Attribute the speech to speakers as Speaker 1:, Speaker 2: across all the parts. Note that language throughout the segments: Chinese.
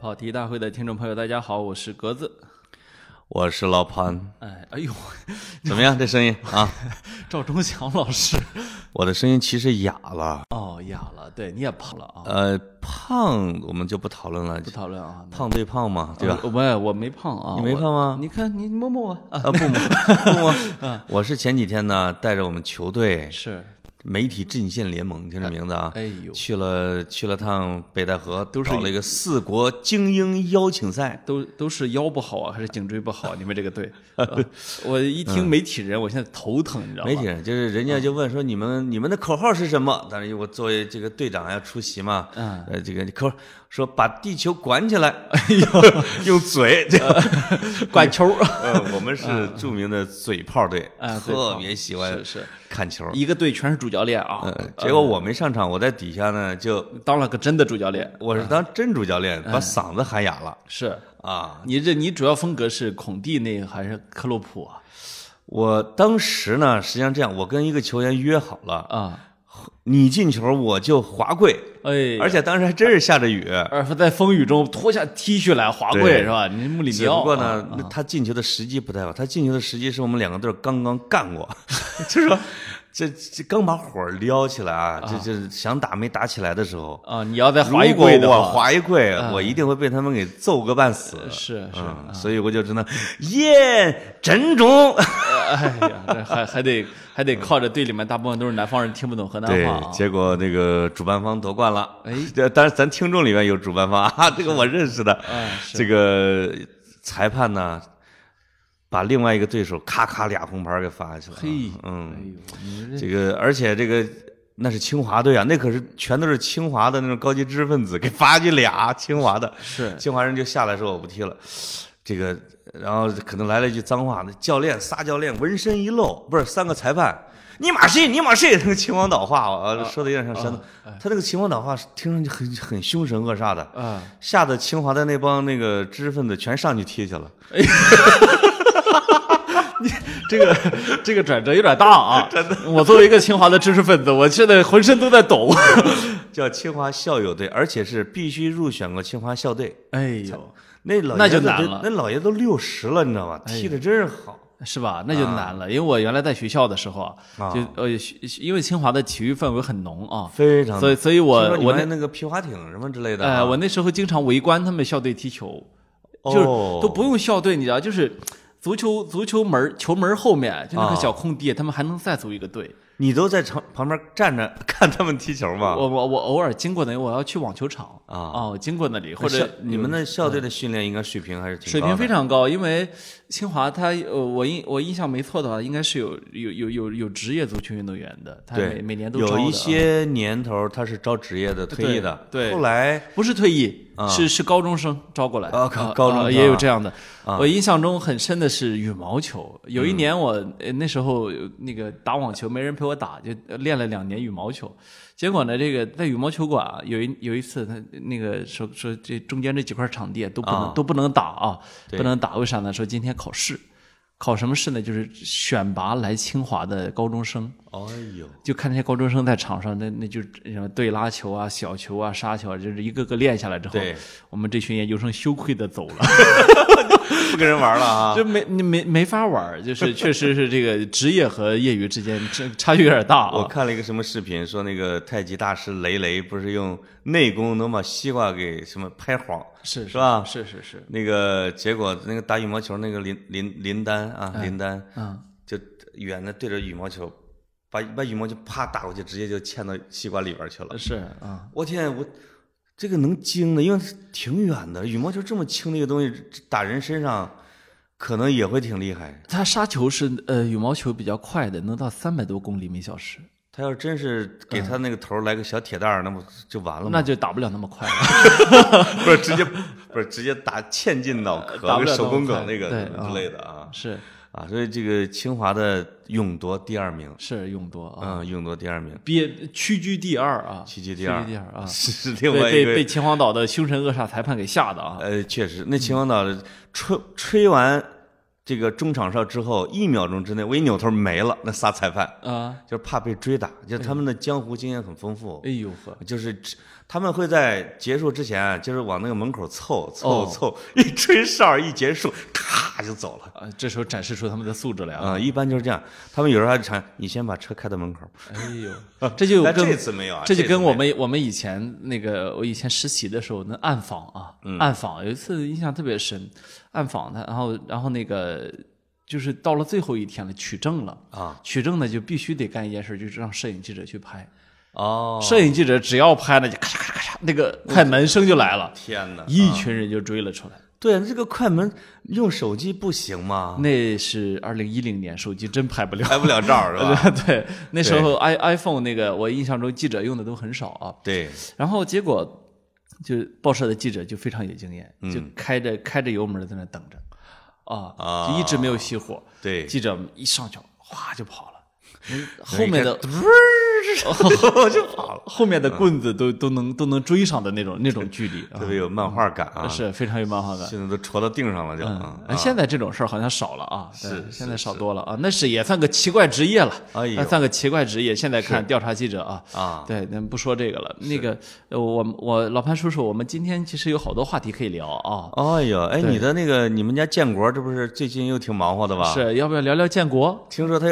Speaker 1: 跑题大会的听众朋友，大家好，我是格子。
Speaker 2: 我是老潘，
Speaker 1: 哎，哎呦，
Speaker 2: 怎么样？这声音啊，
Speaker 1: 赵忠祥老师，
Speaker 2: 我的声音其实哑了。
Speaker 1: 哦，哑了，对，你也胖了啊，
Speaker 2: 呃，胖我们就不讨论了
Speaker 1: 不，讨论啊，
Speaker 2: 胖对胖嘛，对吧？
Speaker 1: 呃？喂，我没胖啊，
Speaker 2: 你没
Speaker 1: 我
Speaker 2: 胖吗
Speaker 1: 你看，你摸摸我啊，
Speaker 2: 啊，不不 不，我是前几天呢，带着我们球队
Speaker 1: 是，
Speaker 2: 媒体阵线联盟，听这名字啊，
Speaker 1: 哎呦，
Speaker 2: 去了去了趟北戴河，都搞了一个四国精英邀请赛。
Speaker 1: 都都是腰不好啊，还是颈椎不好？你们这个 队，啊我一听媒体人，我现在头疼，你知道吗？
Speaker 2: 媒体人就是人
Speaker 1: 嗯
Speaker 2: 家就问说你们你们的口号是什么？当然我作为这个队长要出席嘛，
Speaker 1: 嗯哎
Speaker 2: 呃，这个口号说把地球管起来， 用嘴这
Speaker 1: 嗯
Speaker 2: 样。
Speaker 1: 管球儿
Speaker 2: 呃， 我们是著名的嘴炮队，
Speaker 1: 啊嘴炮
Speaker 2: 特别喜
Speaker 1: 嗯
Speaker 2: 欢
Speaker 1: 是嗯是，
Speaker 2: 看球。
Speaker 1: 一个队全是主教练啊，
Speaker 2: 呃，结果我没上场，我在底下呢，就
Speaker 1: 当了个真的主教练
Speaker 2: 我是当真主教
Speaker 1: 嗯
Speaker 2: 练，把嗓子喊哑了
Speaker 1: 是。
Speaker 2: 啊！
Speaker 1: 你这你主要风格是孔蒂那还是克洛普啊？
Speaker 2: 我当时呢，实际上这样，我跟一个球员约好了，
Speaker 1: 啊，
Speaker 2: 你进球我就滑跪，
Speaker 1: 哎，嗯
Speaker 2: 而且当时还真是下着雨。
Speaker 1: 而在风雨中脱下 T 恤来滑跪
Speaker 2: 对
Speaker 1: 是吧？你穆里尼
Speaker 2: 只
Speaker 1: 奥啊，
Speaker 2: 不过呢，那他进球的时机不太好。他进球的时机是我们两个队儿刚刚 干过， 就是说，这这刚把火儿撩起来啊，这这想打没打起来的时候，
Speaker 1: 啊，你要再
Speaker 2: 如
Speaker 1: 滑一跪的
Speaker 2: 果我
Speaker 1: 话，啊
Speaker 2: 滑一跪，我一定会被他们给揍个半死。
Speaker 1: 是啊是，
Speaker 2: 嗯，所以我就只能耶真中。
Speaker 1: 哎呀，这还还得还得靠着队里面大部分都是南方人，听不懂河南
Speaker 2: 对
Speaker 1: 话啊，。
Speaker 2: 结果那个主办方夺冠了。
Speaker 1: 哎，
Speaker 2: 这当然咱听众里面有主办方 啊，这个我认识的。
Speaker 1: 哎是
Speaker 2: 这个裁判呢，把另外一个对手咔咔俩红牌给发下去了。
Speaker 1: 嘿，哎
Speaker 2: 嗯，
Speaker 1: 呦，你这
Speaker 2: 这个而且这个那是清华队啊，那可是全都是清华的那种高级知识分子，给发去俩清华的。
Speaker 1: 是
Speaker 2: 清华人就下来说我不踢了，这个，然后可能来了一句脏话，那教练仨教练纹身一露，不是三个裁判，你马谁你马谁，那个秦皇岛话，呃，说的有点像
Speaker 1: 哦
Speaker 2: 山东，他那个秦皇岛话是听上去很很凶神恶煞的，
Speaker 1: 啊，
Speaker 2: 吓得清华的那帮那个知识分子全上去踢去了，
Speaker 1: 这个这个转折有点大 啊！真的，我作为一个清华的知识分子，我现在浑身都在抖。
Speaker 2: 叫清华校友队，而且是必须入选过清华校队，
Speaker 1: 哎呦，
Speaker 2: 那老
Speaker 1: 那
Speaker 2: 爷
Speaker 1: 就
Speaker 2: 子
Speaker 1: 难
Speaker 2: 都
Speaker 1: 了哎
Speaker 2: 那老爷都六十了，你知道吧？踢的真是好。
Speaker 1: 是吧？那就难了，因为我原来在学校的时候啊，
Speaker 2: 啊
Speaker 1: 就呃，学因为清华的体育氛围很浓啊，
Speaker 2: 非常，
Speaker 1: 所以所以我
Speaker 2: 嗯听说你
Speaker 1: 我
Speaker 2: 们那个皮划艇什么之类的啊，
Speaker 1: 哎，我那时候经常围观他们校队踢球，
Speaker 2: 哦
Speaker 1: 就是都不用校队，你知道，就是足球足球门儿球门儿后面就那个
Speaker 2: 啊
Speaker 1: 小空地，他们还能再组一个队。
Speaker 2: 你都在场旁边站着 看他们踢球吗？
Speaker 1: 我我我偶尔经过那，我要去网球场
Speaker 2: 啊
Speaker 1: 哦，经过那里或
Speaker 2: 那校
Speaker 1: 者嗯
Speaker 2: 你们的校队的训练应该水平还是挺
Speaker 1: 水
Speaker 2: 高
Speaker 1: 平
Speaker 2: 的
Speaker 1: 非常高，因为清华它呃，我印我印象没错的话，应该是有有有有有职业足球运动员的，他每
Speaker 2: 对，
Speaker 1: 每年都招
Speaker 2: 有一
Speaker 1: 的啊
Speaker 2: 些年头他是招职业的、退役的，
Speaker 1: 对对
Speaker 2: 后来
Speaker 1: 不是退役，
Speaker 2: 啊
Speaker 1: 是是高中生招过来
Speaker 2: 啊高高中生
Speaker 1: 啊
Speaker 2: 啊
Speaker 1: 也有这样的。
Speaker 2: 啊嗯
Speaker 1: 我印象中很深的是羽毛球，有一年我呃那时候呃那个打网球没人陪我打，就呃练了两年羽毛球。结果呢，这个在羽毛球馆啊有一有一次，他那个说说这中间这几块场地都不能、
Speaker 2: 啊
Speaker 1: 都不能打啊，
Speaker 2: 对
Speaker 1: 不能打，为啥呢？说今天考试，考什么试呢？就是选拔来清华的高中生。
Speaker 2: 哎呦，
Speaker 1: 就看那些高中生在场上，那那就是什么对拉球啊、小球啊、杀球啊，就是一个个练下来之后
Speaker 2: 对，
Speaker 1: 我们这群研究生羞愧的走了，
Speaker 2: 不跟人玩了 啊！
Speaker 1: 就没你没没法玩儿，就是确实是这个职业和业余之间这差距有点大
Speaker 2: 我
Speaker 1: 啊。
Speaker 2: 看了一个什么视频，说那个太极大师雷雷不是用内功能把西瓜给什么拍黄，
Speaker 1: 是啊
Speaker 2: 是吧？
Speaker 1: 是是是，
Speaker 2: 那个结果那个打羽毛球那个林林林丹啊，林丹
Speaker 1: 嗯，
Speaker 2: 就远的对着羽毛球，把把羽毛球啪打过去，直接就嵌到西瓜里边去了。
Speaker 1: 是啊，
Speaker 2: 我天，我这个能惊的，因为挺远的，羽毛球这么轻的一个东西打人身上，可能也会挺厉害。
Speaker 1: 他杀球是呃羽毛球比较快的，能到三百多公里每小时，
Speaker 2: 他要真是给他那个头来个小铁蛋儿，那不就完了吗？
Speaker 1: 那就打不了那么快了。
Speaker 2: 不是直接不是直接打嵌进脑
Speaker 1: 打不
Speaker 2: 壳、
Speaker 1: 了
Speaker 2: 手工
Speaker 1: 脑壳
Speaker 2: 梗那 个
Speaker 1: 对
Speaker 2: 什么之类的啊
Speaker 1: 是
Speaker 2: 啊！所以这个清华的勇夺第二名，
Speaker 1: 是勇多啊，
Speaker 2: 嗯，勇夺第二名，
Speaker 1: 别屈居第二啊，
Speaker 2: 屈居第二
Speaker 1: 第二啊。
Speaker 2: 是是
Speaker 1: 被
Speaker 2: 另外一
Speaker 1: 被
Speaker 2: 个
Speaker 1: 被秦皇岛的凶神恶煞裁判给吓的啊！
Speaker 2: 呃，确实，那秦皇岛的吹吹完这个中场哨之后，一秒钟之内我一扭头没了，那仨裁判
Speaker 1: 啊，
Speaker 2: 就是怕被追打，就他们的江湖经验很丰富
Speaker 1: 哎，呦呵，
Speaker 2: 就是只他们会在结束之前，啊就是往那个门口凑凑
Speaker 1: 哦
Speaker 2: 凑，一吹哨一结束，咔就走了。
Speaker 1: 啊，这时候展示出他们的素质来啊！
Speaker 2: 啊、一般就是这样。他们有时候还缠你，先把车开到门口。
Speaker 1: 哎呦，这就
Speaker 2: 但
Speaker 1: 跟
Speaker 2: 啊这次没有啊，
Speaker 1: 这就
Speaker 2: 次
Speaker 1: 跟
Speaker 2: 没有
Speaker 1: 我们我们以前那个我以前实习的时候，那暗访啊，
Speaker 2: 嗯
Speaker 1: 暗访有一次印象特别深，暗访他，然后然后那个就是到了最后一天了，取证了
Speaker 2: 啊，
Speaker 1: 取证呢就必须得干一件事，就是让摄影记者去拍，
Speaker 2: 哦，
Speaker 1: 摄影记者只要拍呢，就咔嚓咔嚓咔嚓，那个快门声就来了，
Speaker 2: 天哪！
Speaker 1: 一群人就追了出来。
Speaker 2: 对啊，这个快门用手机不行吗？
Speaker 1: 那是二零一零年，手机真拍不了。
Speaker 2: 拍不了照是吧？
Speaker 1: 对，那时候 i iPhone 那个，我印象中记者用的都很少啊。
Speaker 2: 对，
Speaker 1: 然后结果就报社的记者就非常有经验，就开着开着油门在那等着，啊，
Speaker 2: 嗯啊
Speaker 1: 就一直没有熄火。
Speaker 2: 对
Speaker 1: 记者一上去，哗就跑了，后面的
Speaker 2: 我就跑了，嗯
Speaker 1: 后面的棍子都都能都能追上的那种那种距离
Speaker 2: 特别有漫画感
Speaker 1: 啊，
Speaker 2: 啊！
Speaker 1: 是非常有漫画感。
Speaker 2: 现在都戳到腚上了就。
Speaker 1: 嗯
Speaker 2: 啊，
Speaker 1: 哎现在这种事儿好像少了啊，对
Speaker 2: 是
Speaker 1: 现在少多了啊，那是也算个奇怪职业了，
Speaker 2: 哎呦
Speaker 1: 那算个奇怪职业。现在看调查记者啊，
Speaker 2: 啊
Speaker 1: 对，咱不说这个了。那个，呃我我老潘叔叔，我们今天其实有好多话题可以聊啊，
Speaker 2: 哎呦，哎，你的那个你们家建国，这不是最近又挺忙活的吧？，
Speaker 1: 是要不要聊聊建 国？
Speaker 2: 听说他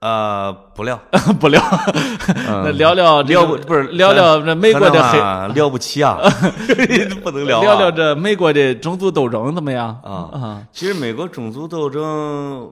Speaker 2: 呃不聊，
Speaker 1: 不聊， 那聊聊这个
Speaker 2: 聊 嗯不不是
Speaker 1: 聊聊这美国的黑，
Speaker 2: 黑，聊不起啊， 不能 聊啊，
Speaker 1: 聊聊这美国的种族斗争怎么样？啊
Speaker 2: 其实美国种族斗争，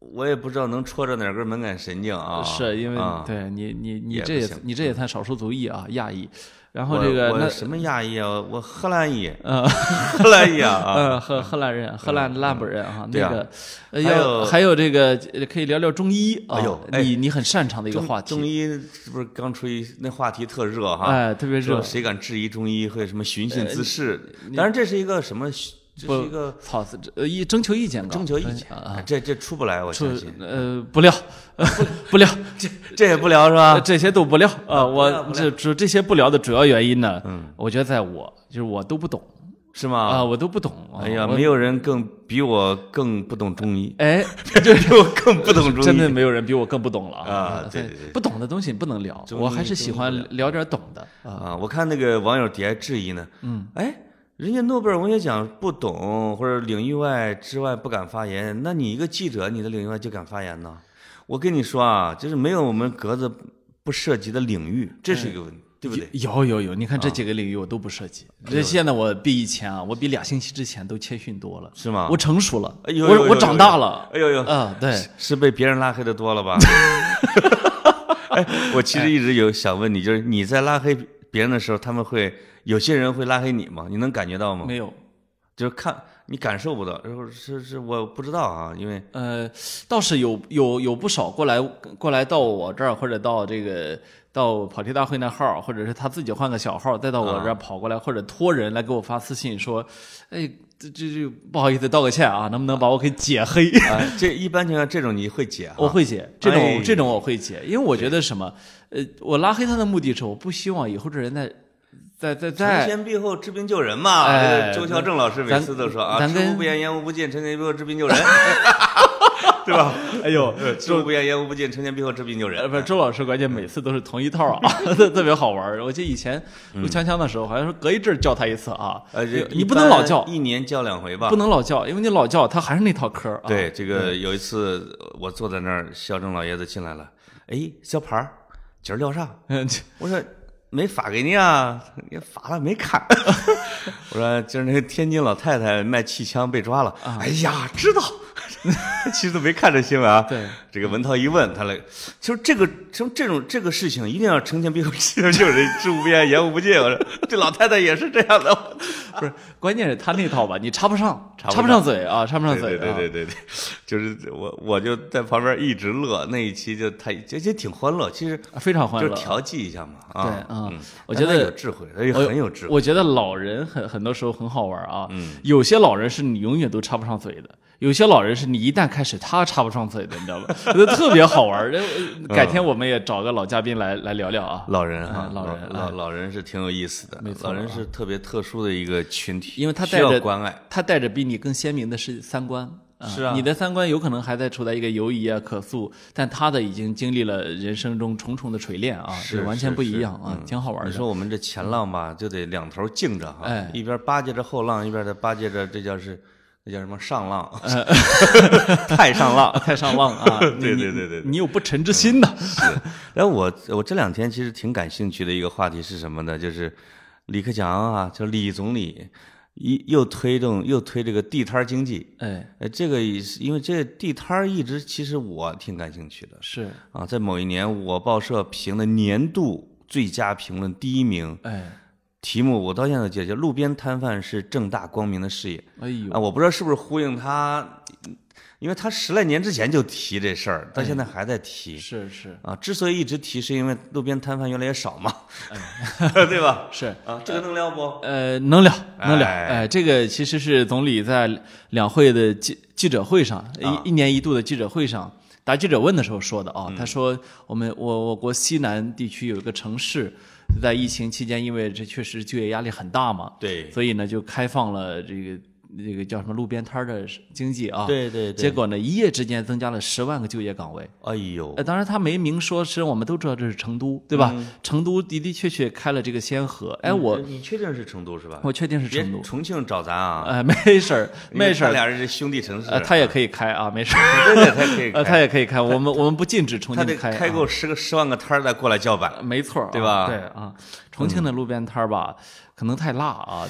Speaker 2: 我也不知道能戳着哪根敏感神经啊。
Speaker 1: 是因为
Speaker 2: 啊
Speaker 1: 对你你你
Speaker 2: 也不
Speaker 1: 这也
Speaker 2: 行
Speaker 1: 你这也算少数族裔啊，亚裔。然后
Speaker 2: 我
Speaker 1: 这个
Speaker 2: 我
Speaker 1: 那
Speaker 2: 什么亚裔啊，我荷兰裔，
Speaker 1: 嗯
Speaker 2: 荷兰裔啊。
Speaker 1: 嗯，荷荷兰人，荷兰拉布人啊，那
Speaker 2: 对啊
Speaker 1: 个呃
Speaker 2: 还
Speaker 1: 要
Speaker 2: 有
Speaker 1: 还有这个呃可以聊聊中医啊
Speaker 2: 哎呦，哎
Speaker 1: 你你很擅长的一个话
Speaker 2: 中
Speaker 1: 题，
Speaker 2: 医是不是刚出一那话题特热哈？
Speaker 1: 哎，特别
Speaker 2: 说
Speaker 1: 热，呃
Speaker 2: 谁敢质疑中医会什么寻衅滋事？当然这是一个什么？这
Speaker 1: 不
Speaker 2: 是一个
Speaker 1: 草字呃一征求意见稿，
Speaker 2: 征求意见哎
Speaker 1: 嗯啊，，
Speaker 2: 这这出不来，我
Speaker 1: 出
Speaker 2: 相信。
Speaker 1: 呃不聊，呃不 不聊，
Speaker 2: 这也不聊是
Speaker 1: 呃
Speaker 2: 吧？
Speaker 1: 这些都不聊啊，我
Speaker 2: 不聊
Speaker 1: 这这这些不聊的主要原因呢，我觉得在我就是我都不懂
Speaker 2: 是吗？
Speaker 1: 啊，我都不懂，啊
Speaker 2: 哎呀，
Speaker 1: 我
Speaker 2: 没有人更比我更不懂中 医，
Speaker 1: 哎，
Speaker 2: 比我更不懂中医。
Speaker 1: 真的没有人比我更不懂了
Speaker 2: 啊对对对
Speaker 1: 不懂的东西不能聊，
Speaker 2: 中
Speaker 1: 我还
Speaker 2: 医
Speaker 1: 是
Speaker 2: 中
Speaker 1: 喜
Speaker 2: 医
Speaker 1: 欢
Speaker 2: 不
Speaker 1: 聊点懂的啊，
Speaker 2: 啊，我看那个网友底下质疑呢，嗯，哎，人家诺贝尔文学奖不懂或者领域外之外不敢发言，那你一个记者，你的领域外就敢发言呢？我跟你说啊，就是没有我们格子不涉及的领域，这是一个问题，对不对？
Speaker 1: 呃有有有，你看这几个领域我都不涉及。这啊现在我比以前啊，我比俩星期之前都谦逊多了，
Speaker 2: 是吗
Speaker 1: 我成熟了，
Speaker 2: 哎呦呦
Speaker 1: 我
Speaker 2: 呦
Speaker 1: 我
Speaker 2: 呦
Speaker 1: 长
Speaker 2: 呦
Speaker 1: 大了。
Speaker 2: 哎呦呦，
Speaker 1: 啊，对，
Speaker 2: 是被别人拉黑的 多了吧？哎，我其实一直有想问你，就是你在拉黑别人的时候，他们会有些人会拉黑你吗？你能感觉到吗？
Speaker 1: 没有。
Speaker 2: 就是看你感受不到，然后是是我不知道啊，因为。
Speaker 1: 呃，倒是有有有不少过来过来到我这儿，或者到这个到跑题大会那号儿，或者是他自己换个小号儿，再到
Speaker 2: 啊
Speaker 1: 我这儿跑过来，或者托人来给我发私信说，哎，这这这不好意思，道个歉啊，能不能把我给解黑？
Speaker 2: 啊，这一般情况下这种你会解哈
Speaker 1: 我会解这种、
Speaker 2: 哎
Speaker 1: 这种我会解，因为我觉得什么，呃，我拉黑他的目的是我不希望以后这人再再再
Speaker 2: 穷
Speaker 1: 再
Speaker 2: 先避后治病救人嘛。
Speaker 1: 哎
Speaker 2: 这个周孝正老师每
Speaker 1: 咱
Speaker 2: 次都说啊，
Speaker 1: 咱
Speaker 2: 知
Speaker 1: 跟
Speaker 2: 无不言，言无不尽，成年避后治病救人， 对吧？呃
Speaker 1: 哎呦，
Speaker 2: 知无不言，言无不尽，成年避后治病救
Speaker 1: 呃，
Speaker 2: 人。
Speaker 1: 不是周老师，关键每次都是同一套啊， 特特别好玩儿。我记得以前录锵锵的时候，好像是隔一阵儿叫他一次啊，
Speaker 2: 呃，这
Speaker 1: 你
Speaker 2: 一
Speaker 1: 不能
Speaker 2: 般
Speaker 1: 老叫，
Speaker 2: 一年叫两回吧。
Speaker 1: 不能老叫，因为你老叫他还是那套嗑儿啊。
Speaker 2: 对，这个有一次我坐在那儿，孝正老爷子进来了，哎，小盘儿，今儿聊啥？
Speaker 1: 嗯，
Speaker 2: 我说没发给你啊，你发了没 看？我说今儿那个天津老太太卖气枪被抓了。
Speaker 1: 啊
Speaker 2: 哎呀，知道， 其实都没看这新闻啊。
Speaker 1: 对，
Speaker 2: 这个文涛一问，他来，就是这个像这种这个事情，一定要成天避口，就是知无不言，言无不尽。我说这老太太也是这样的。
Speaker 1: 不 是，关键是他那套吧，你插不上，
Speaker 2: 插不
Speaker 1: 插不上嘴啊，插不上嘴
Speaker 2: 对对
Speaker 1: 啊。
Speaker 2: 对对对，就是我我就在旁边一直乐，那一期就他就就挺欢乐，其实
Speaker 1: 啊非常欢
Speaker 2: 就
Speaker 1: 乐
Speaker 2: 是。调剂一下嘛啊。
Speaker 1: 对啊
Speaker 2: 嗯
Speaker 1: 我觉
Speaker 2: 但他有
Speaker 1: 得
Speaker 2: 智慧，他也
Speaker 1: 我
Speaker 2: 很有智慧。
Speaker 1: 我觉得老人很很多时候很好玩啊。
Speaker 2: 嗯
Speaker 1: 有些老人是你永远都插不上嘴的，有些老人是你一旦开始他插不上嘴的，你知道吗？觉得 特别好玩儿。呃改
Speaker 2: 嗯
Speaker 1: 天我们也找个老嘉宾来来聊聊啊。
Speaker 2: 老人哈
Speaker 1: 哎，老人
Speaker 2: 老老人是挺有意思的，
Speaker 1: 没错
Speaker 2: 老人是特别特殊的一个群体，
Speaker 1: 因为他带
Speaker 2: 需要
Speaker 1: 着
Speaker 2: 关爱，
Speaker 1: 他带着比你更鲜明的是三观，啊
Speaker 2: 是啊
Speaker 1: 你的三观有可能还在处在一个犹疑啊、可塑，但他的已经经历了人生中重重的锤炼啊，
Speaker 2: 是
Speaker 1: 就完全
Speaker 2: 是
Speaker 1: 不一
Speaker 2: 是嗯
Speaker 1: 样啊，挺好玩
Speaker 2: 你
Speaker 1: 的。
Speaker 2: 说我们这前浪吧，就得两头竞着哈，
Speaker 1: 哎
Speaker 2: 一边巴结着后浪，一边再巴结着这叫是那叫什么 上浪，
Speaker 1: 呃
Speaker 2: 太上浪。
Speaker 1: 太上浪 啊！你
Speaker 2: 对
Speaker 1: 你
Speaker 2: 对对对对
Speaker 1: 你有不臣之心的，
Speaker 2: 然后我我这两天其实挺感兴趣的一个话题是什么呢？就是李克强啊，就李总理，一又推动又推这个地摊儿经济。
Speaker 1: 哎，
Speaker 2: 呃，这个也是因为这地摊儿一直其实我挺感兴趣的
Speaker 1: 是，
Speaker 2: 啊，在某一年我报社评的年度最佳评论第一名，
Speaker 1: 哎，
Speaker 2: 题目我到现在都记得，叫“路边摊贩是正大光明的事业
Speaker 1: 哎”呦，
Speaker 2: 啊，我不知道是不是呼应他，因为他十来年之前就提这事儿，到现
Speaker 1: 哎
Speaker 2: 在还在提
Speaker 1: 是是
Speaker 2: 啊。之所以一直提，是因为路边摊贩越来越少嘛，
Speaker 1: 哎
Speaker 2: 对吧？
Speaker 1: 是，
Speaker 2: 啊，这个能聊不？
Speaker 1: 呃，能聊能聊，
Speaker 2: 哎
Speaker 1: 哎，这个其实是总理在两会的记记者会上，
Speaker 2: 啊
Speaker 1: 一一年一度的记者会上。答记者问的时候说的啊，
Speaker 2: 嗯
Speaker 1: 他说我们我我国西南地区有一个城市，在疫情期间，因为这确实就业压力很大嘛，
Speaker 2: 对
Speaker 1: 所以呢就开放了这个这个叫什么路边摊儿的经济啊，，
Speaker 2: 对对
Speaker 1: 结
Speaker 2: 对，
Speaker 1: 果呢一夜之间增加了十万个就业岗位，
Speaker 2: 哎呦
Speaker 1: 呃，，当然他没明说，实际上我们都知道这是成都，对吧？
Speaker 2: 嗯
Speaker 1: 成都的的确确开了这个先河。哎，我
Speaker 2: 你确定是成都是吧？
Speaker 1: 我确定是
Speaker 2: 别
Speaker 1: 成都，
Speaker 2: 重庆找咱啊，
Speaker 1: 哎，没事儿，
Speaker 2: 因为
Speaker 1: 没事
Speaker 2: 他
Speaker 1: 儿，
Speaker 2: 俩是兄弟城市
Speaker 1: 呃，，他也可以开啊，没事儿，
Speaker 2: 对对，他可以
Speaker 1: 呃，
Speaker 2: 开，
Speaker 1: 他也可以开，我们我们不禁止重
Speaker 2: 他
Speaker 1: 庆
Speaker 2: 得
Speaker 1: 开，
Speaker 2: 开呃
Speaker 1: 啊
Speaker 2: 够十个十万个摊儿再过来叫板。
Speaker 1: 没错儿啊，
Speaker 2: 对吧嗯
Speaker 1: 对啊，重庆的路边摊儿吧，可能太辣 啊，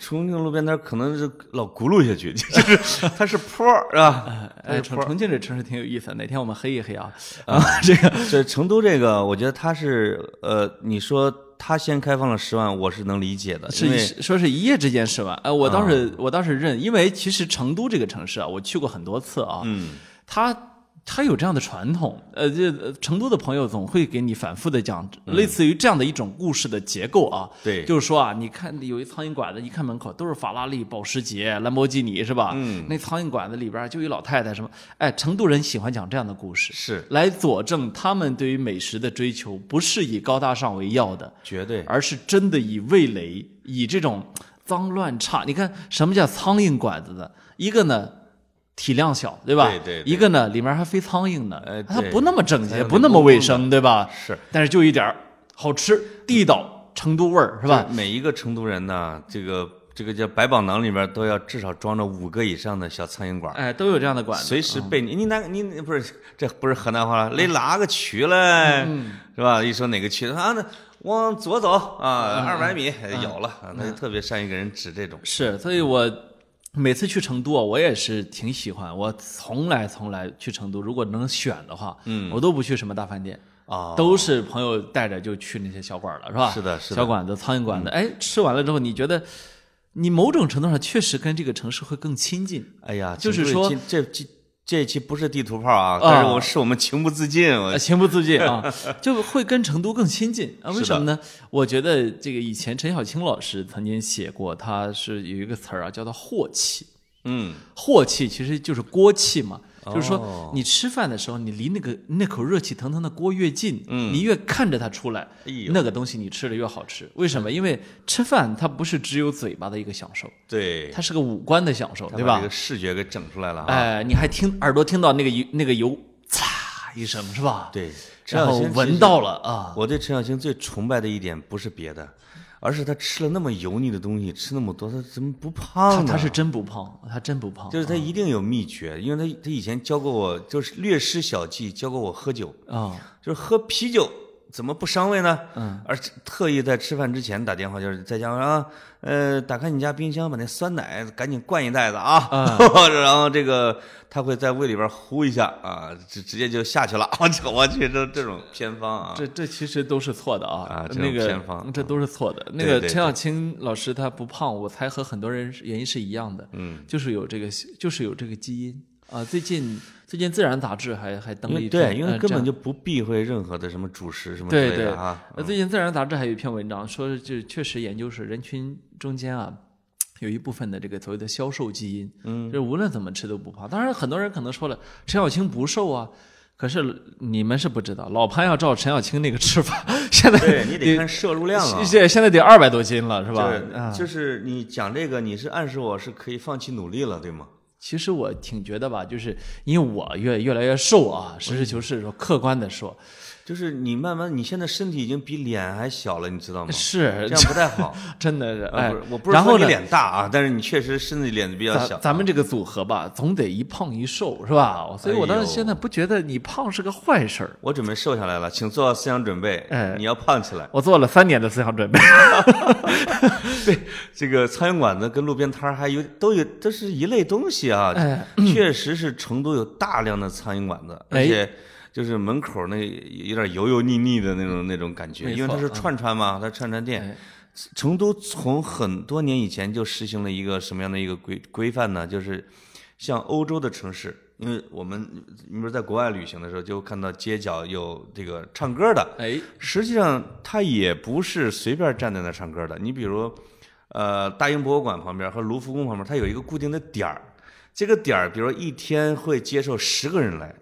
Speaker 2: 重庆路边摊可能是老轱辘下去， 就是它是坡儿是吧？
Speaker 1: 哎，重重庆这城市挺有意思的，哪天我们黑一黑啊，啊，这个
Speaker 2: 这成都这个，我觉得它是呃，你说它先开放了十万，我是能理解的，
Speaker 1: 是
Speaker 2: 因
Speaker 1: 一
Speaker 2: 为啊
Speaker 1: 说是一夜之间是吧？哎，我倒是、我倒是认，因为其实成都这个城市啊，我去过很多次啊，嗯，它它有这样的传统，呃，这呃成都的朋友总会给你反复的讲，
Speaker 2: 嗯
Speaker 1: 类似于这样的一种故事的结构啊。
Speaker 2: 对
Speaker 1: 就是说啊，你看有一苍蝇馆子，一看门口都是法拉利、保时捷、兰博基尼，是吧？嗯，那苍蝇馆子里边就一老太太什么，哎，成都人喜欢讲这样的故事，
Speaker 2: 是
Speaker 1: 来佐证他们对于美食的追求不是以高大上为要的，
Speaker 2: 绝对
Speaker 1: 而是真的以味蕾，以这种脏乱差。你看什么叫苍蝇馆子呢？一个呢体量小，对吧？
Speaker 2: 对对对
Speaker 1: 一个呢里面还飞苍蝇呢，
Speaker 2: 哎
Speaker 1: 它
Speaker 2: 对
Speaker 1: 不那么整
Speaker 2: 还
Speaker 1: 洁，
Speaker 2: 有
Speaker 1: 不
Speaker 2: 那
Speaker 1: 那么
Speaker 2: 公
Speaker 1: 卫
Speaker 2: 共
Speaker 1: 生，对吧？
Speaker 2: 是。
Speaker 1: 但是就一点儿好吃、地道、成都味儿，是吧？
Speaker 2: 就每一个成都人呢，这个这个叫百宝囊里边都要至少装着五个以上的小苍蝇馆儿。
Speaker 1: 哎，都有这样的嗯馆子。
Speaker 2: 随时被你，你哪你你不是这不是河南话了？你哪个区嘞？
Speaker 1: 嗯
Speaker 2: 是吧？一说哪个区啊？那往左走
Speaker 1: 嗯
Speaker 2: 啊，二百米有了，啊他就特别善于给人指这种。
Speaker 1: 是，所以我每次去成都啊，我也是挺喜欢。我从来从来去成都，如果能选的话，嗯，我都不去什么大饭店。
Speaker 2: 啊，
Speaker 1: 都是朋友带着就去那些小馆儿了，是吧？
Speaker 2: 是的嗯是的
Speaker 1: 小馆子、苍蝇馆子，哎，吃完了之后，你觉得你某种程度上确实跟这个城市会更亲近。
Speaker 2: 哎呀，
Speaker 1: 就是
Speaker 2: 请
Speaker 1: 说
Speaker 2: 注意这这这这一期不是地图炮啊
Speaker 1: 啊，
Speaker 2: 但是我是我们情不自禁，我
Speaker 1: 呃，情不自禁 啊，就会跟成都更亲近啊？为
Speaker 2: 是的
Speaker 1: 什么呢？我觉得这个以前陈小青老师曾经写过，他是有一个词儿啊，叫做“镬气”。
Speaker 2: 嗯，
Speaker 1: 镬气其实就是锅气嘛，就是
Speaker 2: 哦
Speaker 1: 说你吃饭的时候，你离那个那口热气腾腾的锅越近，你越看着它出来
Speaker 2: 嗯哎，呦
Speaker 1: 那个东西你吃的越好吃。为什么？因为吃饭它不是只有嘴巴的一个享受，
Speaker 2: 对，
Speaker 1: 它是个五官的享受，
Speaker 2: 他
Speaker 1: 对
Speaker 2: 把
Speaker 1: 吧
Speaker 2: 这个？视觉给整出来了啊，
Speaker 1: 哎，你还听耳朵听到那个油那个油嚓一声是吧？，
Speaker 2: 对，陈
Speaker 1: 然
Speaker 2: 小
Speaker 1: 后
Speaker 2: 青其实
Speaker 1: 闻。到了啊，
Speaker 2: 我对陈小青最崇拜的一点不是别的，而是他吃了那么油腻的东西，吃那么多，他怎么不
Speaker 1: 他
Speaker 2: 胖啊呢？
Speaker 1: 他是真不胖，他真不胖，
Speaker 2: 就是他一定有秘诀，因为他他以前教过我，就是略施小计，教过我喝酒，
Speaker 1: 啊
Speaker 2: 就是喝啤酒怎么不伤胃呢？
Speaker 1: 嗯，
Speaker 2: 而是特意在吃饭之前打电话，就是在家说啊，呃，打开你家冰箱，把那酸奶赶紧灌一袋子啊，
Speaker 1: 嗯
Speaker 2: 然后这个他会在胃里边呼一下啊，直直接就下去了。 我去，我去，这这种偏方啊，
Speaker 1: 这这其实都是错的啊
Speaker 2: 啊这种
Speaker 1: 那个
Speaker 2: 偏方
Speaker 1: 这都是错的。那
Speaker 2: 对
Speaker 1: 个
Speaker 2: 对
Speaker 1: 陈小青老师他不胖，我猜和很多人原因是一样的，嗯，就是有这个就是有这个基因啊。最近最近《自然》杂志还还登
Speaker 2: 因
Speaker 1: 了一
Speaker 2: 为
Speaker 1: 篇，
Speaker 2: 对，因为
Speaker 1: 呃
Speaker 2: 根
Speaker 1: 这样
Speaker 2: 本就不避讳任何的什么主食什么之
Speaker 1: 对
Speaker 2: 类
Speaker 1: 对
Speaker 2: 的啊。
Speaker 1: 呃最近《自然》杂志还有一篇文章说是，就确实研究是人群中间啊，有一部分的这个所谓的消瘦基因，嗯，就是无论怎么吃都不胖。当然，很多人可能说了，陈小青不瘦啊。可是你们是不知道，老潘要照陈小青那个吃法， 现在
Speaker 2: 对你得看摄入量啊，
Speaker 1: 现现在得二百多斤了，是吧？嗯
Speaker 2: 就是就是你讲这个，你是暗示我是可以放弃努力了，对吗？
Speaker 1: 其实我挺觉得吧，就是因为我越越来越瘦
Speaker 2: 嗯
Speaker 1: 啊，实事求是说，客观的说，
Speaker 2: 就是你慢慢，你现在身体已经比脸还小了，你知道吗？
Speaker 1: 是
Speaker 2: 这样不 太好。
Speaker 1: 真的是，
Speaker 2: 呃
Speaker 1: 哎
Speaker 2: 不是，我不是
Speaker 1: 然
Speaker 2: 说
Speaker 1: 后
Speaker 2: 你
Speaker 1: 呢，
Speaker 2: 脸大啊，但是你啊确实身体脸比较小
Speaker 1: 咱。咱们这个组合吧，总得一胖一瘦是吧？所以我
Speaker 2: 哎
Speaker 1: 当
Speaker 2: 呦
Speaker 1: 时现在不觉得你胖是个坏事儿。
Speaker 2: 我准备瘦下来了，请做好思想准备。
Speaker 1: 哎
Speaker 2: 你要胖起来。
Speaker 1: 我做了三年的思想准备，
Speaker 2: 对，这个苍蝇馆子跟路边摊儿还有都有，都是一类东西啊。
Speaker 1: 哎
Speaker 2: 确实是成都有大量的苍蝇馆子，而
Speaker 1: 哎
Speaker 2: 且就是门口那有点油油腻腻的那种那种感觉，
Speaker 1: 没
Speaker 2: 因为它
Speaker 1: 错
Speaker 2: 是
Speaker 1: 嗯
Speaker 2: 串串嘛，它串串店
Speaker 1: 哎。
Speaker 2: 成都从很多年以前就实行了一个什么样的一个规规范呢？就是像欧洲的城市，因为我们你比如在国外旅行的时候，就看到街角有这个唱歌的，
Speaker 1: 哎，
Speaker 2: 实际上他也不是随便站在那儿唱歌的。你比如，呃，大英博物馆旁边和卢浮宫旁边，它有一个固定的点儿。这个点儿，比如一天会接受十个人来，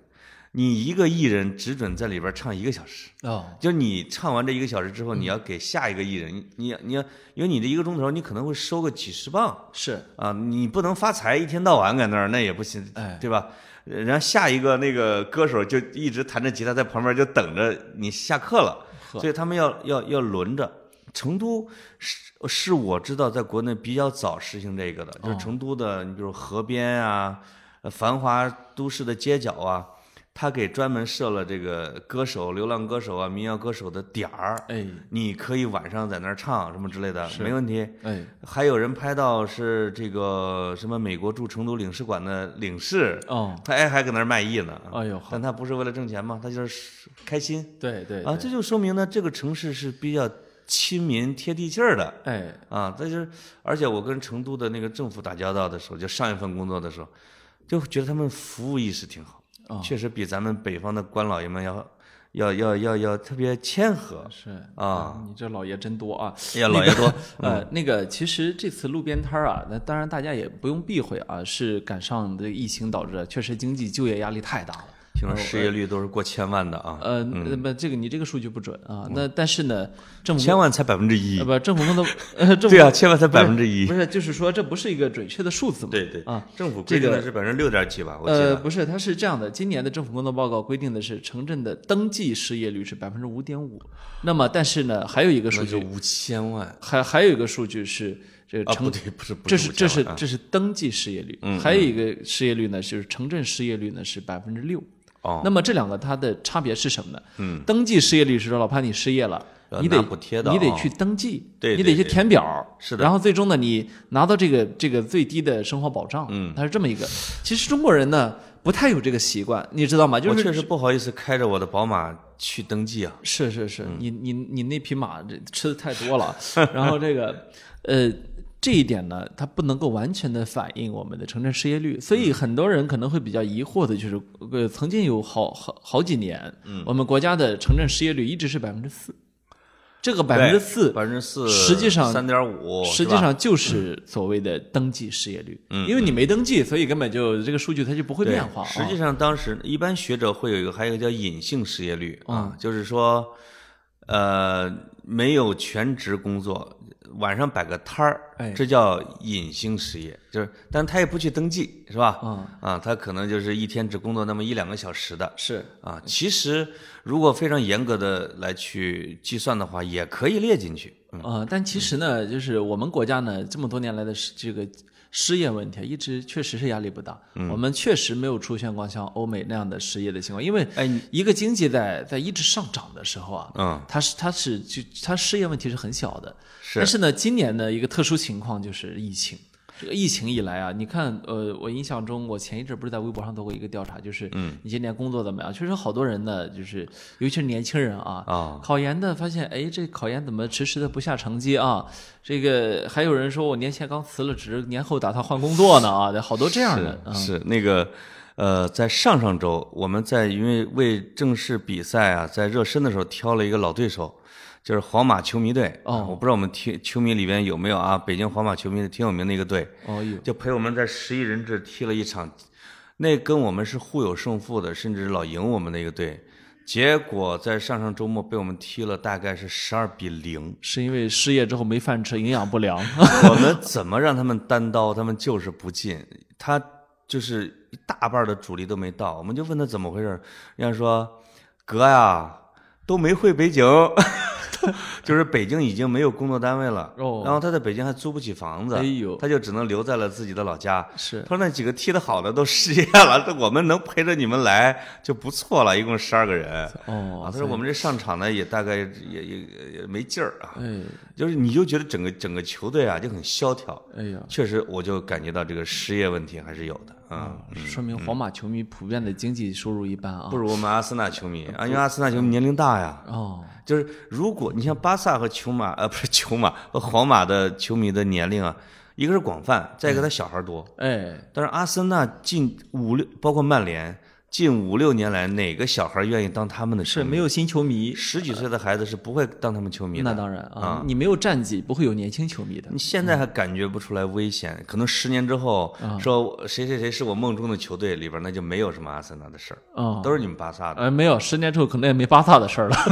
Speaker 2: 你一个艺人只准在里边唱一个小时。
Speaker 1: 哦，
Speaker 2: 就是你唱完这一个小时之后，你要给下一个艺人，你你你要，因为你这一个钟头，你可能会收个几十磅，
Speaker 1: 是，
Speaker 2: 啊，你不能发财，一天到晚搁那儿，那也不行，
Speaker 1: 哎
Speaker 2: 对吧？呃然后下一个那个歌手就一直弹着吉他在旁边就等着你下课了，所以他们要要要轮着。成都是是我知道在国内比较早实行这个的，就是成都的，你比如河边啊，呃繁华都市的街角啊，他给专门设了这个歌手、流浪歌手啊、民谣歌手的点儿，
Speaker 1: 哎
Speaker 2: 你可以晚上在那儿唱什么之类的，没问题。
Speaker 1: 哎，
Speaker 2: 还有人拍到是这个什么美国驻成都领事馆的领事，
Speaker 1: 哦，
Speaker 2: 他哎还搁那儿卖艺呢。
Speaker 1: 哎呦好
Speaker 2: 但他不是为了挣钱嘛，他就是开心
Speaker 1: 对对
Speaker 2: 啊，
Speaker 1: 对，
Speaker 2: 这就说明呢，这个城市是比较亲民、贴地气儿的
Speaker 1: 哎，
Speaker 2: 啊。这就是，而且我跟成都的那个政府打交道的时候，就上一份工作的时候，就觉得他们服务意识挺好，
Speaker 1: 哦
Speaker 2: 确实比咱们北方的官老爷们要要要要要特别谦和
Speaker 1: 是
Speaker 2: 啊。
Speaker 1: 你这老爷真多啊！
Speaker 2: 哎呀，老爷多，
Speaker 1: 呃，那个，其实这次路边摊儿啊，那当然大家也不用避讳啊，是赶上这个疫情导致的，确实经济就业压力太大了。
Speaker 2: 听说失业率都是过千万的啊，嗯
Speaker 1: 呃，那么这个你这个数据不准啊，那但是呢，政府
Speaker 2: 千万才百分之一
Speaker 1: 呃，不政府工作呃政府
Speaker 2: 对啊，千万才百分之
Speaker 1: 不
Speaker 2: 一，
Speaker 1: 是就是说这不是一个准确的数字嘛？
Speaker 2: 对对
Speaker 1: 啊，
Speaker 2: 政府规定的是百分之六点几吧，我记
Speaker 1: 呃，
Speaker 2: 得。
Speaker 1: 不是，它是这样的，今年的政府工作报告规定的是城镇的登记失业率是百分之五点五，那么但是呢，还有一个数
Speaker 2: 那就
Speaker 1: 据，
Speaker 2: 五千万
Speaker 1: 还还有一个数据是这个
Speaker 2: 啊，
Speaker 1: 城、
Speaker 2: 不对，不是，不
Speaker 1: 这是这
Speaker 2: 5000
Speaker 1: 是
Speaker 2: 万啊嗯
Speaker 1: 这是登记失业率，还有一个失业率呢，就是城镇失业率呢是百分之六。
Speaker 2: 哦，
Speaker 1: 那么这两个它的差别是什么呢？嗯，登记失业率是说老潘你失业了，
Speaker 2: 要
Speaker 1: 你得
Speaker 2: 拿补呃贴的
Speaker 1: 你得
Speaker 2: 啊
Speaker 1: 去登记，
Speaker 2: 对
Speaker 1: 你
Speaker 2: 对
Speaker 1: 得去填表儿，
Speaker 2: 是的
Speaker 1: 然后最终呢，你拿到这个这个最低的生活保障，嗯，它是这么一个。其实中国人呢不太有这个习惯，你知道吗？就
Speaker 2: 我
Speaker 1: 是
Speaker 2: 确实不好意思开着我的宝马去登记啊，
Speaker 1: 是是是，你你你那匹马这吃的太多了，然后这个呃这一点呢，它不能够完全的反映我们的城镇失业率，所
Speaker 2: 嗯
Speaker 1: 以很多人可能会比较疑惑的就是，呃，曾经有好好好几年，
Speaker 2: 嗯
Speaker 1: 我们国家的城镇失业率一直是百分之四，这个百分之四
Speaker 2: 百分之四，
Speaker 1: 实际上
Speaker 2: 三点五，
Speaker 1: 实际
Speaker 2: 是吧嗯
Speaker 1: 上就是所谓的登记失业率，因为你没登记，所以根本就这个数据它就不会
Speaker 2: 对
Speaker 1: 变化啊。
Speaker 2: 实际上，当时一般学者会有一个，还有一个叫隐性失业率
Speaker 1: 嗯
Speaker 2: 啊，就是说，呃，没有全职工作，晚上摆个摊儿，
Speaker 1: 哎
Speaker 2: 这叫隐性失业，就是，但他也不去登记，是吧？
Speaker 1: 嗯
Speaker 2: 啊，他可能就是一天只工作那么一两个小时的。
Speaker 1: 是
Speaker 2: 啊，其实如果非常严格的来去计算的话，也可以列进去。嗯，
Speaker 1: 啊、但其实呢，就是我们国家呢，这么多年来的失这个失业问题，一直确实是压力不大。
Speaker 2: 嗯
Speaker 1: 我们确实没有出现过像欧美那样的失业的情况，因为
Speaker 2: 哎你
Speaker 1: 一个经济在在一直上涨的时候啊，
Speaker 2: 嗯，
Speaker 1: 它是它是就它失业问题是很小的。
Speaker 2: 是
Speaker 1: 但是呢，今年的一个特殊情况就是疫情。这个疫情以来啊，你看，呃，我印象中，我前一阵不是在微博上做过一个调查，就是，嗯，你今年工作怎么样？确实，好多人呢，就是，尤其是年轻人啊，
Speaker 2: 啊
Speaker 1: 考研的发现，哎，这考研怎么迟迟的不下成绩啊？这个还有人说我年前刚辞了职，年后打算换工作呢啊，好多这样的，嗯
Speaker 2: 是那个，呃，在上上周，我们在因为为正式比赛啊，在热身的时候挑了一个老对手，就是皇马球迷队。
Speaker 1: 哦
Speaker 2: 我不知道我们听球迷里边有没有啊，北京皇马球迷挺有名的一个队，
Speaker 1: 哦哟，
Speaker 2: 就陪我们在十一人制踢了一场，那跟我们是互有胜负的，甚至老赢我们的一个队。结果在上上周末被我们踢了，大概是十二比零。
Speaker 1: 是因为失业之后没 饭吃，营养不良，
Speaker 2: 我们怎么让他们单刀，他们就是不进。他就是一大半的主力都没到，我们就问他怎么回事儿，人家说哥呀都没回北京， 就是北京已经没有工作单位了，
Speaker 1: 哦
Speaker 2: 然后他在北京还租不起房子，
Speaker 1: 哎呦
Speaker 2: 他就只能留在了自己的老家。
Speaker 1: 是
Speaker 2: 他说那几个踢得好的都失业了， 这我们能陪着你们来就不错了，一共十二个人。
Speaker 1: 哦
Speaker 2: 啊，，他说我们这上场呢也大概也也也也没劲儿啊，
Speaker 1: 哎
Speaker 2: 就是你就觉得整个整个球队啊就很萧条，
Speaker 1: 哎呀，
Speaker 2: 确实我就感觉到这个失业问题还是有的啊，
Speaker 1: 说明皇马球迷普遍的经济收入一般啊
Speaker 2: 不。如我们阿森纳球迷
Speaker 1: 嗯
Speaker 2: 啊，因为阿森纳球迷年龄大呀。
Speaker 1: 哦，
Speaker 2: 就是如果你像巴萨和球马呃不是球马 和皇马的球迷的年龄啊，一个是广泛，再一个他小孩儿多。
Speaker 1: 哎，
Speaker 2: 但是阿森纳近五六，包括曼联近五六年来，哪个小孩儿愿意当他们的球
Speaker 1: 是
Speaker 2: 迷？
Speaker 1: 没有新球迷，
Speaker 2: 十几岁的孩子嗯是不会当他们球迷的。嗯
Speaker 1: 那当然啊，你没有战绩，不会有年轻球迷的
Speaker 2: 你。现在还感觉不出来危险，可能十年之后
Speaker 1: 啊
Speaker 2: 说谁谁谁是我梦中的球队里边，那就没有什么阿森纳的事儿，
Speaker 1: 哦，
Speaker 2: 都是你们巴萨的。
Speaker 1: 呃，没有，十年之后可能也没巴萨的事儿了。 啊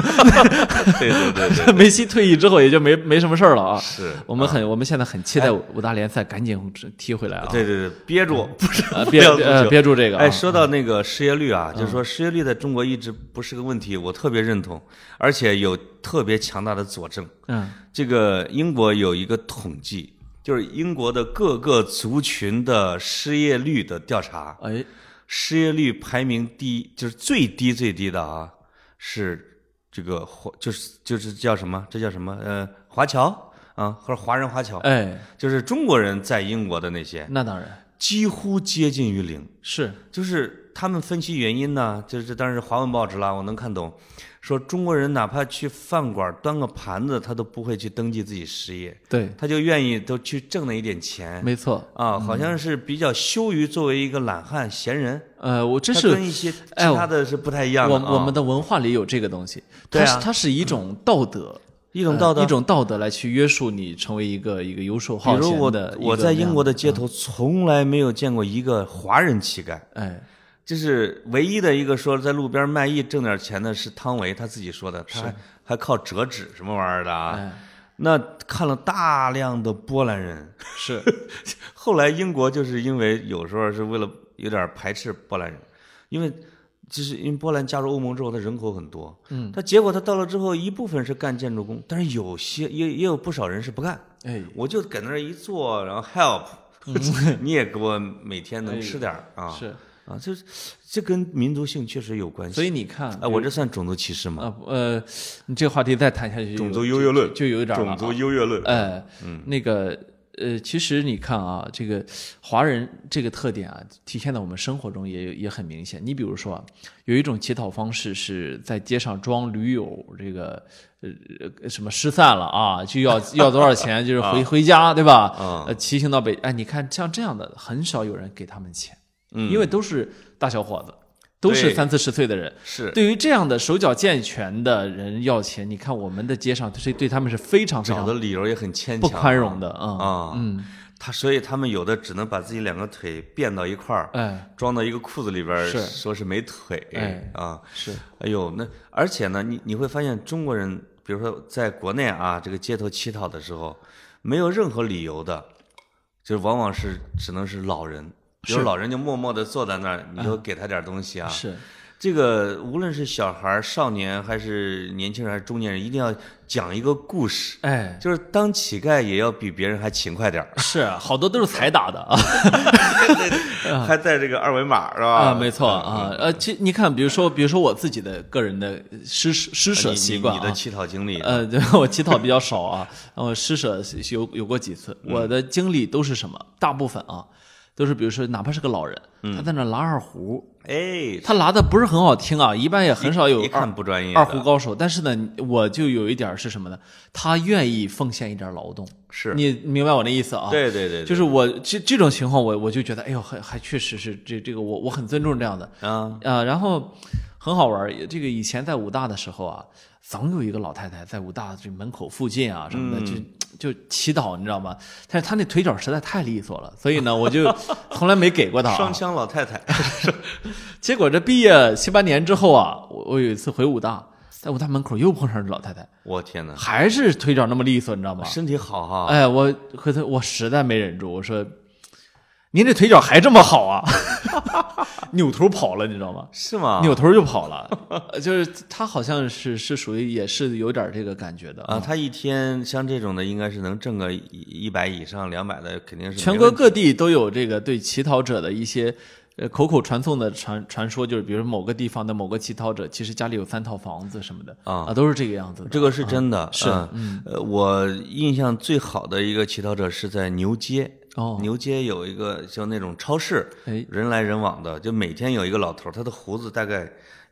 Speaker 2: 对对对对，
Speaker 1: 梅西退役之后也就没没什么事儿了啊。
Speaker 2: 是，
Speaker 1: 我们很我们现在很期待五大联赛赶紧踢回来啊。
Speaker 2: 哎对对对，憋住， 不 是
Speaker 1: 啊，
Speaker 2: 不
Speaker 1: 憋
Speaker 2: 要足
Speaker 1: 呃
Speaker 2: 球
Speaker 1: 憋住这个啊
Speaker 2: 哎，说到那个失业率啊，就是说失业率在中国一直不是个问题，我特别认同，而且有特别强大的佐证。
Speaker 1: 嗯，
Speaker 2: 这个英国有一个统计，就是英国的各个族群的失业率的调查，
Speaker 1: 哎，
Speaker 2: 失业率排名第一，就是最低最低的啊，是这个华，就是就是叫什么？这叫什么？呃，华侨啊，或者华人华侨，
Speaker 1: 哎，
Speaker 2: 就是中国人在英国的那些，
Speaker 1: 那当然
Speaker 2: 几乎接近于零。
Speaker 1: 是
Speaker 2: 就是他们分析原因呢，就是当然是华文报纸啦，我能看懂。说中国人哪怕去饭馆端个盘子，他都不会去登记自己失业，
Speaker 1: 对，
Speaker 2: 他就愿意都去挣那一点钱
Speaker 1: 没错。
Speaker 2: 啊，好像是比较羞于作为一个懒汉闲人。
Speaker 1: 呃，我这
Speaker 2: 它
Speaker 1: 是
Speaker 2: 跟一些其
Speaker 1: 哎呦
Speaker 2: 他的是不太一样的、
Speaker 1: 我
Speaker 2: 啊
Speaker 1: 我们的文化里有这个东西，
Speaker 2: 对
Speaker 1: 它是
Speaker 2: 啊嗯
Speaker 1: 它是一种道德，
Speaker 2: 一种道德，
Speaker 1: 呃一种道德来去约束你成为一个一个游手
Speaker 2: 比
Speaker 1: 好
Speaker 2: 如
Speaker 1: 闲
Speaker 2: 我
Speaker 1: 的一个啊
Speaker 2: 我
Speaker 1: 那
Speaker 2: 在
Speaker 1: 样
Speaker 2: 英国
Speaker 1: 的
Speaker 2: 的街头从来没有见过一个华人乞丐，
Speaker 1: 哎
Speaker 2: 就是唯一的一个说在路边卖艺挣点钱的是汤唯，他自己说的，他还还靠折纸什么玩意儿的啊。
Speaker 1: 哎
Speaker 2: 那看了大量的波兰人，
Speaker 1: 是
Speaker 2: 后来英国就是因为有时候是为了有点排斥波兰人，因为就是因为波兰加入欧盟之后，它人口很多，嗯，它结果它到了之后，一部分是干建筑工，但是有些也也有不少人是不干，
Speaker 1: 哎
Speaker 2: 我就搁那儿一坐，然后 help，、你也给我每天能吃点儿、
Speaker 1: 嗯
Speaker 2: 啊
Speaker 1: 哎是，
Speaker 2: 啊，这这跟民族性确实有关系。
Speaker 1: 所以你看
Speaker 2: 哎，我这算种族歧视吗？
Speaker 1: 啊不呃，你这个话题再谈下去就有，
Speaker 2: 优越论
Speaker 1: 就有一点儿了啊
Speaker 2: 优越论
Speaker 1: 呃，
Speaker 2: 嗯
Speaker 1: 那个呃，其实你看啊，这个华人这个特点啊，体现在我们生活中也也很明显。你比如说啊，有一种乞讨方式是在街上装驴友，这个呃呃什么失散了啊，就要要多少钱，就是回回家对吧？
Speaker 2: 啊
Speaker 1: 呃，骑行到北，哎，你看像这样的，很少有人给他们钱，
Speaker 2: 嗯
Speaker 1: 因为都是大小伙子，都是
Speaker 2: 对
Speaker 1: 三四十岁的人，
Speaker 2: 是
Speaker 1: 对于这样的手脚健全的人要钱，你看我们的街上，对对他们是非常非
Speaker 2: 找
Speaker 1: 常
Speaker 2: 的理由也很牵
Speaker 1: 不
Speaker 2: 强，
Speaker 1: 宽容的啊。
Speaker 2: 啊。嗯，他所以他们有的只能把自己两个腿变到一块儿，
Speaker 1: 哎，
Speaker 2: 装到一个裤子里边儿，
Speaker 1: 是
Speaker 2: 说是没腿、
Speaker 1: 哎
Speaker 2: 啊。
Speaker 1: 是
Speaker 2: 哎呦，那而且呢，你你会发现中国人，比如说在国内啊，这个街头乞讨的时候，没有任何理由的，就是往往是只能是老人，比如
Speaker 1: 是嗯
Speaker 2: 老人就默默的坐在那儿，你就给他点儿东西啊。
Speaker 1: 是，
Speaker 2: 这个无论是小孩儿、少年还是年轻人还是中年人，一定要讲一个故事，
Speaker 1: 哎，
Speaker 2: 就是当乞丐也要比别人还勤快点儿。
Speaker 1: 是好多都是彩打的啊
Speaker 2: 还带这个二维码是吧？嗯
Speaker 1: 啊，没错啊，呃，其你看，比如说，比如说我自己的个人的施施
Speaker 2: 你
Speaker 1: 舍习惯
Speaker 2: 你
Speaker 1: 啊
Speaker 2: 你的啊乞讨经历，
Speaker 1: 呃，对 我乞讨比较少啊，然后施舍有有过几次，
Speaker 2: 嗯
Speaker 1: 我的经历都是什么？大部分啊，都是比如说，哪怕是个老人，
Speaker 2: 嗯
Speaker 1: 他在那拉二胡，
Speaker 2: 哎，
Speaker 1: 他拉的不是很好听啊，一般也很少有
Speaker 2: 一
Speaker 1: 二
Speaker 2: 看不专业的，
Speaker 1: 二胡高手，但是呢，我就有一点儿是什么呢？他愿意奉献一点儿劳动，
Speaker 2: 是，
Speaker 1: 你明白我的意思啊？，
Speaker 2: 对对对，对
Speaker 1: 就是我这这种情况我，我就觉得，哎呦，还还确实是这这个我我很尊重这样的，
Speaker 2: 啊，
Speaker 1: 呃，然后很好玩儿。也这个以前在武大的时候啊，总有一个老太太在武大这门口附近啊什么的，
Speaker 2: 嗯
Speaker 1: 就就祈祷，你知道吗？但是她那腿脚实在太利索了，所以呢，我 就从来没给过她、啊。
Speaker 2: 双枪老太太，
Speaker 1: 结果这毕业七八年之后啊，我我有一次回武大，在武大门口又碰上这老太太，
Speaker 2: 我天哪，
Speaker 1: 还是腿脚那么利索，你知道吗？
Speaker 2: 身体好哈，
Speaker 1: 哎，我回头我实在没忍住，我说您这腿脚还这么好啊？ 扭头跑了，你知道吗？
Speaker 2: 是吗？
Speaker 1: 扭头就跑了，啊呃就是他好像是是属于也是有点这个感觉的
Speaker 2: 啊，。他一天像这种的，应该是能挣个一一百以上、两百的，肯定是
Speaker 1: 全
Speaker 2: 没
Speaker 1: 国
Speaker 2: 问题
Speaker 1: 各地都有这个对乞讨者的一些呃口口传颂的传传说，就是比如某个地方的某个乞讨者，其实家里有三套房子什么的
Speaker 2: 啊
Speaker 1: 都是这个样子的。
Speaker 2: 这个是真的，
Speaker 1: 啊是
Speaker 2: 嗯呃，我印象最好的一个乞讨者是在牛街。
Speaker 1: 哦
Speaker 2: 牛街有一个像那种超市，
Speaker 1: 哎
Speaker 2: 人来人往的，就每天有一个老头儿，他的胡子大概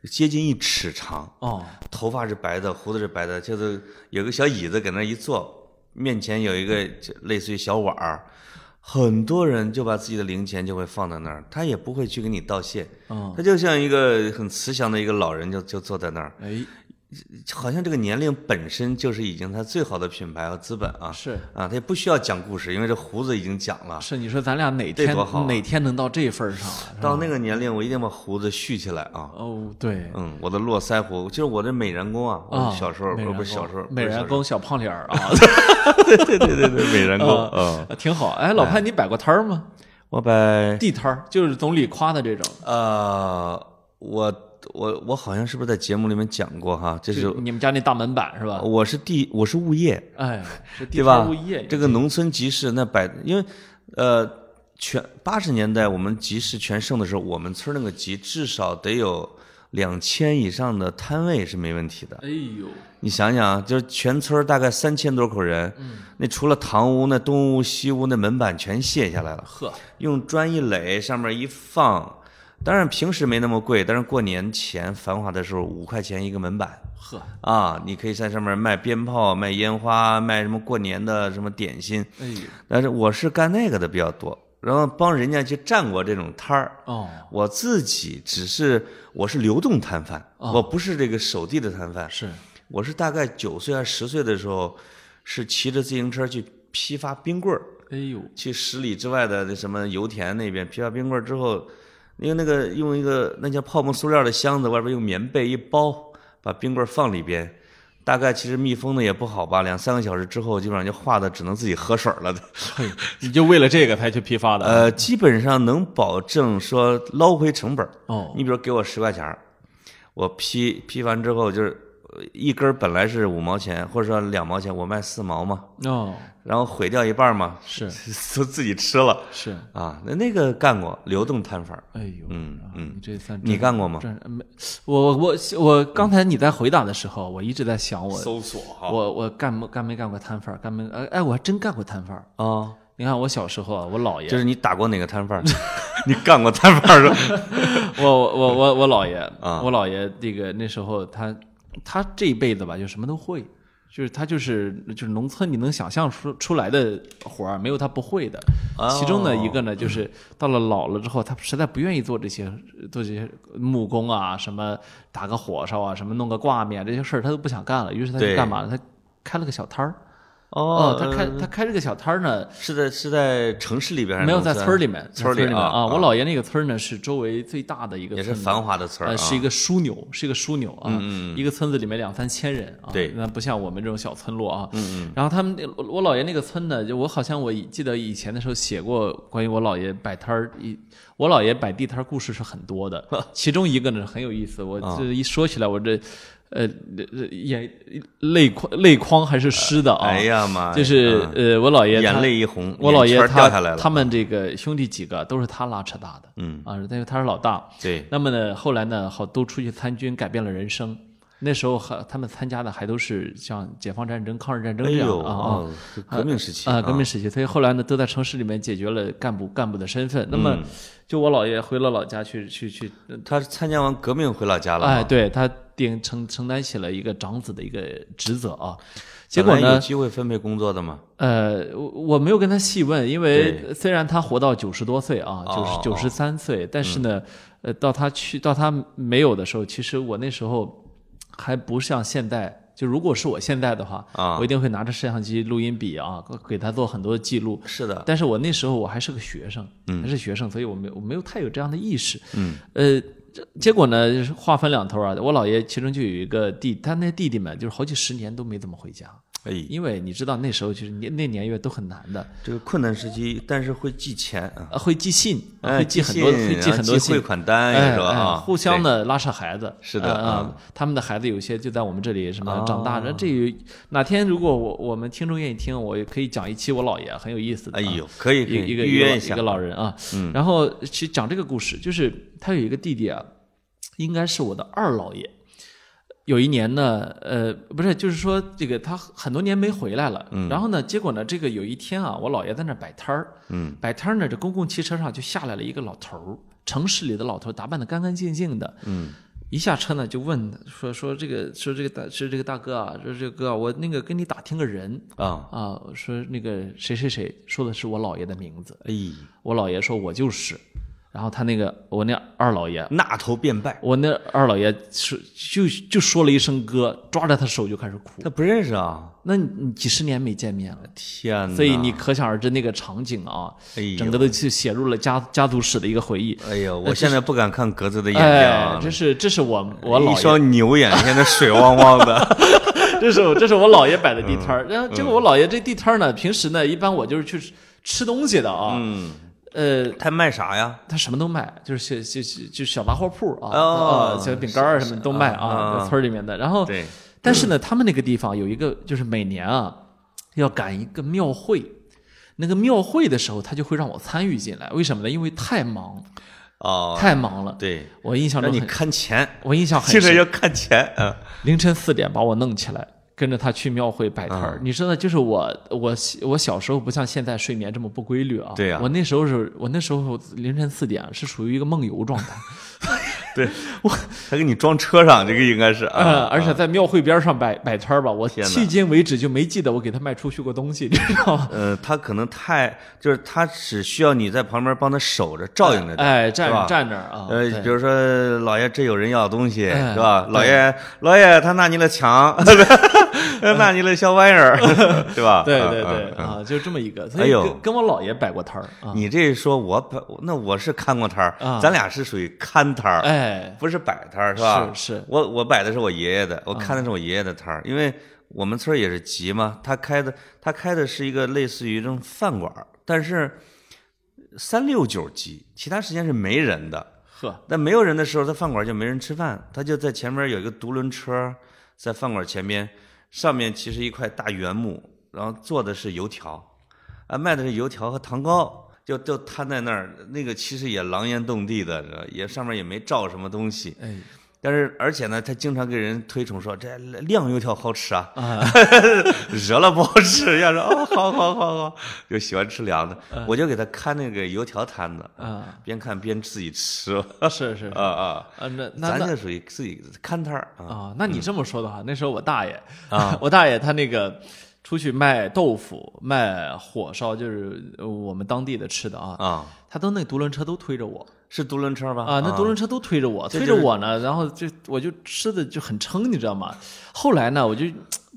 Speaker 2: 接近一尺长，
Speaker 1: 哦，
Speaker 2: 头发是白的，胡子是白的，就是有个小椅子搁那一坐，面前有一个就类似于小碗儿，很多人就把自己的零钱就会放在那儿，他也不会去给你道谢，
Speaker 1: 嗯，
Speaker 2: 他就像一个很慈祥的一个老人就，就坐在那儿，
Speaker 1: 哎，
Speaker 2: 好像这个年龄本身就是已经他最好的品牌和资本啊，
Speaker 1: 是
Speaker 2: 啊，他也不需要讲故事，因为这胡子已经讲了。
Speaker 1: 是，你说咱俩哪
Speaker 2: 这
Speaker 1: 天
Speaker 2: 多好啊
Speaker 1: 哪天能到这份儿上啊？
Speaker 2: 到那个年龄，我一定把胡子蓄起来啊！
Speaker 1: 哦，对，
Speaker 2: 嗯，我的络腮胡，就是我的美髯公啊！我
Speaker 1: 啊，
Speaker 2: 小时候，
Speaker 1: 美
Speaker 2: 我不
Speaker 1: 髯
Speaker 2: 是小
Speaker 1: 公
Speaker 2: 时候，
Speaker 1: 美
Speaker 2: 不是
Speaker 1: 髯
Speaker 2: 小时候
Speaker 1: 公小胖脸儿啊，
Speaker 2: 对对对对，美人公，嗯，
Speaker 1: 啊挺好。哎，老潘，你摆过摊儿吗？
Speaker 2: 我摆
Speaker 1: 地摊儿就是总理夸的这种，
Speaker 2: 呃，我我我好像是不是在节目里面讲过哈？这是
Speaker 1: 就你们家那大门板是吧？
Speaker 2: 我是地我是物业，
Speaker 1: 哎，是地
Speaker 2: 对
Speaker 1: 摊
Speaker 2: 吧
Speaker 1: 儿物业？
Speaker 2: 这个农村集市那摆，因为呃，全八十年代我们集市全盛的时候，我们村儿那个集至少得有两千以上的摊位是没问题的。
Speaker 1: 哎呦，
Speaker 2: 你想想啊，就是全村儿大概三千多口人，那除了堂屋、那东屋、西屋，那门板全卸下来了。
Speaker 1: 呵，
Speaker 2: 用砖一垒，上面一放。当然平时没那么贵，但是过年前繁华的时候，五块钱一个门板
Speaker 1: 呵，
Speaker 2: 啊，你可以在上面卖鞭炮、卖烟花、卖什么过年的什么点心。
Speaker 1: 哎呦，
Speaker 2: 但是我是干那个的比较多，然后帮人家去站过这种摊儿。
Speaker 1: 哦，
Speaker 2: 我自己只是我是流动摊贩，
Speaker 1: 哦
Speaker 2: 我不是这个守地的摊贩。
Speaker 1: 是，
Speaker 2: 我是大概九岁还是十岁的时候，是骑着自行车去批发冰棍儿。
Speaker 1: 哎呦，
Speaker 2: 去十里之外的那什么油田那边批发冰棍儿之后，因为那个用一个那叫泡沫塑料的箱子，外边用棉被一包，把冰棍儿放里边。大概其实密封的也不好吧，两三个小时之后基本上就化的只能自己喝水儿了。
Speaker 1: 嘿，你就为了这个才去批发的？
Speaker 2: 呃，基本上能保证说捞回成本儿。
Speaker 1: 哦，
Speaker 2: 你比如给我十块钱儿，我批批完之后就是呃一根儿本来是五毛钱，或者说两毛钱，我卖四毛嘛，
Speaker 1: 哦，
Speaker 2: 然后毁掉一半儿嘛，
Speaker 1: 是
Speaker 2: 都自己吃了。
Speaker 1: 是，
Speaker 2: 啊，那那个干过流动摊贩儿，
Speaker 1: 哎呦，
Speaker 2: 嗯
Speaker 1: 啊
Speaker 2: 嗯
Speaker 1: 你这算
Speaker 2: 你干过吗？
Speaker 1: 这没，我我我刚才你在回答的时候，我一直在想我
Speaker 2: 搜索哈
Speaker 1: 我我干没干没干过摊贩儿，干没哎哎，我还真干过摊贩儿。
Speaker 2: 啊、
Speaker 1: 你看我小时候啊，我姥爷
Speaker 2: 就，是你打过哪个摊贩儿？ 你干过摊贩 儿是吧？
Speaker 1: 我我我我姥爷
Speaker 2: 啊
Speaker 1: 我姥爷这个那时候他他这一辈子吧，就什么都会，就是他就是就是农村你能想象出出来的活儿，没有他不会的。
Speaker 2: 哦
Speaker 1: 其中的一个呢，就是到了老了之后，他实在不愿意做这些做这些木工啊，什么打个火烧啊，什么弄个挂面这些事儿，他都不想干了。于是他就
Speaker 2: 对
Speaker 1: 干嘛了？他开了个小摊儿。
Speaker 2: 哦，
Speaker 1: 他开
Speaker 2: 呃
Speaker 1: 他开这个小摊儿呢，
Speaker 2: 是在是在城市里边还是
Speaker 1: 没有
Speaker 2: 农
Speaker 1: 在村儿里面，在
Speaker 2: 村儿
Speaker 1: 里
Speaker 2: 里
Speaker 1: 面啊。我姥爷那个村儿呢是周围最大的一个
Speaker 2: 也
Speaker 1: 村
Speaker 2: 是
Speaker 1: 子，
Speaker 2: 繁华的村儿
Speaker 1: 呃，
Speaker 2: 啊，嗯
Speaker 1: 是一个枢纽，是一个枢纽啊，一个村子里面两三千人啊，
Speaker 2: 对
Speaker 1: 那不像我们这种小村落啊。嗯嗯。然后他们那我我姥爷那个村呢，就我好像我以记得以前的时候写过关于我姥爷摆摊儿，一我姥爷摆地摊儿故事是很多的，其中一个呢很有意思，我
Speaker 2: 啊
Speaker 1: 这一说起来我这。呃，眼泪眶泪眶还是湿的啊！
Speaker 2: 哎呀妈呀，
Speaker 1: 就是
Speaker 2: 嗯
Speaker 1: 呃，我姥爷他
Speaker 2: 眼泪一红，
Speaker 1: 我姥
Speaker 2: 眼
Speaker 1: 爷
Speaker 2: 圈儿掉下
Speaker 1: 他
Speaker 2: 来了。
Speaker 1: 他们这个兄弟几个都是他拉扯大的，
Speaker 2: 嗯
Speaker 1: 啊，但是他是老大。
Speaker 2: 对，
Speaker 1: 那么呢，后来呢，好都出去参军，改变了人生。那时候还他们参加的还都是像解放战争、抗日战争
Speaker 2: 哎
Speaker 1: 这样
Speaker 2: 呦
Speaker 1: 啊啊、
Speaker 2: 哦是革命时期
Speaker 1: 啊，革命时期，所以后来呢，都在城市里面解决了干部干部的身份。那么
Speaker 2: 嗯，
Speaker 1: 就我姥爷回了老家去去去，
Speaker 2: 他参加完革命回老家了吗，
Speaker 1: 哎，对他顶承承担起了一个长子的一个职责啊。结果
Speaker 2: 本来
Speaker 1: 呢
Speaker 2: 有，机会分配工作的嘛，
Speaker 1: 呃，我我没有跟他细问，因为虽然他活到九十多岁啊，九
Speaker 2: 哦
Speaker 1: 十九十三岁，但是呢，呃，到他去到他没有的时候，其实我那时候还不像现在。就如果是我现在的话，
Speaker 2: 啊
Speaker 1: 我一定会拿着摄像机、录音笔啊，给他做很多记录。
Speaker 2: 是的，
Speaker 1: 但是我那时候我还是个学生，
Speaker 2: 嗯
Speaker 1: 还是学生，所以我没有我没有太有这样的意识。嗯，呃，这结果呢，就是话分两头啊。我姥爷其中就有一个弟，他那弟弟们就是好几十年都没怎么回家。
Speaker 2: 哎，
Speaker 1: 因为你知道那时候就是那那年月都很难的，
Speaker 2: 这个困难时期，但是会寄钱啊，
Speaker 1: 呃会寄信，
Speaker 2: 哎
Speaker 1: 会寄很多，
Speaker 2: 信
Speaker 1: 会寄
Speaker 2: 然后
Speaker 1: 很多
Speaker 2: 汇
Speaker 1: 信，
Speaker 2: 款单
Speaker 1: 哎
Speaker 2: 是吧？
Speaker 1: 哎
Speaker 2: 啊，
Speaker 1: 互相的拉扯孩子，
Speaker 2: 是的
Speaker 1: 啊、
Speaker 2: 嗯哦
Speaker 1: 他们的孩子有些就在我们这里什么长大，那、这哪天如果我我们听众愿意听，我也可以讲一期我姥爷，很有意思的
Speaker 2: 对。
Speaker 1: 啊。
Speaker 2: 哎呦，可以可以
Speaker 1: 一一个
Speaker 2: 预约
Speaker 1: 一
Speaker 2: 下嗯
Speaker 1: 个老人啊。然后其实讲这个故事，就是他有一个弟弟啊，应该是我的二姥爷。有一年呢，呃，不是，就是说这个他很多年没回来了。然后呢，结果呢，这个有一天啊，我姥爷在那儿摆摊儿，
Speaker 2: 嗯，
Speaker 1: 摆摊儿呢，这公共汽车上就下来了一个老头儿，城市里的老头儿，打扮的干干净净的，
Speaker 2: 嗯，
Speaker 1: 一下车呢就问说说这个说这个大说这个大哥啊，说这个哥啊，我那个跟你打听个人，
Speaker 2: 啊，
Speaker 1: 啊，说那个谁谁谁说的是我姥爷的名字，
Speaker 2: 哎，
Speaker 1: 我姥爷说我就是，然后他那个我那二姥爷，
Speaker 2: 纳头便拜，
Speaker 1: 我那二姥爷是就就说了一声哥，抓着他手就开始哭
Speaker 2: 他。不认识啊，
Speaker 1: 那你你几十年没见面了，
Speaker 2: 天哪！
Speaker 1: 所以你可想而知那个场景啊，
Speaker 2: 哎呦
Speaker 1: 整个的就写入了家家族史的一个回忆。
Speaker 2: 哎呦，我现在不敢看格子的眼睛
Speaker 1: 哎
Speaker 2: 啊，，
Speaker 1: 这是这是我我姥
Speaker 2: 一
Speaker 1: 爷
Speaker 2: 双牛眼现在水汪汪的，
Speaker 1: 这是我这是我姥爷摆的地摊儿。然后结果我姥爷这地摊儿呢，平时呢一般我就是去吃吃东西的啊，嗯，呃，
Speaker 2: 他卖啥呀？
Speaker 1: 他什么都卖，就是小就就小杂货铺啊，
Speaker 2: 哦
Speaker 1: 呃小饼干儿什么的都卖啊，
Speaker 2: 啊
Speaker 1: 在村儿里面的。然后，
Speaker 2: 对，
Speaker 1: 但是呢，他们那个地方有一个，就是每年啊要赶一个庙会，那个庙会的时候，他就会让我参与进来。为什么呢？因为太忙，
Speaker 2: 哦，
Speaker 1: 太忙了。
Speaker 2: 对，
Speaker 1: 我印象
Speaker 2: 让
Speaker 1: 中
Speaker 2: 你
Speaker 1: 很，
Speaker 2: 看钱，
Speaker 1: 我印象很
Speaker 2: 记着
Speaker 1: 深，
Speaker 2: 要看钱，嗯，
Speaker 1: 凌晨四点把我弄起来。跟着他去庙会摆摊
Speaker 2: 啊
Speaker 1: 儿，你知道，就是我，我我小时候不像现在睡眠这么不规律啊。
Speaker 2: 对啊
Speaker 1: 我那时候是，我那时候凌晨四点是属于一个梦游状态，
Speaker 2: 对，我他给你装车上，这个应该是啊，
Speaker 1: 呃，而且在庙会边上摆摆摊儿吧，我
Speaker 2: 天哪
Speaker 1: 迄今为止就没记得我给他卖出去过东西，你 知道吗？
Speaker 2: 呃，他可能太就是他只需要你在旁边帮他守着照应着点。
Speaker 1: 哎，站
Speaker 2: 是吧
Speaker 1: 站那儿啊，
Speaker 2: 呃，
Speaker 1: 对
Speaker 2: 比如说，老爷，这有人要东西，
Speaker 1: 哎
Speaker 2: 是吧？
Speaker 1: 对
Speaker 2: 老爷，老爷，他拿你的墙， 拿你的小玩意儿， 对吧？
Speaker 1: 对
Speaker 2: 嗯
Speaker 1: 对对
Speaker 2: 嗯嗯
Speaker 1: 啊，就这么一个，所
Speaker 2: 哎
Speaker 1: 以
Speaker 2: 呦
Speaker 1: 跟跟我姥爷摆过摊儿啊，
Speaker 2: 你这说我摆，那我是看过摊儿，
Speaker 1: 啊
Speaker 2: 咱俩是属于看摊儿，
Speaker 1: 哎，
Speaker 2: 不是摆摊儿，是吧？
Speaker 1: 是是
Speaker 2: 我我摆的是我爷爷的，我看的是我爷爷的摊儿，因为我们村儿也是集嘛，他开的他开的是一个类似于这种饭馆儿，但是三六九集，其他时间是没人的。
Speaker 1: 呵，
Speaker 2: 但没有人的时候，他饭馆就没人吃饭，他就在前面有一个独轮车，在饭馆前边，上面其实一块大原木，然后做的是油条，啊，卖的是油条和糖糕，就就摊在那儿，那个其实也狼烟动地的，呃也上面也没罩什么东西，
Speaker 1: 哎
Speaker 2: 但是而且呢，他经常给人推崇说这晾油条好吃啊，
Speaker 1: 啊，
Speaker 2: 热了不好吃，要说哦，好好好好，就喜欢吃凉的，我就给他看那个油条摊子，
Speaker 1: 啊，
Speaker 2: 边看边自己吃，
Speaker 1: 是是
Speaker 2: 啊啊。
Speaker 1: 啊，那那
Speaker 2: 咱
Speaker 1: 那
Speaker 2: 这属于自己看摊儿啊，
Speaker 1: 啊，那你这么说的话，那时候我大爷
Speaker 2: 啊，
Speaker 1: 我大爷他那个。出去卖豆腐、卖火烧，就是呃我们当地的吃的啊。
Speaker 2: 啊，
Speaker 1: 他都那独轮车都推着我，
Speaker 2: 是独轮车吧？
Speaker 1: 啊，那独轮车都推着我，
Speaker 2: 这
Speaker 1: 推着
Speaker 2: 就是
Speaker 1: 我呢，然后就我就吃的就很撑，你知道吗？后来呢，我就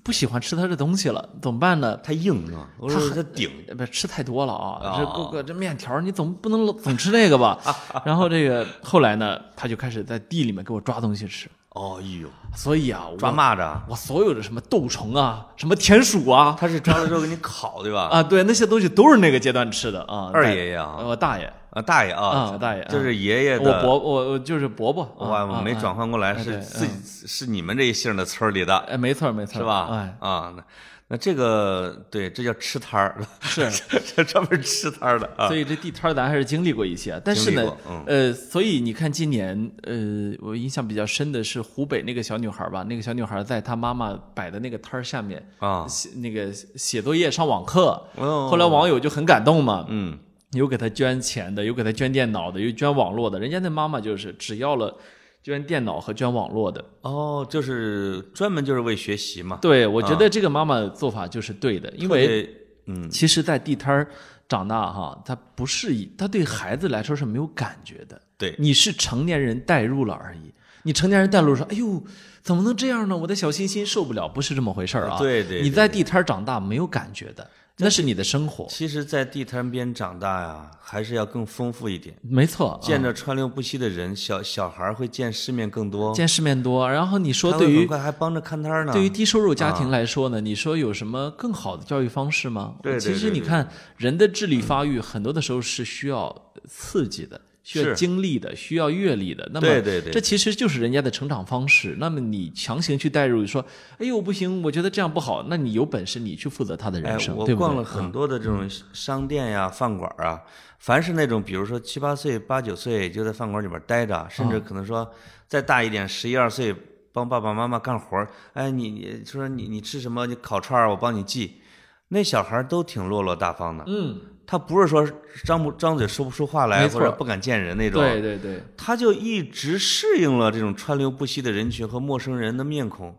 Speaker 1: 不喜欢吃他这东西了，怎么办呢？
Speaker 2: 太硬啊，我说它顶
Speaker 1: 呃不吃太多了啊，这
Speaker 2: 啊
Speaker 1: 各个这面条儿你总不能老总吃这个吧？ 然后这个后来呢，他就开始在地里面给我抓东西吃，
Speaker 2: 哦，哎呦，
Speaker 1: 所以啊，
Speaker 2: 抓
Speaker 1: 我
Speaker 2: 蚂蚱，
Speaker 1: 我所有的什么豆虫啊，什么田鼠啊，
Speaker 2: 它是抓了之后给你烤，对吧？
Speaker 1: 啊，对，那些东西都是那个阶段吃的啊。
Speaker 2: 二
Speaker 1: 在
Speaker 2: 爷爷啊
Speaker 1: 呃我大爷，
Speaker 2: 啊，大爷啊
Speaker 1: 啊，大爷啊
Speaker 2: 就是爷爷
Speaker 1: 我
Speaker 2: 的，
Speaker 1: 伯我我就是伯伯，
Speaker 2: 我
Speaker 1: 啊
Speaker 2: 我没。
Speaker 1: 啊啊
Speaker 2: 转换过来，
Speaker 1: 哎对
Speaker 2: 是自己是你们这一姓的村儿里的，
Speaker 1: 哎，没错儿没错儿，
Speaker 2: 是吧？
Speaker 1: 哎，
Speaker 2: 啊，那那这个对，这叫吃摊儿，
Speaker 1: 是。
Speaker 2: 这专门吃摊儿的啊
Speaker 1: 所，以这地摊儿咱还是经历过一些，但是
Speaker 2: 经历
Speaker 1: 呢
Speaker 2: 过，嗯
Speaker 1: 呃，所以你看今年，呃，我印象比较深的是湖北那个小女孩儿吧，那个小女孩儿在她妈妈摆的那个摊儿下面
Speaker 2: 啊，哦
Speaker 1: 写那个写作业上网课，
Speaker 2: 后
Speaker 1: 后来网友就很感动嘛，
Speaker 2: 嗯，
Speaker 1: 有给她捐钱的，有给她捐电脑的，有捐网络的，人家那妈妈就是只要了捐电脑和捐网络的，
Speaker 2: 哦，就是专门就是为学习嘛，
Speaker 1: 对我觉得这个妈妈做法就是对的，因为
Speaker 2: 啊特别嗯。
Speaker 1: 其实，在地摊儿长大哈，他不是以他对孩子来说是没有感觉的，
Speaker 2: 对
Speaker 1: 你是成年人带入了而已。你成年人带路上，哎呦，怎么能这样呢？我的小心心受不了，不是这么回事儿啊！
Speaker 2: 对对对
Speaker 1: 你在地摊儿长大没有感觉的，那是你的生活，
Speaker 2: 其实，在地摊边长大呀、还是要更丰富一点。
Speaker 1: 没错。啊
Speaker 2: 见着川流不息的人，小小孩儿会见世面更多。
Speaker 1: 见世面多，然后你说
Speaker 2: 他会
Speaker 1: 对
Speaker 2: 很
Speaker 1: 于
Speaker 2: 快还帮着看摊儿呢。
Speaker 1: 对于低收入家
Speaker 2: 啊
Speaker 1: 庭来说呢，你说有什么更好的教育方式吗？
Speaker 2: 对对
Speaker 1: 其实
Speaker 2: 对
Speaker 1: 你
Speaker 2: 对
Speaker 1: 看人的智力发育，很多的时候是需要刺激的。需要
Speaker 2: 嗯是
Speaker 1: 经历的，需要阅历的，那么
Speaker 2: 对对对
Speaker 1: 这其实就是人家的成长方式。那么你强行去代入，说，哎呦不行，我觉得这样不好，那你有本事你去负责他的
Speaker 2: 哎
Speaker 1: 人，生，
Speaker 2: 我
Speaker 1: 对不对？嗯
Speaker 2: 逛了很多的这种商店呀、饭馆儿啊，凡是那种比如说七八岁、八九岁就在饭馆里边待着，甚
Speaker 1: 嗯
Speaker 2: 至可能说再大一点，十一二岁帮爸爸妈妈干活儿，哎，你你说你你吃什么？你烤串儿我帮你记。那小孩儿都挺落落大方的，
Speaker 1: 嗯，
Speaker 2: 他不是说张不张嘴说不出话来，
Speaker 1: 没
Speaker 2: 或
Speaker 1: 错
Speaker 2: 者不敢见人那种，
Speaker 1: 对对对，
Speaker 2: 他就一直适应了这种川流不息的人群和陌生人的面孔，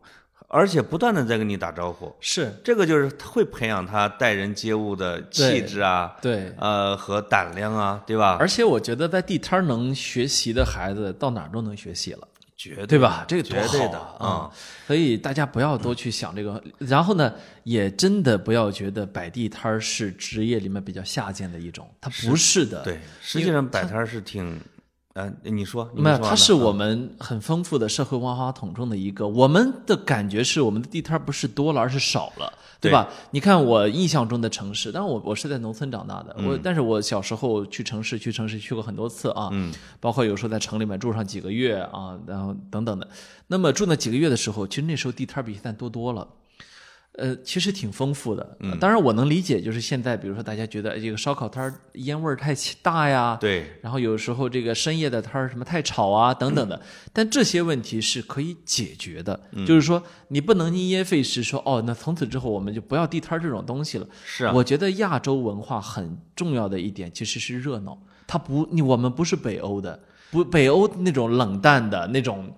Speaker 2: 而且不断的在跟你打招呼。
Speaker 1: 是，
Speaker 2: 这个就是他会培养他待人接物的气质啊，
Speaker 1: 对。
Speaker 2: 呃和胆量啊，对吧？
Speaker 1: 而且我觉得在地摊儿能学习的孩子，到哪儿都能学习了。
Speaker 2: 绝对
Speaker 1: 对吧？这个多
Speaker 2: 绝对
Speaker 1: 好
Speaker 2: 的嗯
Speaker 1: 啊！啊所以大家不要多去想这个，然后呢，也真的不要觉得摆地摊儿是职业里面比较下贱的一种，它不是的。
Speaker 2: 对，实际上摆摊儿是挺，呃，你说，你
Speaker 1: 没有，
Speaker 2: 说完
Speaker 1: 它
Speaker 2: 了
Speaker 1: 是我们很丰富的社会文化统中的一个。我们的感觉是，我们的地摊儿不是多了，而是少了，对
Speaker 2: 对
Speaker 1: 吧？你看我印象中的城市，但我我是在农村长大的，
Speaker 2: 嗯
Speaker 1: 我但是我小时候去城市，去城市去过很多次啊，嗯，包括有时候在城里面住上几个月啊，然后等等的。那么住那几个月的时候，其实那时候地摊儿比现在多多了。呃，其实挺丰富的。
Speaker 2: 嗯
Speaker 1: 呃当然，我能理解，就是现在，比如说大家觉得哎这个烧烤摊儿烟味儿太大呀，
Speaker 2: 对
Speaker 1: 然后有时候这个深夜的摊儿什么太吵啊等等的，
Speaker 2: 嗯
Speaker 1: 但这些问题是可以解决的。就是说，你不能因噎废食说，哦，那从此之后我们就不要地摊儿这种东西了。
Speaker 2: 是啊，
Speaker 1: 我觉得亚洲文化很重要的一点其实是热闹，它不，你我们不是北欧的，不北欧那种冷淡的那种，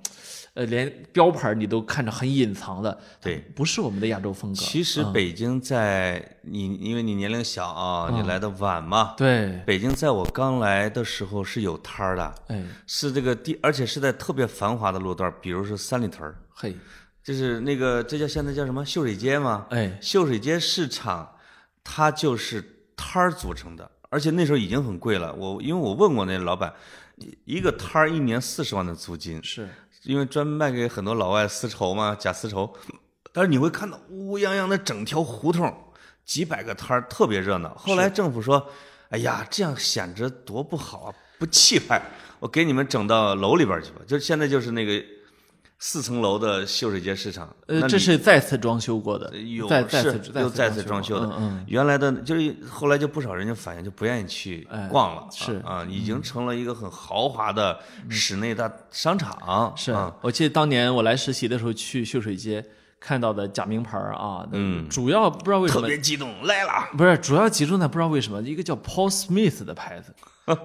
Speaker 1: 呃，连标牌儿你都看着很隐藏的，
Speaker 2: 对，
Speaker 1: 不是我们的亚洲风格。
Speaker 2: 其实北京在你，因为你年龄小啊，
Speaker 1: 嗯
Speaker 2: 你来的晚嘛。
Speaker 1: 对，
Speaker 2: 北京在我刚来的时候是有摊儿的，
Speaker 1: 哎，
Speaker 2: 是这个地，而且是在特别繁华的路段，比如说三里屯儿，
Speaker 1: 嘿，
Speaker 2: 就是那个这叫现在叫什么秀水街吗？
Speaker 1: 哎，
Speaker 2: 秀水街市场，它就是摊儿组成的，而且那时候已经很贵了。我因为我问过那老板，一一个摊儿一年四十万的租金，
Speaker 1: 是，
Speaker 2: 因为专门卖给很多老外丝绸嘛，假丝绸。但是你会看到乌泱泱的整条胡同，几百个摊儿，特别热闹。后来政府说：“哎呀，这样显着多不好啊，不气派，我给你们整到楼里边去吧。”就是现在就是那个四层楼的秀水街市场，那
Speaker 1: 呃，
Speaker 2: 里
Speaker 1: 这是再次装修过的，
Speaker 2: 有
Speaker 1: 再再
Speaker 2: 是
Speaker 1: 次
Speaker 2: 又再次
Speaker 1: 装
Speaker 2: 装修
Speaker 1: 过
Speaker 2: 的
Speaker 1: 嗯嗯，
Speaker 2: 原来的就是后来就不少人就反映就不愿意去
Speaker 1: 哎
Speaker 2: 逛了啊，
Speaker 1: 是嗯
Speaker 2: 啊，已经成了一个很豪华的室内大商场，
Speaker 1: 是、
Speaker 2: 啊，
Speaker 1: 我记得当年我来实习的时候去秀水街看到的假名牌儿啊，嗯，主要不知道为什
Speaker 2: 特
Speaker 1: 么
Speaker 2: 别激动，来了。
Speaker 1: 不是主要集中在不知道为什么一个叫 Paul Smith 的牌 子，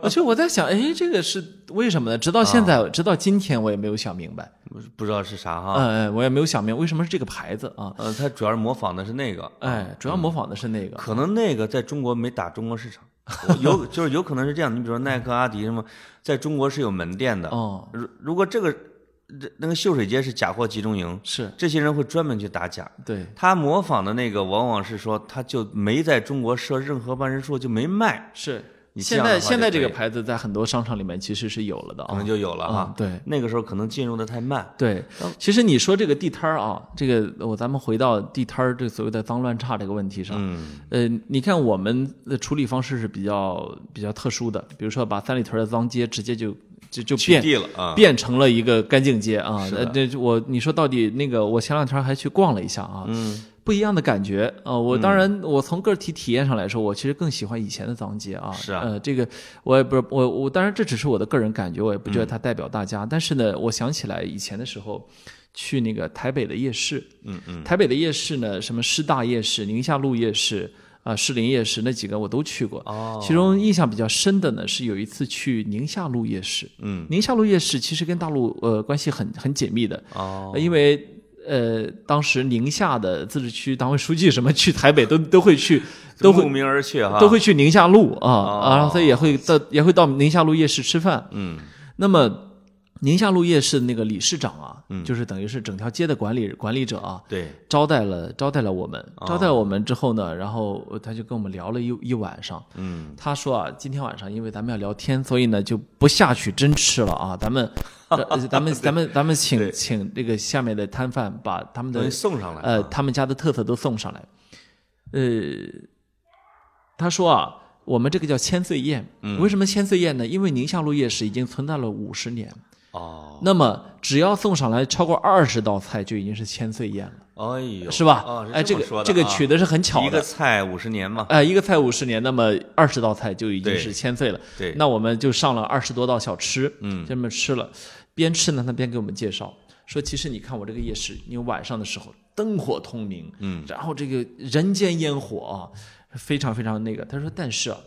Speaker 1: 而且我在想，哎，这个是为什么呢？直到现
Speaker 2: 啊
Speaker 1: 在，直到今天我也没有想明白，
Speaker 2: 不是不知道是啥哈。
Speaker 1: 嗯、嗯，我也没有想明白为什么是这个牌子啊，
Speaker 2: 呃，它主要是模仿的是那个，
Speaker 1: 哎，主要模仿的是那个，
Speaker 2: 可能那个在中国没打中国市场，我有 就是有可能是这样。你比如说耐克、阿迪什么，在中国是有门店的。
Speaker 1: 哦，
Speaker 2: 如如果这个这那个秀水街是假货集中营，
Speaker 1: 是
Speaker 2: 这些人会专门去打假。
Speaker 1: 对，
Speaker 2: 他模仿的那个往往是说，他就没在中国设任何办事处，就没卖，
Speaker 1: 是。
Speaker 2: 你这
Speaker 1: 现
Speaker 2: 样的
Speaker 1: 在
Speaker 2: 话
Speaker 1: 现在
Speaker 2: 就
Speaker 1: 这
Speaker 2: 可
Speaker 1: 个
Speaker 2: 以
Speaker 1: 牌子在很多商场里面其实是有了的
Speaker 2: 可
Speaker 1: 啊
Speaker 2: 能，就有了哈
Speaker 1: 嗯。对
Speaker 2: 那个时候可能进入的太慢。
Speaker 1: 对，其实你说这个地摊儿啊，这个我咱们回到地摊儿这个所谓的脏乱差这个问题上，
Speaker 2: 嗯，
Speaker 1: 呃，你看我们的处理方式是比较比较特殊的，比如说把三里屯的脏街直接就就就
Speaker 2: 取
Speaker 1: 变
Speaker 2: 缔了啊。
Speaker 1: 变成了一个干净街啊
Speaker 2: 是。的
Speaker 1: 呃，这我你说到底那个，我前两天还去逛了一下啊，嗯，不一样的感觉啊、呃我当
Speaker 2: 嗯
Speaker 1: 然，我从个体体验上来说，我其实更喜欢以前的脏街啊。
Speaker 2: 是啊
Speaker 1: 呃，这个我也不是我我当然这只是我的个人感觉，我也不觉得它代表大家。但是呢，我想起来以前的时候。去那个台北的夜市，嗯嗯，台北的夜市呢，什么师大夜市、宁夏路夜市啊、士林夜市那几个我都去过。
Speaker 2: 哦，
Speaker 1: 其中印象比较深的呢，是有一次去宁夏路夜市。
Speaker 2: 嗯，
Speaker 1: 宁夏路夜市其实跟大陆呃关系很很紧密的，
Speaker 2: 哦，
Speaker 1: 因为呃当时宁夏的自治区党委书记什么去台北都都会 去，都会
Speaker 2: 慕名而去哈。
Speaker 1: 都会去宁夏路啊、
Speaker 2: 哦
Speaker 1: 啊，然后他也会到也会到宁夏路夜市吃饭。
Speaker 2: 嗯，
Speaker 1: 那么宁夏路夜市那个理事长啊，就是等于是整条街的管理管理者啊，
Speaker 2: 对，
Speaker 1: 招待了招待了我们，
Speaker 2: 哦
Speaker 1: 招待了我们之后呢，然后呃他就跟我们聊了一一晚上。
Speaker 2: 嗯，
Speaker 1: 他说啊，今天晚上因为咱们要聊天，所以呢就不下去真吃了啊，咱们 呃咱们咱们咱们请请这个下面的摊贩把他们
Speaker 2: 等于
Speaker 1: 的
Speaker 2: 送上来，
Speaker 1: 呃，他们家的特色都送上来。呃，他说啊，我们这个叫千岁宴，
Speaker 2: 嗯
Speaker 1: 为什么千岁宴呢？因为宁夏路夜市已经存在了五十年，
Speaker 2: 哦，
Speaker 1: 那么只要送上来超过二十道菜，就已经是千岁宴了，
Speaker 2: 哎呦，
Speaker 1: 是吧？
Speaker 2: 哦
Speaker 1: 哎，
Speaker 2: 是
Speaker 1: 这
Speaker 2: 么说
Speaker 1: 个
Speaker 2: 的
Speaker 1: 这个
Speaker 2: 啊
Speaker 1: 取的是很巧
Speaker 2: 一个
Speaker 1: 的。
Speaker 2: 菜五十年嘛，
Speaker 1: 哎，一个菜五十年，那么二十道菜就已经
Speaker 2: 对
Speaker 1: 是千岁了。
Speaker 2: 对，
Speaker 1: 那我们就上了二十多道小吃，
Speaker 2: 嗯，
Speaker 1: 这么吃了，边吃呢，他边给我们介绍说，其实你看我这个夜市，你晚上的时候灯火通明，
Speaker 2: 嗯，
Speaker 1: 然后这个人间烟火啊，非常非常那个。他说，但是啊，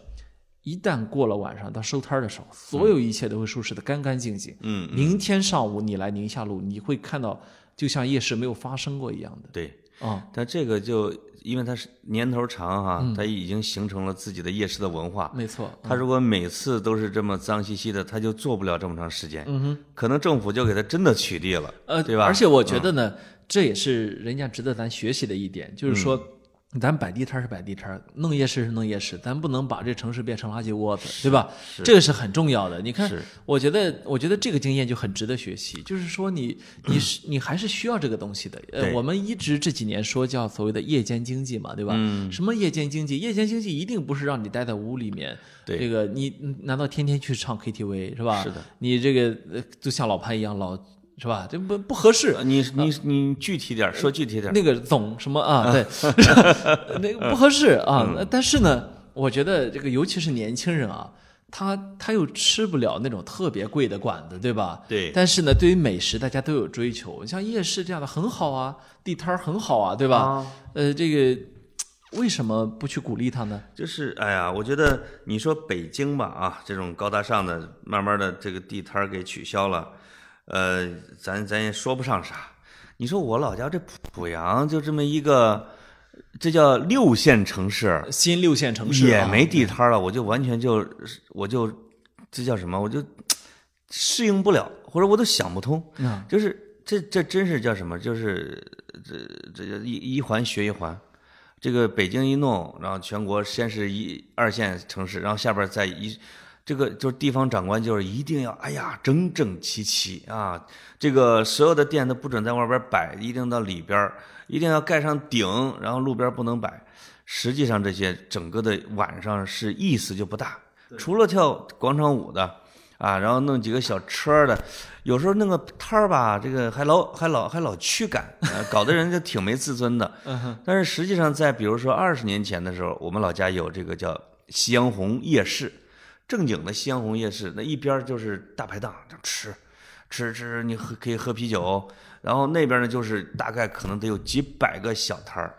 Speaker 1: 一旦过了晚上到收摊儿的时候，所有一切都会收拾的干干净净。
Speaker 2: 嗯，
Speaker 1: 明天上午你来宁夏路，你会看到就像夜市没有发生过一样
Speaker 2: 对，
Speaker 1: 的啊。
Speaker 2: 但这个就因为它是年头长哈、
Speaker 1: 嗯
Speaker 2: 它已经形成了自己的夜市的文化。
Speaker 1: 没错，
Speaker 2: 它如果每次都是这么脏兮兮的，它就做不了这么长时间。
Speaker 1: 嗯哼，
Speaker 2: 可能政府就给它真的取缔了，
Speaker 1: 呃，
Speaker 2: 对吧？嗯
Speaker 1: 而且我觉得呢，这也是人家值得咱学习的一点，就是说。
Speaker 2: 嗯
Speaker 1: 咱摆地摊儿是摆地摊儿，弄夜市是弄夜市，咱不能把这城市变成垃圾窝子，对吧？这个是很重要的。你看
Speaker 2: 是，
Speaker 1: 我觉得，我觉得这个经验就很值得学习。就是说 你，你是你还是需要这个东西的。呃，
Speaker 2: 对
Speaker 1: 我们一直这几年说叫所谓的夜间经济嘛，对吧？
Speaker 2: 嗯
Speaker 1: 什么夜间经济？夜间经济一定不是让你待在屋里面，
Speaker 2: 对
Speaker 1: 这个你你难道天天去唱 KTV 是吧？
Speaker 2: 是的，
Speaker 1: 你这个呃就像老潘一样老是吧？这不不合适。
Speaker 2: 呃你你你具体点儿，说具体点儿。
Speaker 1: 那个总什么 啊？对， 那个不合适啊。
Speaker 2: 嗯
Speaker 1: 那但是呢，我觉得这个尤其是年轻人啊，他他又吃不了那种特别贵的馆子，对吧？
Speaker 2: 对
Speaker 1: 但是呢，对于美食大家都有追求，像夜市这样的很好啊，地摊儿很好啊，对吧？
Speaker 2: 啊
Speaker 1: 呃，这个为什么不去鼓励他呢？
Speaker 2: 就是哎呀，我觉得你说北京吧啊，这种高大上的，慢慢的这个地摊儿给取消了，呃，咱咱也说不上啥。你说我老家这濮阳就这么一个，这叫六线城市，
Speaker 1: 新六线城市、啊、
Speaker 2: 也没地摊儿了，我就完全就我就这叫什么，我就适应不了，或者我都想不通，
Speaker 1: 啊
Speaker 2: 就是这这真是叫什么，就是这这一一环学一环。这个北京一弄，然后全国先是一二线城市，然后下边再一，这个就是地方长官就是一定要，哎呀，整整齐齐啊！这个所有的店都不准在外边摆，一定到里边儿，一定要盖上顶，然后路边不能摆。实际上这些整个的晚上是意思就不大，除了跳广场舞的啊，然后弄几个小车儿的，有时候弄个摊儿吧，这个还老还老还老驱赶，啊搞得人就挺没自尊的。但是实际上，在比如说二十年前的时候，我们老家有这个叫夕阳红夜市，正经的夕阳红夜市，那一边儿就是大排档，这吃吃吃，你喝可以喝啤酒，然后那边呢就是大概可能得有几百个小摊儿，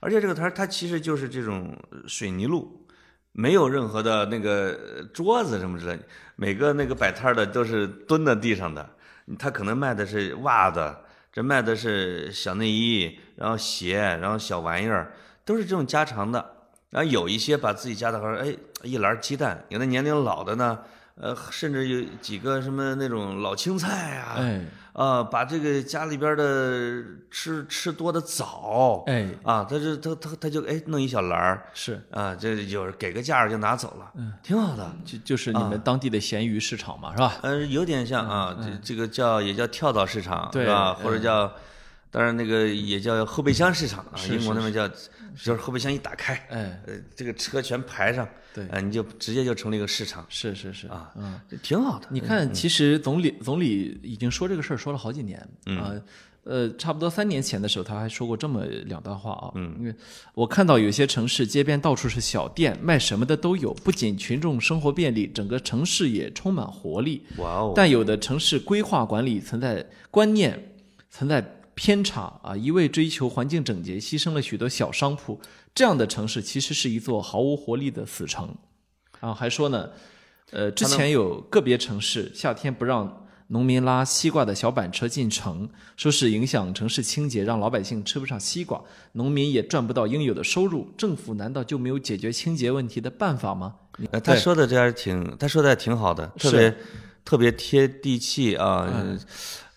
Speaker 2: 而且这个摊儿它其实就是这种水泥路，没有任何的那个呃桌子什么之类的，每个那个摆摊儿的都是蹲在地上的，他可能卖的是袜子，这卖的是小内衣，然后鞋，然后小玩意儿，都是这种家常的。然后有一些把自己家的，哎，一篮鸡蛋，有的年龄老的呢，呃，甚至有几个什么那种老青菜啊，
Speaker 1: 哎
Speaker 2: 啊，把这个家里边的吃吃多的早，
Speaker 1: 哎
Speaker 2: 啊，他就他他他就哎弄一小篮儿
Speaker 1: 是。
Speaker 2: 啊，这有给个价儿就拿走了，嗯，挺好的。
Speaker 1: 就就是你们当地的咸鱼市场嘛，是吧？
Speaker 2: 呃，有点像啊，这这个叫也叫跳蚤市场，
Speaker 1: 嗯对
Speaker 2: 是吧？
Speaker 1: 嗯
Speaker 2: 或者叫，当然那个也叫后备箱市场啊，
Speaker 1: 是
Speaker 2: 英国那边叫，就是后备箱一打开，
Speaker 1: 哎，
Speaker 2: 呃，这个车全排上，
Speaker 1: 对
Speaker 2: 啊，你就直接就成了一个市场
Speaker 1: 是是是啊，嗯。
Speaker 2: 这挺好的。
Speaker 1: 你看，其实总理总理已经说这个事儿说了好几年啊、呃，差不多三年前的时候，他还说过这么两段话啊。嗯，因为我看到有些城市街边到处是小店，卖什么的都有，不仅群众生活便利，整个城市也充满活力。
Speaker 2: 哇哦，
Speaker 1: 但有的城市规划管理存在观念存在偏差啊，一味追求环境整洁，牺牲了许多小商铺。这样的城市其实是一座毫无活力的死城。啊，还说呢，呃，之前有个别城市夏天不让农民拉西瓜的小板车进城，说是影响城市清洁，让老百姓吃不上西瓜，农民也赚不到应有的收入。政府难道就没有解决清洁问题的办法吗？
Speaker 2: 呃他
Speaker 1: 对
Speaker 2: 说的这还是挺，他说的还挺好的，
Speaker 1: 是
Speaker 2: 特
Speaker 1: 嗯
Speaker 2: 别特别贴地气啊。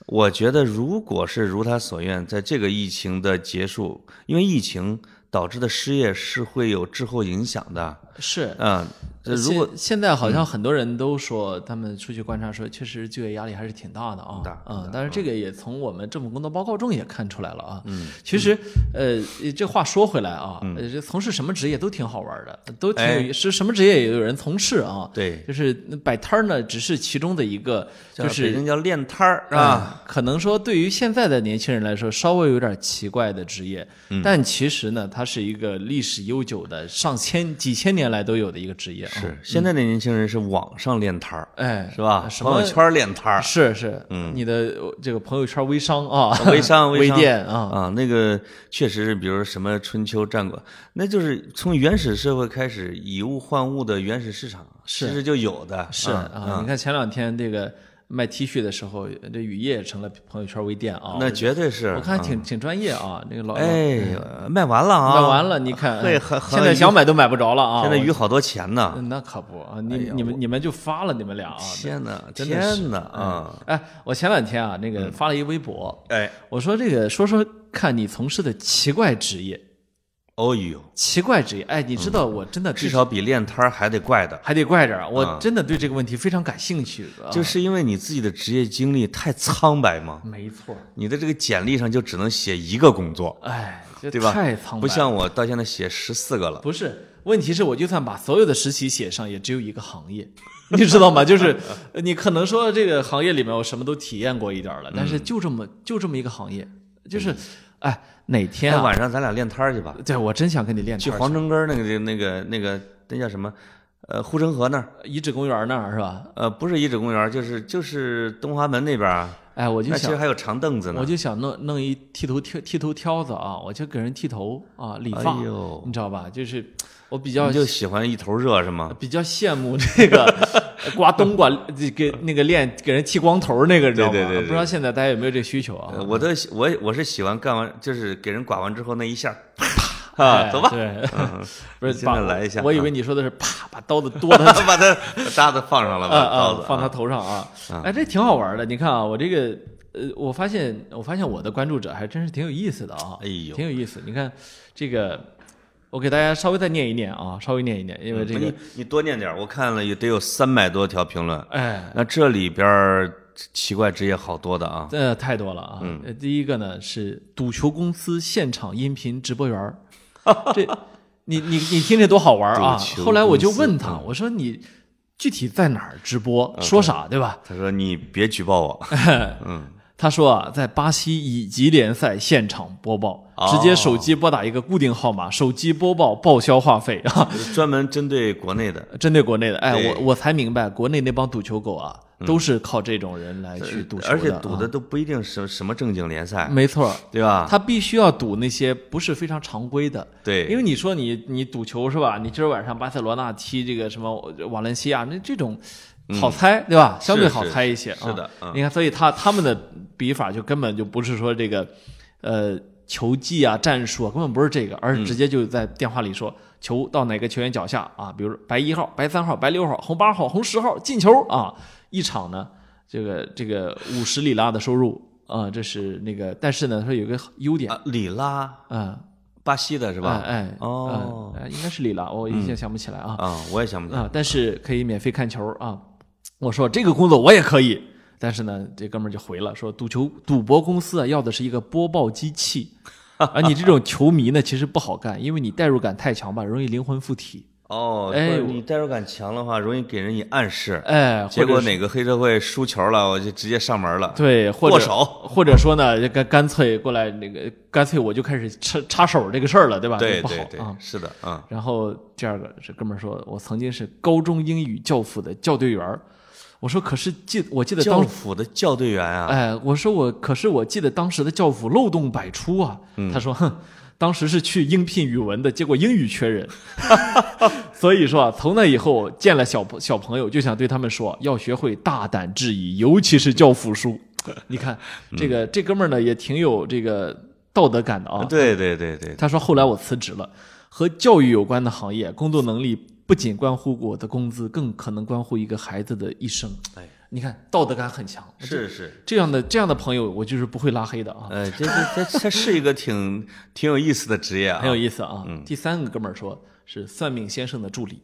Speaker 2: 我觉得如果是如他所愿，在这个疫情的结束，因为疫情导致的失业是会有滞后影响的。
Speaker 1: 是。
Speaker 2: 嗯，这如果
Speaker 1: 现现在好像很多人都说，他们出去观察说，确实就业压力还是挺大的啊。
Speaker 2: 大
Speaker 1: 嗯，但是这个也从我们政府工作报告中也看出来了啊。嗯，其实呃，这话说回来啊，呃这从事什么职业都挺好玩的，都挺有意是什么职业也有人从事啊。
Speaker 2: 对
Speaker 1: 就是摆摊儿呢，只是其中的一个，就
Speaker 2: 北
Speaker 1: 是
Speaker 2: 京叫练摊儿啊，
Speaker 1: 嗯可能说对于现在的年轻人来说，稍微有点奇怪的职业，但其实呢，它是一个历史悠久的、上千几千年来都有的一个职业啊。
Speaker 2: 是现在的年轻人是网上练摊儿，
Speaker 1: 哎，
Speaker 2: 是吧？
Speaker 1: 什
Speaker 2: 朋
Speaker 1: 么
Speaker 2: 友圈练摊儿，
Speaker 1: 是是，嗯，你的这个朋友圈微商啊，
Speaker 2: 微 商
Speaker 1: 微
Speaker 2: 微商
Speaker 1: 店啊，
Speaker 2: 啊，那个确实是，比如什么春秋战国，那就是从原始社会开始以物换物的原始市场，
Speaker 1: 是
Speaker 2: 其实就有的。
Speaker 1: 是
Speaker 2: 啊
Speaker 1: 啊，你看前两天这个卖 T 恤的时候，这雨夜成了朋友圈微店啊，
Speaker 2: 那绝对是。嗯
Speaker 1: 我看挺挺专业啊，那个老
Speaker 2: 哎呦，卖完了啊，
Speaker 1: 卖完了，你看，
Speaker 2: 对
Speaker 1: 哎
Speaker 2: 很很
Speaker 1: 现在想买都买不着了啊，
Speaker 2: 现在
Speaker 1: 我
Speaker 2: 鱼好多钱呢。
Speaker 1: 那可不啊，你你们你们就发了你们俩啊，
Speaker 2: 天哪，
Speaker 1: 真的是
Speaker 2: 天哪啊！
Speaker 1: 哎，我前两天啊，那
Speaker 2: 嗯
Speaker 1: 个发了一微博，
Speaker 2: 哎，
Speaker 1: 我说这个说说看你从事的奇怪职业，
Speaker 2: 哦呦，
Speaker 1: 奇怪职业，哎，你知
Speaker 2: 嗯
Speaker 1: 道我真的
Speaker 2: 至少比练摊儿还得怪的，
Speaker 1: 还得怪着，我真的对这个问题非常感兴趣。啊
Speaker 2: 啊就是因为你自己的职业经历太苍白嘛，
Speaker 1: 没错，
Speaker 2: 你的这个简历上就只能写一个工作，
Speaker 1: 哎，这
Speaker 2: 对吧？
Speaker 1: 太苍白了，
Speaker 2: 不像我到现在写十四个了。
Speaker 1: 不是。问题是，我就算把所有的实习写上，也只有一个行业， 你知道吗？就是呃你可能说这个行业里面我什么都体验过一点儿
Speaker 2: 嗯
Speaker 1: 了，但是就这么就这么一个行业，就是，哎，哪天
Speaker 2: 那
Speaker 1: 啊？
Speaker 2: 晚上咱俩练摊儿去吧，
Speaker 1: 对，我真想跟你练
Speaker 2: 去
Speaker 1: 摊儿
Speaker 2: 黄城根儿那个那个那个那叫什么？呃，护城河那儿，
Speaker 1: 遗址公园那儿是吧？
Speaker 2: 呃，不是遗址公园，就是就是东华门那边啊。
Speaker 1: 哎，我就
Speaker 2: 那其
Speaker 1: 想
Speaker 2: 实还有长凳子呢。
Speaker 1: 我就想弄弄一剃头挑剃头挑子啊，我就给人剃头啊，理发，
Speaker 2: 哎呦
Speaker 1: 你知道吧？就是我比较
Speaker 2: 你就喜欢一头热是吗？
Speaker 1: 比较羡慕这 个刮冬瓜这给那个练给人剃光头那个，你知道吗？
Speaker 2: 对对对对
Speaker 1: 不知道现在大家有没有这需求啊？
Speaker 2: 呃我都喜我我是喜欢干完，就是给人刮完之后那一下，啪
Speaker 1: 哎
Speaker 2: 啊，走吧，
Speaker 1: 对，不是
Speaker 2: 现在
Speaker 1: 把
Speaker 2: 来一下啊
Speaker 1: 我以为你说的是啪把刀子剁 他。
Speaker 2: 把它把搭子放上了
Speaker 1: 啊
Speaker 2: 吧，刀
Speaker 1: 啊！
Speaker 2: 子
Speaker 1: 放他
Speaker 2: 啊
Speaker 1: 头上啊！哎，这挺好玩的。你看啊，我这个呃，我发现我发现我的关注者还真是挺有意思的啊。
Speaker 2: 哎呦
Speaker 1: 挺有意思。你看这个，我给大家稍微再念一念啊，稍微念一念，因为这个
Speaker 2: 嗯你你多念点儿，我看了也得有三百多条评论，
Speaker 1: 哎，
Speaker 2: 那这里边儿奇怪职业好多的啊，
Speaker 1: 这太多了啊。呃第一个呢是赌球公司现场音频直播员 儿，这你你你听着多好玩儿啊！
Speaker 2: 赌球嗯
Speaker 1: 后来我就问他，我说你具体在哪儿直播，说啥对吧？
Speaker 2: 他说你别举报我，
Speaker 1: 他说啊，在巴西乙级联赛现场播报，
Speaker 2: 哦
Speaker 1: 直接手机拨打一个固定号码，手机播报报销话费 啊。
Speaker 2: 专门针对国内的。
Speaker 1: 针对国内的，哎，
Speaker 2: 对嗯
Speaker 1: 我我才明白，国内那帮赌球狗啊，都是靠这种人来去赌球的，
Speaker 2: 而且赌啊的
Speaker 1: 啊
Speaker 2: 都不一定是什么正经联赛，
Speaker 1: 没错，
Speaker 2: 对吧？
Speaker 1: 他必须要赌那些不是非常常规的。
Speaker 2: 对
Speaker 1: 因为你说你你赌球是吧？你今儿晚上巴塞罗那踢这个什么瓦伦西亚，那这种好猜、对吧？相对好猜一些。
Speaker 2: 嗯是是是的
Speaker 1: 啊
Speaker 2: 嗯
Speaker 1: 你看，所以他他们的笔法就根本就不是说这个，呃，球技啊、战术啊，根本不是这
Speaker 2: 嗯
Speaker 1: 个，而是直接就在电话里说。球到哪个球员脚下啊？比如说白一号、白三号、白六号、红八号、红十号进球啊！一场呢，这个这个五十里拉的收入啊、这是那个，但是呢，它有个优点啊
Speaker 2: 啊，里拉，
Speaker 1: 啊，
Speaker 2: 巴西的是
Speaker 1: 是
Speaker 2: 吧？
Speaker 1: 哎，哎
Speaker 2: 哦，
Speaker 1: 呃应该是里拉，我一下想不起来啊、
Speaker 2: 啊，我也想不起来。
Speaker 1: 啊，但是可以免费看球啊。我说这个工作我也可以，但是呢，这哥们儿就回了，说赌球赌博公司啊要的是一个播报机器，而你这种球迷呢其实不好干，因为你代入感太强吧，容易灵魂附体。
Speaker 2: 哦，
Speaker 1: 哎
Speaker 2: 不是
Speaker 1: 我
Speaker 2: 你代入感强的话，容易给人以暗示。
Speaker 1: 哎，
Speaker 2: 结
Speaker 1: 或
Speaker 2: 果
Speaker 1: 者是
Speaker 2: 哪个黑社会输球了，我就直接上门了。
Speaker 1: 对，或者
Speaker 2: 握手
Speaker 1: 或者说呢，就干干脆过来那个，干脆我就开始插插手这个事儿了，对吧？
Speaker 2: 对
Speaker 1: 这不好
Speaker 2: 对对
Speaker 1: 啊，。
Speaker 2: 是的，啊，
Speaker 1: 然后第二个是哥们儿说，我曾经是高中英语教辅的教队员儿。我说可是记我记得
Speaker 2: 教
Speaker 1: 当
Speaker 2: 辅的教队员啊，
Speaker 1: 哎，我说我可是我记得当时的教辅漏洞百出啊。
Speaker 2: 嗯
Speaker 1: 他说哼，当时是去应聘语文的，结果英语缺 人，所以说啊，从那以后见了小朋小朋友就想对他们说，要学会大胆质疑，尤其是教辅书。 你看这
Speaker 2: 嗯
Speaker 1: 个这哥们儿呢也挺有这个道德感的啊。
Speaker 2: 对对对对，
Speaker 1: 他说后来我辞职了，和教育有关的行业，工作能力不仅关乎我的工资，更可能关乎一个孩子的一生。
Speaker 2: 哎，
Speaker 1: 你看道德感很强，
Speaker 2: 是是，
Speaker 1: 这样的这样的朋友，我就是不会拉黑的啊，
Speaker 2: 呃，这这这这是一个挺挺有意思的职业啊，
Speaker 1: 很有意思啊。第三个哥们儿说是算命先生的助理，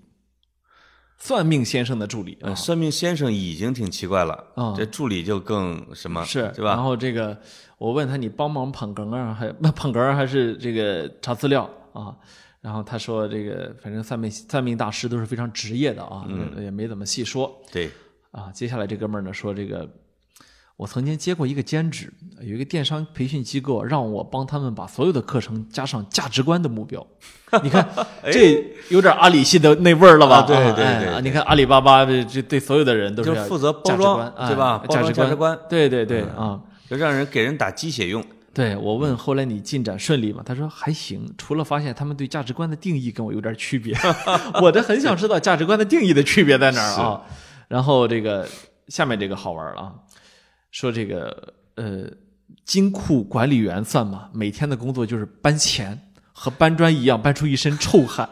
Speaker 1: 算命先生的助理啊
Speaker 2: 呃，，算命先生已经挺奇怪了，
Speaker 1: 啊
Speaker 2: 这助理就更什么，
Speaker 1: 是
Speaker 2: 对吧？
Speaker 1: 然后这个我问他你帮忙捧哏啊，还 那捧哏儿还是这个查资料啊？然后他说这个反正算命算命大师都是非常职业的啊，
Speaker 2: 嗯
Speaker 1: 也没怎么细说。
Speaker 2: 对，
Speaker 1: 啊，接下来这哥们儿呢说这个，我曾经接过一个兼职，有一个电商培训机构让我帮他们把所有的课程加上价值观的目 标。你看，这有点阿里系的那味儿了吧？
Speaker 2: 哎啊对对
Speaker 1: 哎
Speaker 2: 对
Speaker 1: 啊
Speaker 2: 对
Speaker 1: 你看阿里巴巴这这对所有的人都是
Speaker 2: 就
Speaker 1: 要
Speaker 2: 负责包
Speaker 1: 价值
Speaker 2: 装
Speaker 1: 观
Speaker 2: 对吧
Speaker 1: 哎
Speaker 2: 包
Speaker 1: 价
Speaker 2: 装
Speaker 1: 值
Speaker 2: 价
Speaker 1: 观，
Speaker 2: 值观嗯
Speaker 1: 对对对啊。
Speaker 2: 就让人给人打鸡血用，
Speaker 1: 对我问后来你进展顺利吗？他说还行，除了发现他们对价值观的定义跟我有点区别，我这很想知道价值观的定义的区别在哪儿啊。然后这个下面这个好玩了啊，说这个呃金库管理员算吗？每天的工作就是搬钱，和搬砖一样搬出一身臭汗。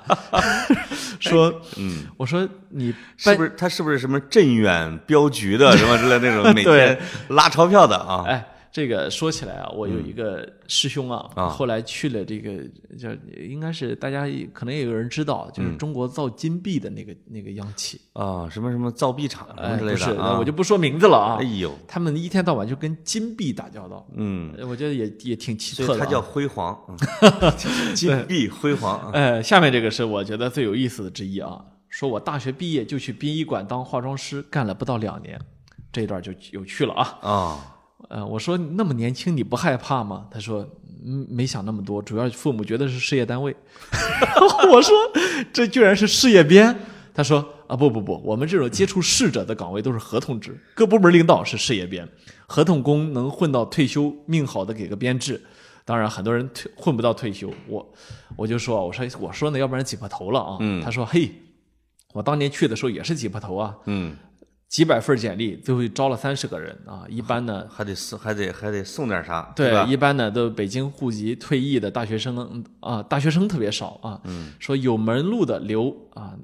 Speaker 1: 说
Speaker 2: 嗯，
Speaker 1: 我说你
Speaker 2: 是
Speaker 1: 搬
Speaker 2: 不是？他是不是什么镇远镖 局的什么之类那种每
Speaker 1: 对
Speaker 2: 天拉钞票的啊？嗯
Speaker 1: 哎，这个说起来啊，我有一个师兄啊，
Speaker 2: 啊
Speaker 1: 后来去了这个叫应该是大家也可能也有人知道，就是
Speaker 2: 嗯
Speaker 1: 中国造金币的那个、那个央企，
Speaker 2: 啊，什么什么造币厂什
Speaker 1: 哎，
Speaker 2: 么之
Speaker 1: 不
Speaker 2: 类
Speaker 1: 是，
Speaker 2: 的
Speaker 1: 那
Speaker 2: 啊
Speaker 1: 我？就不说名字了啊。
Speaker 2: 哎呦，
Speaker 1: 他们一天到晚就跟金币打交道，呃
Speaker 2: 嗯，
Speaker 1: 我觉得也也挺奇
Speaker 2: 所
Speaker 1: 特的、啊。
Speaker 2: 以它叫辉煌， 嗯金碧辉煌啊。
Speaker 1: 呃，下面这个是我觉得最有意思的之一啊，说我大学毕业就去殡仪馆当化妆师，干了不到两年，这一段就有趣了啊。
Speaker 2: 啊，
Speaker 1: 呃，我说那么年轻你不害怕吗？他说，嗯，没想那么多，主要父母觉得是事业单位。 我说这居然是事业编。他说啊，不不不，我们这种接触逝者的岗位都是合同制，各部门领导是事业编，合同工能混到退休，命好的给个编制。当然，很多人退混不到退休，我我就说啊，我说我说呢，要不然挤破头了啊。
Speaker 2: 嗯
Speaker 1: 他说嘿，我当年去的时候也是挤破头啊，
Speaker 2: 嗯，
Speaker 1: 几百份简历，最后招了三十个人啊。一般呢，
Speaker 2: 还得送，还得还得送点啥，是
Speaker 1: 对，
Speaker 2: 吧？
Speaker 1: 一般呢都北京户籍退役的大学生嗯啊、大学生特别少啊。
Speaker 2: 嗯
Speaker 1: 说有门路的留啊，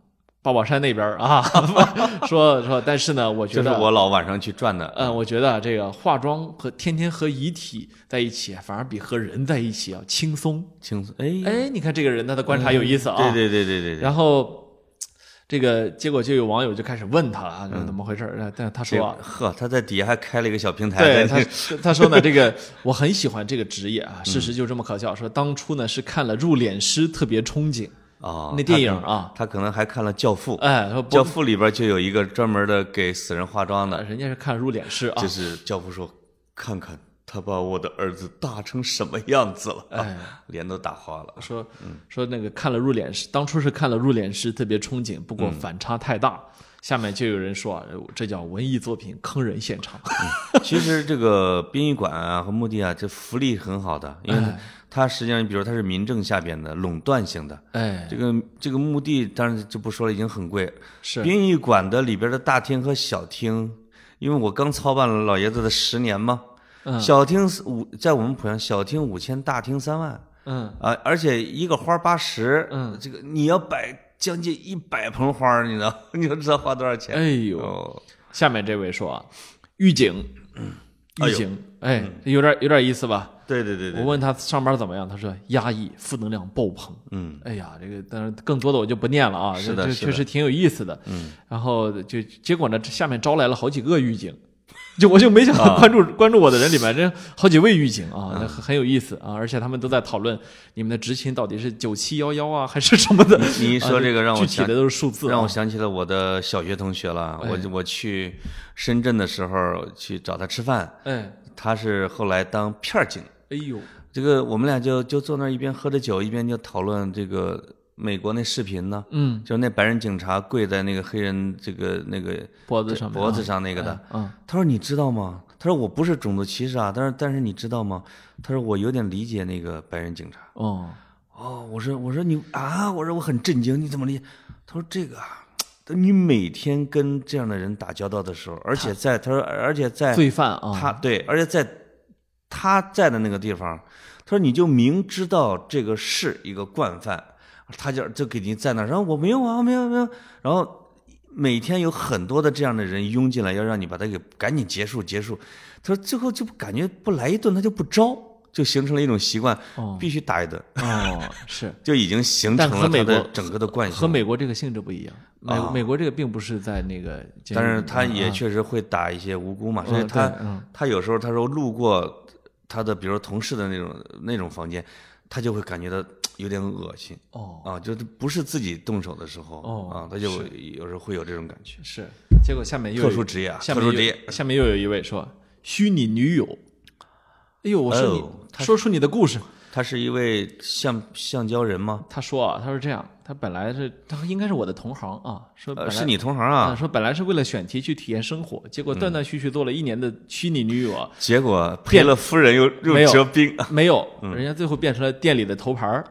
Speaker 1: 八宝山那边儿啊。 说说，但是呢，我觉
Speaker 2: 就
Speaker 1: 得
Speaker 2: 是我老晚上去转的，
Speaker 1: 嗯，我觉得啊这个化妆和天天和遗体在一起，反而比和人在一起要轻松。
Speaker 2: 轻松。哎，
Speaker 1: 哎，你看这个人他的观察有意思啊。
Speaker 2: 对对对对对对。
Speaker 1: 然后这个结果就有网友就开始问他啊，怎么回事儿？但他说、啊。
Speaker 2: 这呵，他在底下还开了一个小平 台，
Speaker 1: 对
Speaker 2: 在
Speaker 1: 他
Speaker 2: 那
Speaker 1: 说，哎 他说呢，这 个我很喜欢这个职业啊。事实
Speaker 2: 嗯
Speaker 1: 就这么可笑，说当初呢是看了《入殓师》特别憧憬
Speaker 2: 啊，
Speaker 1: 那电影啊，
Speaker 2: 他可能还看了《教父》，
Speaker 1: 哎，说
Speaker 2: 《
Speaker 1: 不
Speaker 2: 教，父》里边就有一个专门的给死人化妆的，
Speaker 1: 人家是看《入殓师》啊
Speaker 2: 就。是教父说：“看看他把我的儿子打成什么样子了，
Speaker 1: 哎
Speaker 2: 脸都打花了。
Speaker 1: 说
Speaker 2: 嗯
Speaker 1: 说那个看了《入殓师》，当初是看了《入殓师》特别憧憬，不过
Speaker 2: 嗯
Speaker 1: 反差太大。下面就有人说啊，这叫文艺作品坑人现场。
Speaker 2: 其实这个殡仪馆啊和墓地啊，这福利很好的，因为它它实际上，比如它是民政下边的垄断性的，
Speaker 1: 哎，
Speaker 2: 这个这个墓地当然就不说了，已经很贵。
Speaker 1: 是
Speaker 2: 殡仪馆的里边的大厅和小厅，因为我刚操办了老爷子的十年嘛，
Speaker 1: 嗯
Speaker 2: 小厅是五在我们濮阳，小厅五千，大厅三万。
Speaker 1: 嗯，
Speaker 2: 啊，而且一个花八十，
Speaker 1: 嗯
Speaker 2: 这个你要摆将近一百盆花儿，你知道， 你就知道花多少钱。
Speaker 1: 哎呦，
Speaker 2: 哦，
Speaker 1: 下面这位说啊，狱警，
Speaker 2: 哎
Speaker 1: 狱
Speaker 2: 呦嗯
Speaker 1: 警，哎，有点有点意思吧？
Speaker 2: 对对对对，
Speaker 1: 我问他上班怎么样，他说压抑，负能量爆棚。
Speaker 2: 嗯，
Speaker 1: 哎呀，这个当然更多的我就不念了啊，
Speaker 2: 是
Speaker 1: 这
Speaker 2: 的
Speaker 1: 这
Speaker 2: 是
Speaker 1: 确
Speaker 2: 的
Speaker 1: 实挺有意思的。嗯，然后就结果呢，这下面招来了好几个狱警，就我就没想
Speaker 2: 啊
Speaker 1: 到关注、关注我的人里面，这好几位狱警啊，那很很有意思啊，而且他们都在讨论你们的执勤到底是九七幺幺啊还是什么的。
Speaker 2: 你一说这个
Speaker 1: 啊
Speaker 2: 让我
Speaker 1: 具体
Speaker 2: 想
Speaker 1: 的都是数字啊，
Speaker 2: 让我想起了我的小学同学了。
Speaker 1: 哎
Speaker 2: 我就我去深圳的时候去找他吃饭，
Speaker 1: 哎
Speaker 2: 他是后来当片儿警。
Speaker 1: 哎呦
Speaker 2: 这个我们俩就就坐那儿一边喝着酒，一边就讨论这个美国那视频呢，
Speaker 1: 嗯
Speaker 2: 就是那白人警察跪在那个黑人这个那个
Speaker 1: 脖子上面啊
Speaker 2: 脖子上那个的，
Speaker 1: 嗯
Speaker 2: 他说：“你知道吗？”他说：“我不是种族歧视啊，但是但是你知道吗？”他说：“我有点理解那个白人警察。
Speaker 1: 哦”
Speaker 2: 哦，我说：“我说你啊，我说我很震惊，你怎么理解？”他说：“这个啊，你每天跟这样的人打交道的时候，而且在他说，而且在
Speaker 1: 罪犯啊
Speaker 2: 哎他对，而且在他在的那个地方，他说你就明知道这个是一个惯犯，他就就给你在那儿，然后我没有啊，没有没有，然后每天有很多的这样的人涌进来，要让你把他给赶紧结束结束。他说最后就感觉不来一顿他就不招，就形成了一种习惯，
Speaker 1: 哦
Speaker 2: 必须打一顿，
Speaker 1: 哦，是
Speaker 2: 就已经形成
Speaker 1: 但
Speaker 2: 了
Speaker 1: 和
Speaker 2: 他
Speaker 1: 美
Speaker 2: 的
Speaker 1: 国
Speaker 2: 整个的惯性。
Speaker 1: 和美国这个性质不一样。美、
Speaker 2: 啊
Speaker 1: 美国这个并不是在那个监狱里面，
Speaker 2: 但是他也
Speaker 1: 啊
Speaker 2: 确实会打一些无辜嘛，
Speaker 1: 嗯
Speaker 2: 所以他
Speaker 1: 对嗯
Speaker 2: 他有时候他说路过他的比如同事的那种那种房间，他就会感觉到嘖有点恶心
Speaker 1: 哦
Speaker 2: 啊，就是不是自己动手的时候
Speaker 1: 哦
Speaker 2: 啊，他就有时候会有这种感觉。
Speaker 1: 是，结果下面又有
Speaker 2: 特殊职业啊，
Speaker 1: 下
Speaker 2: 特
Speaker 1: 面
Speaker 2: 殊
Speaker 1: 又
Speaker 2: 职业，
Speaker 1: 下面又有一位说虚拟女友，哎呦，我说你、
Speaker 2: 哦
Speaker 1: 说出你的故事。
Speaker 2: 他是一位橡橡胶人吗？
Speaker 1: 他说啊，他说这样，他本来是他应该是我的同行啊，说本
Speaker 2: 呃，
Speaker 1: 来、
Speaker 2: 是你同行
Speaker 1: 啊，
Speaker 2: 啊，嗯
Speaker 1: 说本来是为了选题去体验生活，结果断断续续做了一年的虚拟女友啊，
Speaker 2: 结果赔了夫人又
Speaker 1: 没
Speaker 2: 又
Speaker 1: 有
Speaker 2: 折兵，
Speaker 1: 没有，
Speaker 2: 嗯
Speaker 1: 人家最后变成了店里的头牌儿，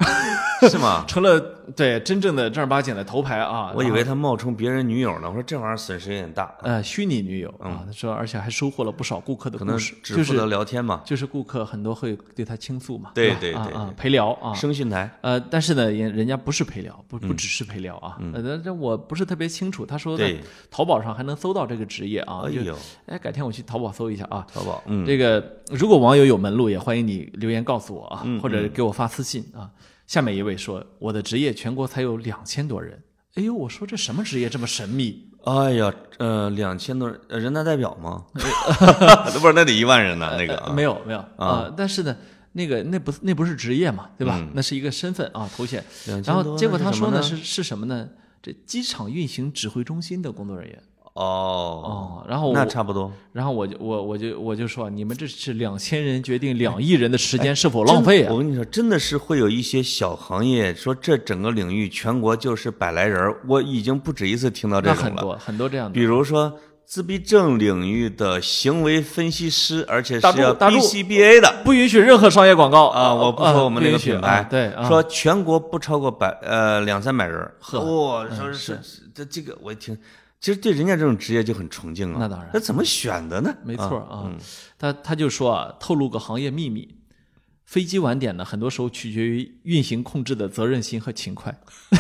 Speaker 2: 是吗？
Speaker 1: 成了对真正的正儿八经的头牌啊。
Speaker 2: 我以为他冒充别人女友呢，我说这玩意儿损失有点大，
Speaker 1: 呃虚拟女友啊，他说而且还收获了不少顾客的
Speaker 2: 嗯可能
Speaker 1: 故事，
Speaker 2: 只
Speaker 1: 就
Speaker 2: 负责
Speaker 1: 是
Speaker 2: 聊天嘛，
Speaker 1: 就是顾客很多会对他倾诉嘛，
Speaker 2: 对
Speaker 1: 吧
Speaker 2: 对对
Speaker 1: 啊啊
Speaker 2: 对
Speaker 1: 陪聊啊，
Speaker 2: 声讯台
Speaker 1: 呃，但是呢，人人家不是陪聊，不
Speaker 2: 嗯
Speaker 1: 不只是陪聊啊。呃，但但我不是特别清楚，他说在
Speaker 2: 对
Speaker 1: 淘宝上还能搜到这个职业啊。
Speaker 2: 哎
Speaker 1: 就
Speaker 2: 呦，
Speaker 1: 哎，改天我去淘宝搜一下啊。
Speaker 2: 淘宝，嗯，
Speaker 1: 这个如果网友有门路，也欢迎你留言告诉我啊，
Speaker 2: 嗯
Speaker 1: 或者给我发私信啊。下面一位说，我的职业全国才有两千多人。哎呦，我说这什么职业这么神秘？
Speaker 2: 哎呀，呃，两千多人，呃人大代表 吗？那不是，那得一万人呢，那个啊
Speaker 1: 呃没有没有啊，但是呢。那个那不是那不是职业嘛，对
Speaker 2: 嗯
Speaker 1: 吧？那是一个身份啊，头衔。
Speaker 2: 2000
Speaker 1: 然后
Speaker 2: 多
Speaker 1: 结果
Speaker 2: 那
Speaker 1: 他
Speaker 2: 是什么
Speaker 1: 说呢是
Speaker 2: 呢
Speaker 1: 是什么呢？这机场运行指挥中心的工作人员。
Speaker 2: 哦，
Speaker 1: 哦，然后我
Speaker 2: 那，差不多，
Speaker 1: 然后我就我我就我就说，你们这是两千人决定两亿人的时间是否浪费
Speaker 2: 哎真
Speaker 1: 啊
Speaker 2: 我？跟你说，真的是会有一些小行业，说这整个领域全国就是百来人儿，我已经不止一次听到这
Speaker 1: 那
Speaker 2: 种
Speaker 1: 很
Speaker 2: 了。
Speaker 1: 多很多这样
Speaker 2: 比
Speaker 1: 的。
Speaker 2: 如说自闭症领域的行为分析师，而且
Speaker 1: 打住
Speaker 2: 是要
Speaker 1: 打住
Speaker 2: BCBA 的。
Speaker 1: 不允许任何商业广告
Speaker 2: 啊，我不说我们那个品牌，
Speaker 1: 对，啊
Speaker 2: 说全国不超过百呃两三百人儿，
Speaker 1: 呵
Speaker 2: 哇，说是这这个我一听，其实对人家这种职业就很崇敬啊，
Speaker 1: 那当然
Speaker 2: 那怎么选的呢？
Speaker 1: 没
Speaker 2: 啊
Speaker 1: 错啊。他他就说啊，透露个行业秘密，飞机晚点呢，很多时候取决于运行控制的责任心和勤快，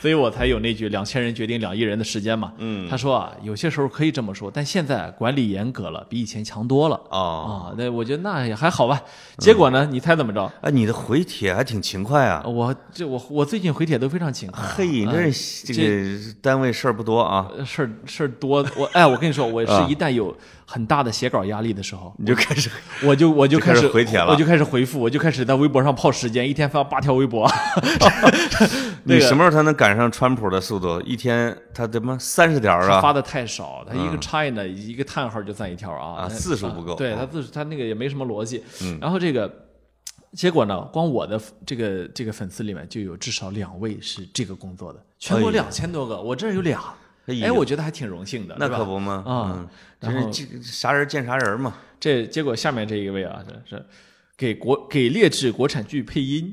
Speaker 1: 所以我才有那句“两千人决定两亿人的时间”嘛。嗯，他说啊，有些时候可以这么说，但现在管理严格了，比以前强多了。
Speaker 2: 哦，
Speaker 1: 啊，那我觉得那也还好吧。结果呢，你猜怎么着？
Speaker 2: 哎，你的回帖还挺勤快啊，
Speaker 1: 我这我我最近回帖都非常勤快，
Speaker 2: 嘿，你
Speaker 1: 哎
Speaker 2: 这是这个单位事儿不多啊，
Speaker 1: 呃事儿事儿多。我哎，我跟你说，我是一旦有很大的写稿压力的时候，
Speaker 2: 你就 开始
Speaker 1: 我就我就
Speaker 2: 就开
Speaker 1: 开
Speaker 2: 始
Speaker 1: 始
Speaker 2: 回帖了
Speaker 1: 我就开始回复，我就开始在微博上泡时间，一天发八条微博。那
Speaker 2: 你
Speaker 1: 个
Speaker 2: 什么时候才能赶上川普的速度？一天他他妈三十条
Speaker 1: 他
Speaker 2: 啊，
Speaker 1: 发的太少，他一个 China 一个叹号就算一条啊，
Speaker 2: 嗯啊嗯
Speaker 1: 那
Speaker 2: 字数不够
Speaker 1: 对
Speaker 2: 嗯
Speaker 1: 他字数他那个也没什么逻辑。然后这个结果呢，光我的这个这个粉丝里面就有至少两位是这个工作的，全国
Speaker 2: 哎呀
Speaker 1: 两千多个，我这儿有俩，
Speaker 2: 哎
Speaker 1: 哎，
Speaker 2: 呦
Speaker 1: 我觉得还挺荣幸的，
Speaker 2: 那
Speaker 1: 对吧
Speaker 2: 可不嘛，
Speaker 1: 啊
Speaker 2: 嗯，
Speaker 1: 然后
Speaker 2: 真是见啥人见啥人嘛，
Speaker 1: 这结果下面这一位啊，这是给国给劣质国产剧配音，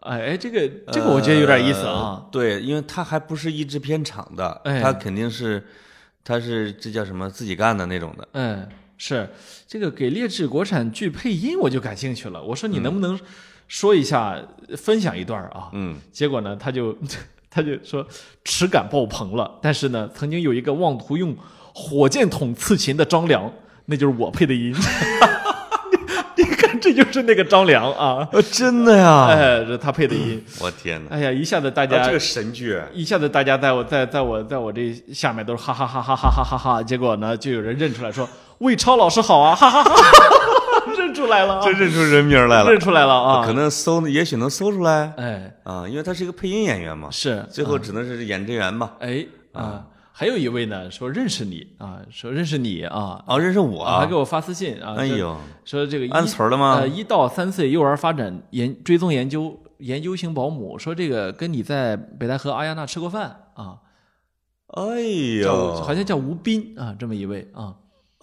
Speaker 1: 哎哎，这个这个我觉得有点意思啊
Speaker 2: 呃。对，因为他还不是译制片厂的，
Speaker 1: 哎
Speaker 2: 他肯定是，他是这叫什么自己干的那种的。
Speaker 1: 嗯，是这个给劣质国产剧配音，我就感兴趣了。我说你能不能说一下，分享一段儿啊？
Speaker 2: 嗯，
Speaker 1: 结果呢，他就 他就说耻感爆棚了。但是呢，曾经有一个妄图用火箭筒刺秦的张良，那就是我配的音。 你看，这就是那个张良啊，
Speaker 2: 呃，真的呀！
Speaker 1: 哎，这他配的音。
Speaker 2: 我天哪，
Speaker 1: 哎呀，一下子大家、
Speaker 2: 啊这个神剧，
Speaker 1: 一下子大家在我在在我在我这下面都是哈哈哈哈哈哈哈哈，结果呢，就有人认出来说魏超老师好啊，哈哈哈哈， 认出来了、啊
Speaker 2: 这，认出人名来
Speaker 1: 认
Speaker 2: 了，
Speaker 1: 出来了啊，
Speaker 2: 可能搜，也许能搜出来
Speaker 1: 哎
Speaker 2: 啊，因为他是一个配音演员嘛，
Speaker 1: 是
Speaker 2: 最后只能是演职员吧。
Speaker 1: 哎啊，还有一位呢说认识你啊，说认识你啊，
Speaker 2: 哦，认识
Speaker 1: 啊还给
Speaker 2: 我，
Speaker 1: 我发私信啊，
Speaker 2: 哎呦，
Speaker 1: 说这个一
Speaker 2: 按词儿了吗
Speaker 1: 呃，一到三岁幼儿发展研追踪研究研究型保姆说这个跟你在北戴河阿亚娜吃过饭啊，
Speaker 2: 哎
Speaker 1: 呃叫
Speaker 2: 呦，
Speaker 1: 好像叫吴斌啊，这么一位啊。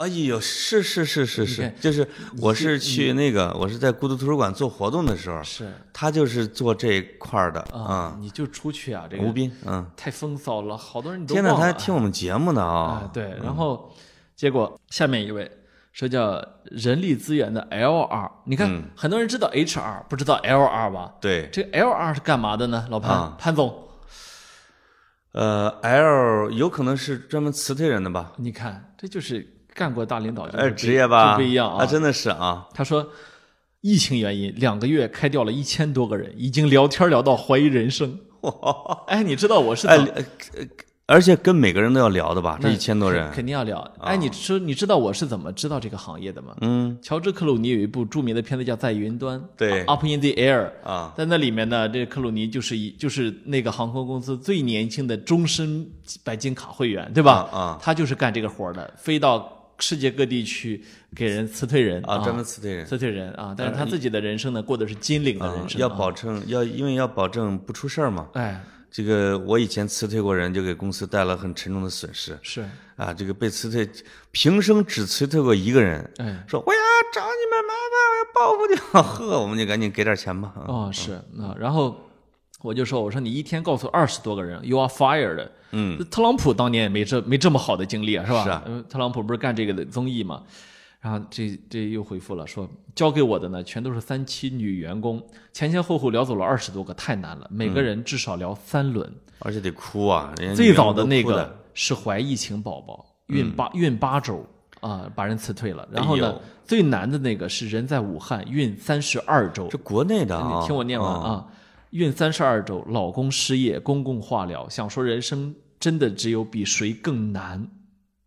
Speaker 2: 哎呦，是是是是
Speaker 1: 你
Speaker 2: 是
Speaker 1: 看，
Speaker 2: 就是我是去那个，我是在孤独图书馆做活动的时候，
Speaker 1: 是
Speaker 2: 他就是做这一块儿的
Speaker 1: 啊
Speaker 2: 啊，，
Speaker 1: 你就出去啊，这个
Speaker 2: 吴斌，嗯，
Speaker 1: 太风骚了，好多人都
Speaker 2: 天哪，
Speaker 1: 忘
Speaker 2: 他
Speaker 1: 了
Speaker 2: 还听我们节目呢
Speaker 1: 啊
Speaker 2: 啊！，
Speaker 1: 对，然后结果下面一位说叫人力资源的 LR，你看、
Speaker 2: 嗯
Speaker 1: 很多人知道 HR，不知道 LR 吧？
Speaker 2: 对，
Speaker 1: 这个 LR 是干嘛的呢？老潘、
Speaker 2: 啊
Speaker 1: 潘总，
Speaker 2: 呃，L 有可能是专门辞退人的吧？
Speaker 1: 你看，这就是干过大领导就
Speaker 2: 哎，
Speaker 1: 不
Speaker 2: 职业吧
Speaker 1: 就嗯不一样啊！
Speaker 2: 真的是啊，
Speaker 1: 他说，疫情原因，两个月开掉了一千多个人，已经聊天聊到怀疑人生。哎，你知道我是怎
Speaker 2: 哎，
Speaker 1: 么
Speaker 2: 呃而且跟每个人都要聊的吧？这
Speaker 1: 那
Speaker 2: 哎一千多人
Speaker 1: 肯，肯定要聊。哎，你知你知道我是怎么知道这个行业的吗？
Speaker 2: 嗯，
Speaker 1: 乔治克鲁尼有一部著名的片子叫《在云端》，
Speaker 2: 对
Speaker 1: 啊，Up in the Air。
Speaker 2: 啊，
Speaker 1: 在那里面呢，这克鲁尼就是一就是那个航空公司最年轻的终身白金卡会员，对吧？
Speaker 2: 啊啊
Speaker 1: 他就是干这个活儿的，飞到世界各地去给人辞退人
Speaker 2: 啊，专门辞退人，
Speaker 1: 辞退人啊，但是他自己的人生呢，过的是金领的
Speaker 2: 啊
Speaker 1: 人生，
Speaker 2: 要保证要，因为要保证不出事儿嘛。
Speaker 1: 哎
Speaker 2: 这个我以前辞退过人，就给公司带来很沉重的损失
Speaker 1: 是
Speaker 2: 啊。这个被辞退，平生只辞退过一个人，
Speaker 1: 哎
Speaker 2: 说我要找你们麻烦，我要报复你们， 呵，我们就赶紧给点钱吧。啊
Speaker 1: 哦是啊，然后我就说我说你一天告诉二十多个人 you are fired，嗯，特朗普当年也没这没这么好的经历啊，是吧？
Speaker 2: 是啊
Speaker 1: 嗯特朗普不是干这个的综艺嘛，然后这这又回复了说交给我的呢全都是三期女员工，前前后后聊走了二十多个，太难了，每个人至少聊三轮，
Speaker 2: 而且得哭啊，人家
Speaker 1: 最
Speaker 2: 嗯女员
Speaker 1: 早
Speaker 2: 工
Speaker 1: 的
Speaker 2: 都
Speaker 1: 那
Speaker 2: 哭的
Speaker 1: 个是怀疫情宝宝，孕八孕八周啊、把人辞退了。然后
Speaker 2: 哎
Speaker 1: 呢
Speaker 2: 呦，
Speaker 1: 最难的那个是人在武汉孕三十二周，
Speaker 2: 这国内的啊，
Speaker 1: 你听我念完
Speaker 2: 啊
Speaker 1: 啊，孕三十二周，老公失业，公共化疗，想说人生真的只有比谁更难。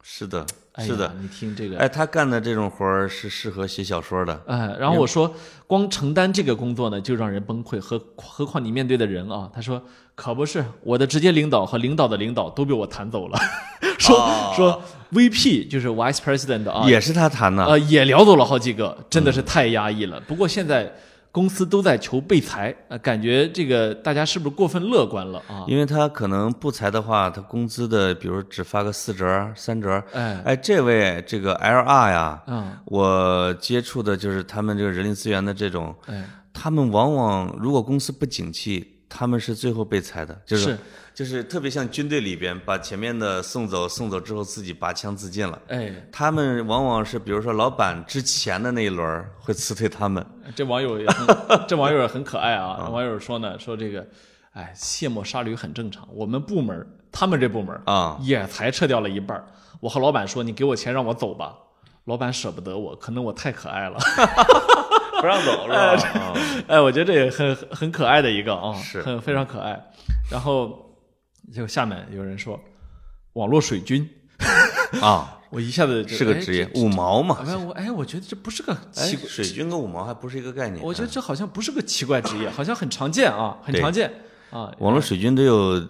Speaker 2: 是的，
Speaker 1: 哎呀
Speaker 2: 是的，
Speaker 1: 你听这个，
Speaker 2: 哎，他干的这种活儿是适合写小说的，
Speaker 1: 哎，然后我说，光承担这个工作呢，就让人崩溃，何何况你面对的人啊？他说，可不是，我的直接领导和领导的领导都被我弹走了， 说、
Speaker 2: 哦
Speaker 1: 说 VP 就是 Vice President 啊，
Speaker 2: 也嗯是他谈的。
Speaker 1: 呃也聊走了好几个，真的是太压抑了。不过现在公司都在求被裁，呃，感觉这个大家是不是过分乐观了啊？
Speaker 2: 因为他可能不裁的话，他工资的，比如只发个四折儿、三折儿。
Speaker 1: 哎，
Speaker 2: 哎，这位这个 L R 呀，
Speaker 1: 嗯，
Speaker 2: 我接触的就是他们这个人力资源的这种，
Speaker 1: 哎，
Speaker 2: 他们往往如果公司不景气，他们是最后被裁的，就是就是特别像军队里边把前面的送走，送走之后自己拔枪自尽了。
Speaker 1: 哎，
Speaker 2: 他们往往是，比如说老板之前的那一轮儿会辞退他们，
Speaker 1: 这网友也 很，这网友也很可爱啊。网友说呢，说这个，哎，卸磨杀驴很正常。我们部门儿，他们这部门儿
Speaker 2: 啊
Speaker 1: 也才撤掉了一半儿。我和老板说，你给我钱让我走吧。老板舍不得我，可能我太可爱了。
Speaker 2: 不让走了。啊
Speaker 1: 哎，我觉得这也很很可爱的一个啊，
Speaker 2: 是
Speaker 1: 很非常可爱。然后就下面有人说，网络水军，
Speaker 2: 啊，
Speaker 1: 我一下子就是哎
Speaker 2: 个职业，五毛嘛。
Speaker 1: 哎，我哎，我觉得这不是个
Speaker 2: 哎，
Speaker 1: 奇怪。
Speaker 2: 水军跟五毛还不是一个概念。
Speaker 1: 我觉得这好像不是个奇怪职业，好像很常见啊，很
Speaker 2: 对
Speaker 1: 常见啊。
Speaker 2: 网络水军得有，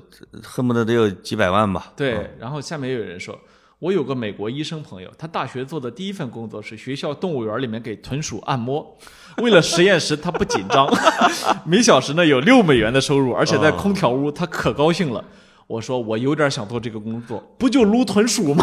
Speaker 2: 恨不得得有几百 万吧。
Speaker 1: 对，然后下面又有人说，我有个美国医生朋友，他大学做的第一份工作是学校动物园里面给豚鼠按摩，为了实验室他不紧张， 每小时呢有六美元的收入，而且在空调屋他可高兴了。我说我有点想做这个工作，不就撸豚鼠吗？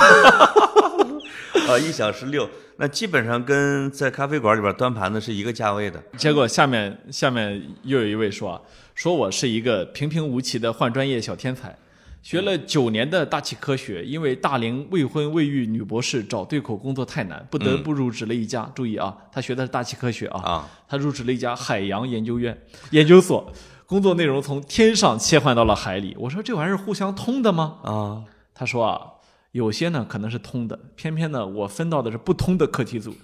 Speaker 2: 啊，一小时六，那基本上跟在咖啡馆里边端盘子是一个价位的。
Speaker 1: 结果下面下面又有一位说啊，说我是一个平平无奇的换专业小天才，学了九年的大气科学，因为大龄未婚未育女博士找对口工作太难，不得不入职了一家。注意啊，他学的是大气科学啊，
Speaker 2: 啊
Speaker 1: 他入职了一家海洋研究院研究所，工作内容从天上切换到了海里。我说这玩意儿互相通的吗？
Speaker 2: 啊，
Speaker 1: 他说啊，有些呢可能是通的，偏偏呢我分到的是不通的课题组，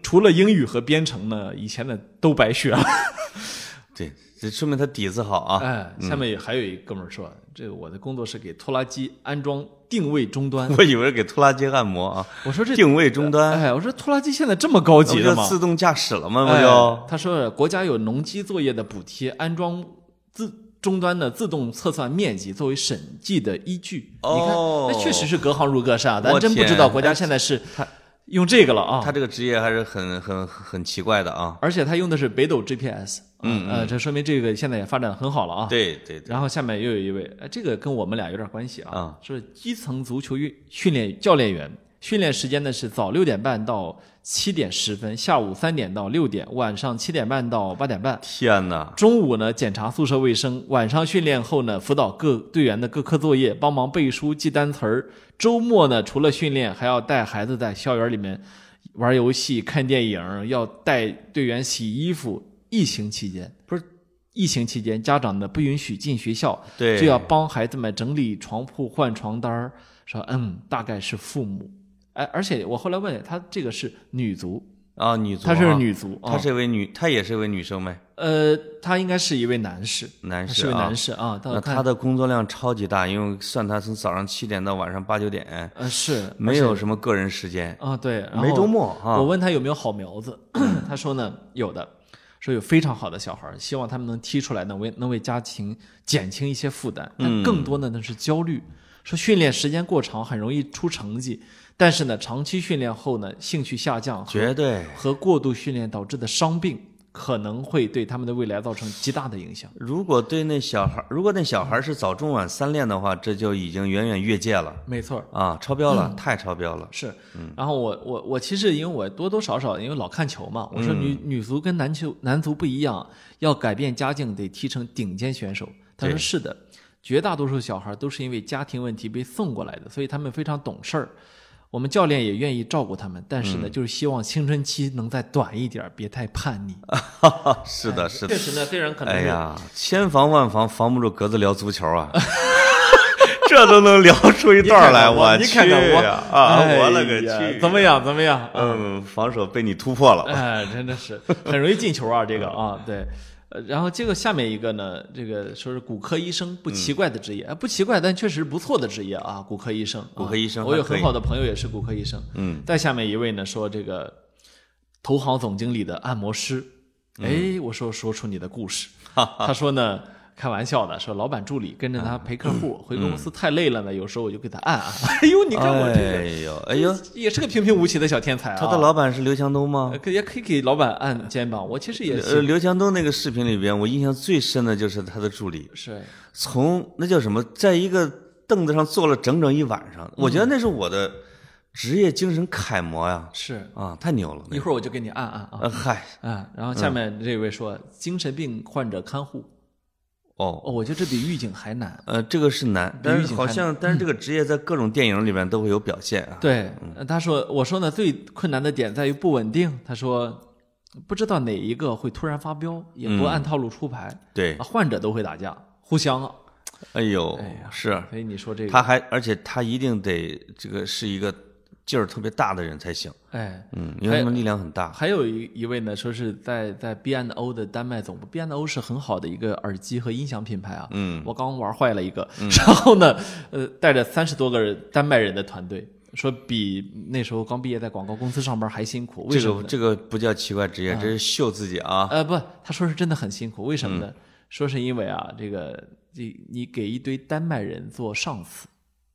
Speaker 1: 除了英语和编程呢，以前的都白学了。
Speaker 2: 对，这说明他底子好啊。
Speaker 1: 哎，下面也还有一哥们儿说，这我的工作是给拖拉机安装定位终 端。
Speaker 2: 我以为是给拖拉机按摩啊，
Speaker 1: 我说这，
Speaker 2: 定位终端，
Speaker 1: 哎，我说拖拉机现在这么高
Speaker 2: 那
Speaker 1: 级
Speaker 2: 不
Speaker 1: 的
Speaker 2: 就
Speaker 1: 吗？
Speaker 2: 自动驾驶了吗？不
Speaker 1: 哎
Speaker 2: 就
Speaker 1: 他说国家有农机作业的补贴，安装自终端的自动测算面积作为审计的依据。
Speaker 2: 哦
Speaker 1: 你看，那确实是隔行如隔山啊，咱
Speaker 2: 我
Speaker 1: 真不知
Speaker 2: 天哎
Speaker 1: 道国家现在是用这个了啊。
Speaker 2: 他这个职业还是很很很奇怪的啊。
Speaker 1: 而且他用的是北斗 GPS，嗯呃，这说明这个现在也发展得很好了啊。
Speaker 2: 对对对，
Speaker 1: 然后下面又有一位，哎，这个跟我们俩有点关系啊，
Speaker 2: 啊
Speaker 1: 是基层足球运训练教练员，训练时间呢是早六点半到七点十分，下午三点到六点，晚上七点半到八点半，
Speaker 2: 天哪，
Speaker 1: 中午呢检查宿舍卫生，晚上训练后呢辅导各队员的各科作业，帮忙背书、记单词儿。周末呢除了训练，还要带孩子在校园里面玩游戏、看电影，要带队员洗衣服。疫情期间，
Speaker 2: 不是
Speaker 1: 疫情期间，家长呢不允许进学校，
Speaker 2: 对，
Speaker 1: 就要帮孩子们整理床铺、换床单儿，说嗯，大概是父母。哎，而且我后来问她，这个是女足，
Speaker 2: 啊，女足，
Speaker 1: 她是，女足，
Speaker 2: 她
Speaker 1: 啊
Speaker 2: 是一位女，她也是一位女生呗，
Speaker 1: 呃，她应该是一位男士，
Speaker 2: 男
Speaker 1: 她
Speaker 2: 士
Speaker 1: 是位
Speaker 2: 啊
Speaker 1: 男。士啊。但
Speaker 2: 那
Speaker 1: 我看
Speaker 2: 她的工作量超级大，因为算她从早上七点到晚上八九点，
Speaker 1: 呃是
Speaker 2: 没有什么个人时间，
Speaker 1: 啊，对，然
Speaker 2: 没
Speaker 1: 后
Speaker 2: 周末啊。
Speaker 1: 我问他有没有好苗子，他说呢有的，说有非常好的小孩儿，希望他们能踢出来，能为能为家庭减轻一些负担。但
Speaker 2: 嗯
Speaker 1: 更多的呢是焦虑，说训练时间过长很容易出成绩，但是呢长期训练后呢兴趣下降和
Speaker 2: 绝对。
Speaker 1: 和过度训练导致的伤病可能会对他们的未来造成极大的影响。
Speaker 2: 如果对那小孩儿，如果那小孩儿是早中晚三练的话，这就已经远远越界了
Speaker 1: 没错儿，
Speaker 2: 啊，超标了，太超标了。
Speaker 1: 是，
Speaker 2: 嗯
Speaker 1: 然后我我我其实因为我多多少少因为老看球嘛，我说
Speaker 2: 嗯
Speaker 1: 女、女足跟男球男足不一样，要改变家境得踢成顶尖选手。他说
Speaker 2: 对
Speaker 1: 是的，绝大多数小孩都是因为家庭问题被送过来的，所以他们非常懂事儿。我们教练也愿意照顾他们，但是
Speaker 2: 嗯
Speaker 1: 呢，就是希望青春期能再短一点儿，别太叛逆。
Speaker 2: 是的，啊是的
Speaker 1: 确。实呢，虽哎然可能
Speaker 2: 哎
Speaker 1: 是
Speaker 2: 呀，千防万防，防不住格子聊足球 啊，这都能聊出一段儿来，
Speaker 1: 你看看我
Speaker 2: 去
Speaker 1: 你看看我
Speaker 2: 呀啊，
Speaker 1: 哎
Speaker 2: 我勒个
Speaker 1: 呀
Speaker 2: 去！
Speaker 1: 怎么？样？怎么样？啊
Speaker 2: 嗯，防守被你突破了。
Speaker 1: 哎，真的是很容易进球啊，这个啊，
Speaker 2: 嗯
Speaker 1: 对。呃，然后这个下面一个呢，这个说是骨科医生不奇怪的职业，哎不奇怪，但确实不错的职业啊，骨科医生。
Speaker 2: 嗯骨
Speaker 1: 啊
Speaker 2: 科医生
Speaker 1: 我有
Speaker 2: 还可
Speaker 1: 很
Speaker 2: 以
Speaker 1: 好的朋友也是骨科医生。
Speaker 2: 嗯，
Speaker 1: 再下面一位呢，说这个投行总经理的按摩师。
Speaker 2: 嗯
Speaker 1: 哎，我说说出你的故事。他说呢，开玩笑的，说老板助理跟着
Speaker 2: 啊
Speaker 1: 他陪客户，
Speaker 2: 嗯
Speaker 1: 回公司太累了呢，有时候我就给他按 按。哎呦，你看我这
Speaker 2: 哎
Speaker 1: 个
Speaker 2: 呦，哎呦，
Speaker 1: 也是个平平无奇的小天才啊。
Speaker 2: 他的老板是刘强东吗
Speaker 1: 呃？可也可以给老板按肩膀。我其实也
Speaker 2: 啊呃，
Speaker 1: 是
Speaker 2: 刘强东那个视频里边，我印象最深的就是他的助理，
Speaker 1: 是
Speaker 2: 从那叫什么，在一个凳子上坐了整整一晚上，我觉得那是我的职业精神楷模呀！
Speaker 1: 是，
Speaker 2: 啊，太牛了！那
Speaker 1: 一
Speaker 2: 个
Speaker 1: 会儿我就给你按按啊
Speaker 2: 呃，嗯嗨，
Speaker 1: 啊。然后下面这位说，精神病患者看护，
Speaker 2: 哦，
Speaker 1: 哦，我觉得这比狱警还难。
Speaker 2: 呃，这个是难，
Speaker 1: 比
Speaker 2: 但
Speaker 1: 喻
Speaker 2: 是
Speaker 1: 性
Speaker 2: 好
Speaker 1: 太
Speaker 2: 像，但是这个职业在各种电影里面都会有表现啊。，
Speaker 1: 对，呃他说，我说呢，最困难的点在于不稳定。他说，不知道哪一个会突然发飙，也不按套路出牌，
Speaker 2: 嗯对
Speaker 1: 啊，患者都会打架，互相啊。
Speaker 2: 哎呦，是，
Speaker 1: 所以你说这个，
Speaker 2: 他还，而且他一定得这个是一个劲儿特别大的人才行，
Speaker 1: 哎，
Speaker 2: 嗯，因为他们力量很大。
Speaker 1: 啊还有一一位呢，说是在在 B&O 的丹麦总部，B&O 是很好的一个耳机和音响品牌啊。
Speaker 2: 嗯，
Speaker 1: 我刚玩坏了一个， 然后呢，呃，带着三十多个人丹麦人的团队，说比那时候刚毕业在广告公司上班还辛苦，为
Speaker 2: 这
Speaker 1: 什么
Speaker 2: 个嗯
Speaker 1: 呢？
Speaker 2: 这个不叫奇怪职业，这是秀自己啊。嗯
Speaker 1: 呃，不，他说是真的很辛苦，为什么呢？说是因为啊，这个这你给一堆丹麦人做上司，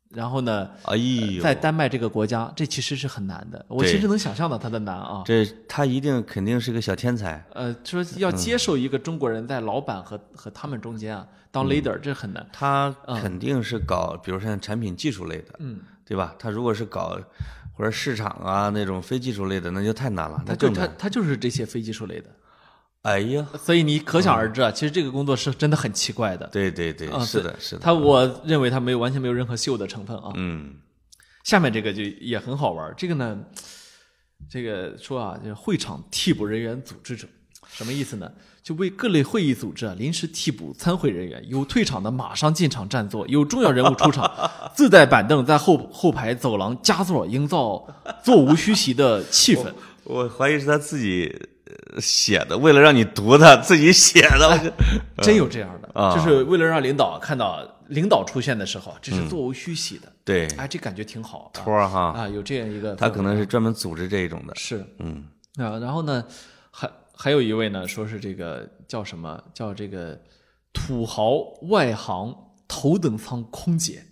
Speaker 1: 然后呢，
Speaker 2: 哎呦，
Speaker 1: 在丹麦这个国家，这其实是很难的。我
Speaker 2: 对
Speaker 1: 其实能想象到它的难啊。
Speaker 2: 这他一定肯定是个小天才。
Speaker 1: 呃，说
Speaker 2: 嗯
Speaker 1: 要接受一个中国人在老板和、和他们中间啊
Speaker 2: 嗯
Speaker 1: 当 leader，这很难。
Speaker 2: 他肯定是搞，比如像产品技术类的，
Speaker 1: 嗯，
Speaker 2: 对吧？他如果是搞或者市场啊那种非技术类的，那就太难了，
Speaker 1: 他
Speaker 2: 那
Speaker 1: 就
Speaker 2: 更
Speaker 1: 他
Speaker 2: 难。
Speaker 1: 他就是这些非技术类的，
Speaker 2: 哎呀，
Speaker 1: 所以你可想
Speaker 2: 嗯
Speaker 1: 而知啊，其实这个工作是真的很奇怪的。
Speaker 2: 对对对，
Speaker 1: 啊
Speaker 2: 是的，是的，
Speaker 1: 他我认为他没有完全没有任何秀的成分啊。
Speaker 2: 嗯，
Speaker 1: 下面这个就也很好玩儿，这个呢，这个说啊，就是会场替补人员组织者，什么意思呢？就为各类会议组织啊临时替补参会人员，有退场的马上进场占座，有重要人物出场， 自带板凳在后后排走廊加座，营造座无虚席的气
Speaker 2: 哦
Speaker 1: 氛。
Speaker 2: 我怀疑是他自己呃写的，为了让你读他自己写的。我觉得
Speaker 1: 真有这样的，
Speaker 2: 啊
Speaker 1: 就是为了让领导看到领导出现的时候，这是座无虚席的。
Speaker 2: 对，
Speaker 1: 哎，这感觉挺好啊
Speaker 2: 托嗯儿哈，
Speaker 1: 啊，有这样一个氛围，
Speaker 2: 他可能是专门组织这一种 的。
Speaker 1: 是
Speaker 2: 嗯，
Speaker 1: 啊，然后呢，还还有一位呢，说是这个叫什么叫这个土豪外行头等舱空姐，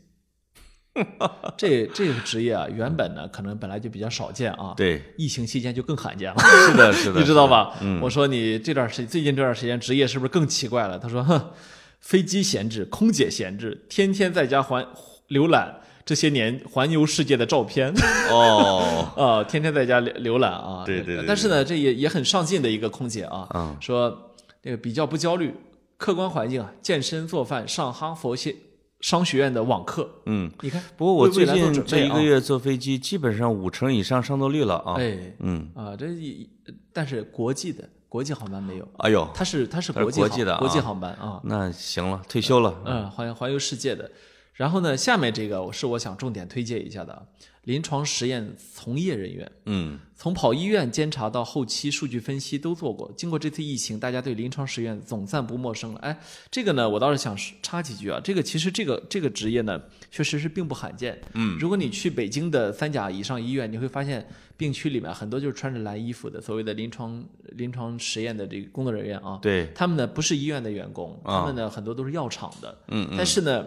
Speaker 1: 这这个职业啊，原本呢可能本来就比较少见啊，，
Speaker 2: 对，
Speaker 1: 疫情期间就更罕见了。
Speaker 2: 是的，是
Speaker 1: 你
Speaker 2: 的，
Speaker 1: 知
Speaker 2: 是
Speaker 1: 道
Speaker 2: 的？嗯
Speaker 1: 吧？我说你这段时最近这段时间职业是不是更奇怪了？他说，哼，飞机闲置，空姐闲置，天天在家环浏览这些年环游世界的照片。
Speaker 2: 哦，
Speaker 1: 啊，天天在家浏浏览啊。
Speaker 2: 对对对
Speaker 1: 但是呢，这也也很上进的一个空姐啊，
Speaker 2: 嗯
Speaker 1: 说这个比较不焦虑，客观环境啊，健身做饭，上哈佛学商学院的网课，
Speaker 2: 嗯。
Speaker 1: 你看，
Speaker 2: 不过我
Speaker 1: 为
Speaker 2: 最
Speaker 1: 未来做
Speaker 2: 近
Speaker 1: 准
Speaker 2: 这
Speaker 1: 备
Speaker 2: 一个
Speaker 1: 啊
Speaker 2: 月坐飞机，基本上五成以上上座率了啊。
Speaker 1: 哎
Speaker 2: 嗯，
Speaker 1: 啊，这一但是国际的。国际航班没有，
Speaker 2: 哎呦，
Speaker 1: 它是它是
Speaker 2: 它是
Speaker 1: 国际
Speaker 2: 国
Speaker 1: 航
Speaker 2: 际的啊
Speaker 1: 国际航班啊，
Speaker 2: 那行了，退休了，
Speaker 1: 嗯，环环游世界的。然后呢，下面这个是我想重点推荐一下的啊，临床实验从业人员。
Speaker 2: 嗯
Speaker 1: 从跑医院监察到后期数据分析都做过。经过这次疫情，大家对临床实验总算不陌生了。哎，这个呢，我倒是想插几句啊。这个其实这个这个职业呢，确实是并不罕见。
Speaker 2: 嗯，
Speaker 1: 如果你去北京的三甲以上医院，你会发现病区里面很多就是穿着蓝衣服的所谓的临床临床实验的这个工作人员啊。
Speaker 2: 对，
Speaker 1: 他们呢不是医院的员工，
Speaker 2: 啊
Speaker 1: 他们呢很多都是药厂的。
Speaker 2: 嗯嗯
Speaker 1: 但是呢，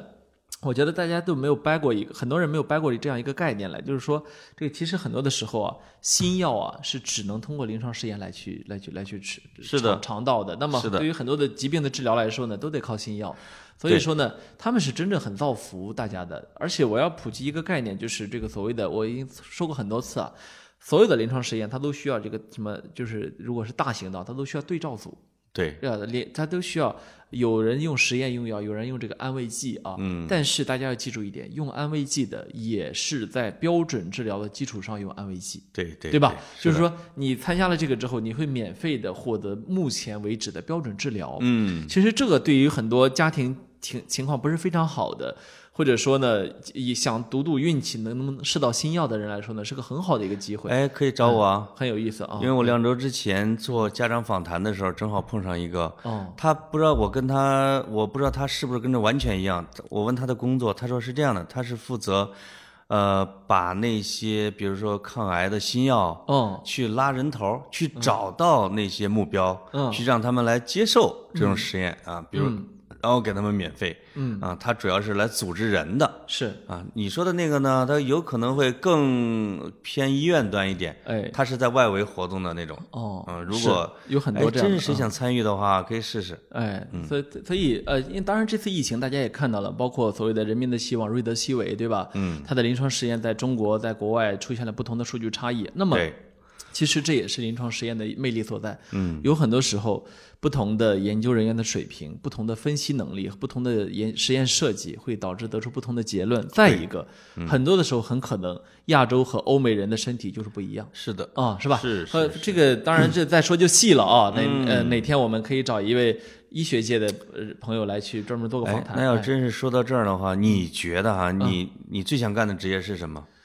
Speaker 1: 我觉得大家都没有掰过一个，很多人没有掰过这样一个概念来，就是说，这个其实很多的时候啊，新药啊是只能通过临床试验来去来去来去吃，
Speaker 2: 是的
Speaker 1: 尝尝到的。那么
Speaker 2: 是的
Speaker 1: 对于很多的疾病的治疗来说呢，都得靠新药。所以
Speaker 2: 对
Speaker 1: 说呢，他们是真正很造福大家的。而且我要普及一个概念，就是这个所谓的，我已经说过很多次啊，所有的临床实验它都需要这个什么，就是如果是大型的啊，它都需要对照组。
Speaker 2: 对，
Speaker 1: 对啊，连它都需要有人用实验用药，有人用这个安慰剂啊。嗯。但是大家要记住一点，用安慰剂的也是在标准治疗的基础上用安慰剂，
Speaker 2: 对对
Speaker 1: 吧？就是是
Speaker 2: 的
Speaker 1: 说，你参加了这个之后，你会免费的获得目前为止的标准治疗。
Speaker 2: 嗯，
Speaker 1: 其实这个对于很多家庭情情况不是非常好的，或者说呢，也想赌赌运气能不能试到新药的人来说呢，是个很好的一个机会，
Speaker 2: 哎，可以找我啊，
Speaker 1: 很有意思啊
Speaker 2: 因。为我两周之前做家长访谈的时候，正好碰上一个，
Speaker 1: 哦，
Speaker 2: 他不知道我跟他，我不知道他是不是跟这完全一样。我问他的工作，他说是这样的，他是负责，呃，把那些比如说抗癌的新药，
Speaker 1: 哦，
Speaker 2: 去拉人头儿，去找到那些目标，
Speaker 1: 嗯
Speaker 2: 去让他们来接受这种实验、啊，比如、
Speaker 1: 嗯
Speaker 2: 然后给他们免费，
Speaker 1: 嗯
Speaker 2: 啊，他主要是来组织人的
Speaker 1: 是，
Speaker 2: 啊。你说的那个呢，他有可能会更偏医院端一点，
Speaker 1: 哎，
Speaker 2: 他是在外围活动的那种。
Speaker 1: 哦，
Speaker 2: 嗯如
Speaker 1: 是
Speaker 2: 果
Speaker 1: 有很多
Speaker 2: 哎
Speaker 1: 这样
Speaker 2: 真
Speaker 1: 的嗯
Speaker 2: 是谁想嗯参与的话，可以试试。
Speaker 1: 哎，所以所以呃，因为当然这次疫情大家也看到了，包括所谓的“人民的希望”瑞德西韦，对吧？嗯，它的临床实验在中国、在国外出现了不同的数据差异。那么，
Speaker 2: 对，
Speaker 1: 其实这也是临床实验的魅力所在。嗯，有很多时候，不同的研究人员的水平、不同的分析能力、不同的研实验设计，会导致得出不同的结论。再一个，
Speaker 2: 嗯
Speaker 1: 很多的时候很可能亚洲和欧美人的身体就是不一样。
Speaker 2: 是的，
Speaker 1: 啊、是吧？
Speaker 2: 是嗯
Speaker 1: 呃，这个当然这再说就细了啊。那、呃哪天我们可以找一位医学界的呃朋友来去专门做个访
Speaker 2: 哎，
Speaker 1: 谈。
Speaker 2: 那要
Speaker 1: 哎嗯
Speaker 2: 真是说到这儿的话，你觉得哈，你你最想干的职业是什么？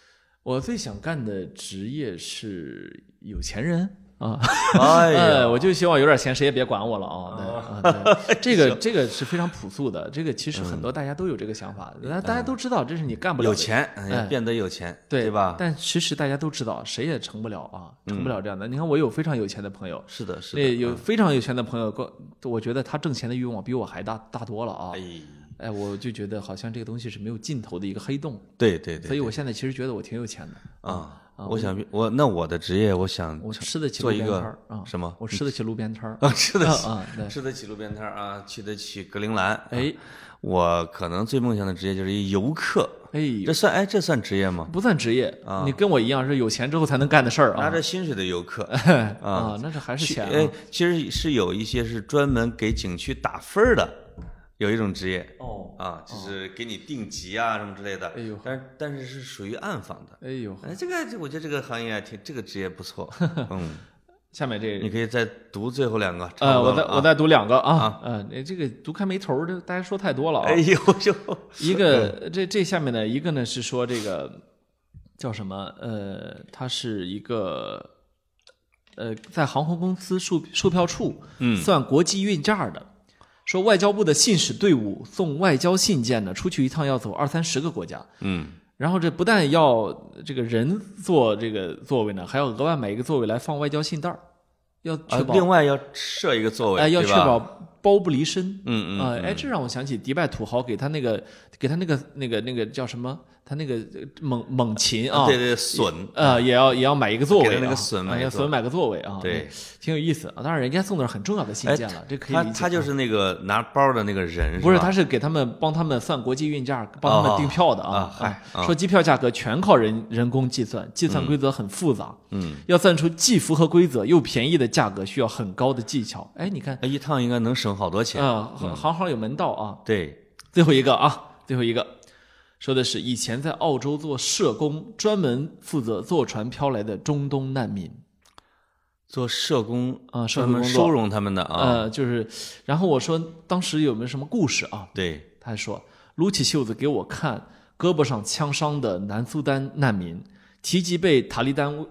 Speaker 1: 我最想干的职业是有钱人啊。
Speaker 2: 哎呀，哎
Speaker 1: 呃，我就希望有点钱，谁也别管我了啊！ 对啊，对这个这个是非常朴素的，这个其实很多大家都有这个想法，那大家都知道这是你干不了
Speaker 2: 嗯有
Speaker 1: 的
Speaker 2: 钱，哎呀
Speaker 1: 哎
Speaker 2: 变得有钱，
Speaker 1: 对
Speaker 2: 吧？嗯
Speaker 1: 但其实大家都知道，谁也成不了啊，成不了这样的。你看，我有非常有钱的朋友，
Speaker 2: 是的，嗯是的，
Speaker 1: 那有非常有钱的朋友，跟我觉得他挣钱的欲望比我还大大多了啊！
Speaker 2: 哎，
Speaker 1: 哎，我就觉得好像这个东西是没有尽头的一个黑洞，
Speaker 2: 对对对，
Speaker 1: 所以我现在其实觉得我挺有钱的，
Speaker 2: 啊，我想我那我的职业，我想
Speaker 1: 我吃得起路
Speaker 2: 做一
Speaker 1: 边摊儿
Speaker 2: 个
Speaker 1: 啊，
Speaker 2: 什么？
Speaker 1: 我吃得起路边摊儿
Speaker 2: 啊，吃得起，
Speaker 1: 啊啊，对，
Speaker 2: 吃得起路边摊儿啊，去得起格陵兰。啊
Speaker 1: 哎
Speaker 2: 我可能最梦想的职业就是一游客，
Speaker 1: 哎，
Speaker 2: 这啊算哎这算职业吗？
Speaker 1: 不算职业你跟我一样是有钱之后才能干的事儿
Speaker 2: 拿
Speaker 1: 啊
Speaker 2: 着薪水的 游客，
Speaker 1: 啊，那是还是
Speaker 2: 其
Speaker 1: 钱
Speaker 2: 哎
Speaker 1: 啊。，
Speaker 2: 其实是有一些是专门给景区打分儿的，有一种职业
Speaker 1: 哦，
Speaker 2: 啊，就是给你定级啊什么之类的。
Speaker 1: 哎呦
Speaker 2: 但是但是是属于暗访的。
Speaker 1: 哎呦，
Speaker 2: 哎，这个这我觉得这个行业啊挺这个职业 不错，嗯，
Speaker 1: 下面这
Speaker 2: 你可以再读最后两个。差
Speaker 1: 呃，
Speaker 2: 不多
Speaker 1: 我再
Speaker 2: 了啊
Speaker 1: 我再读两个啊，嗯，哎这个读开没头儿，这大家说太多了啊
Speaker 2: 哎。呦 呦，
Speaker 1: 一
Speaker 2: 嗯
Speaker 1: 个这这下面呢，一个呢是说这个叫什么？呃，它是一个呃，在航空公司售售票处，嗯，算国际运价的。说外交部的信使队伍送外交信件呢，出去一趟要走二三十个国家，
Speaker 2: 嗯，
Speaker 1: 然后这不但要这个人坐这个座位呢，还要额外买一个座位来放外交信袋儿，要
Speaker 2: 啊
Speaker 1: 确，保
Speaker 2: 另外要设一个座位，
Speaker 1: 哎，要
Speaker 2: 对
Speaker 1: 确
Speaker 2: 吧
Speaker 1: 保包不离身。
Speaker 2: 嗯嗯
Speaker 1: 啊、哎，这让我想起迪拜土豪给他那个，给他那个那个那个叫什么？他那个呃猛猛禽啊，
Speaker 2: 对对，笋，
Speaker 1: 呃，也要也要买一个座位、啊，
Speaker 2: 给他那个笋买一
Speaker 1: 哎
Speaker 2: 个
Speaker 1: 要
Speaker 2: 座位
Speaker 1: 笋买个座位啊，
Speaker 2: 对，
Speaker 1: 挺有意思啊。当然，人家送的是很重要的信
Speaker 2: 哎
Speaker 1: 件了，这可以
Speaker 2: 他
Speaker 1: 理解。啊
Speaker 2: 他就是那个拿包的那个人，
Speaker 1: 不是，
Speaker 2: 吧
Speaker 1: 他是给他们帮他们算国际运价，帮他们订票的啊
Speaker 2: 啊。嗨啊
Speaker 1: 说机票价格全靠人人工计算，计算规则很复杂，嗯，要算出既符合规则又便宜的价格，需要很高的技巧。哎，你看，
Speaker 2: 哎一趟应该能省好多钱，
Speaker 1: 啊，行行行有门道啊。
Speaker 2: 对，
Speaker 1: 最后一个啊，最后一个说的是以前在澳洲做社工，专门负责坐船漂来的中东难民。
Speaker 2: 做社工
Speaker 1: 啊社
Speaker 2: 专
Speaker 1: 会
Speaker 2: 门
Speaker 1: 工作
Speaker 2: 收容他们的啊，
Speaker 1: 呃，就是，然后我说当时有没有什么故事啊？
Speaker 2: 对，
Speaker 1: 他说撸起袖子给我看胳膊上枪伤的南苏丹难民，提及被塔利班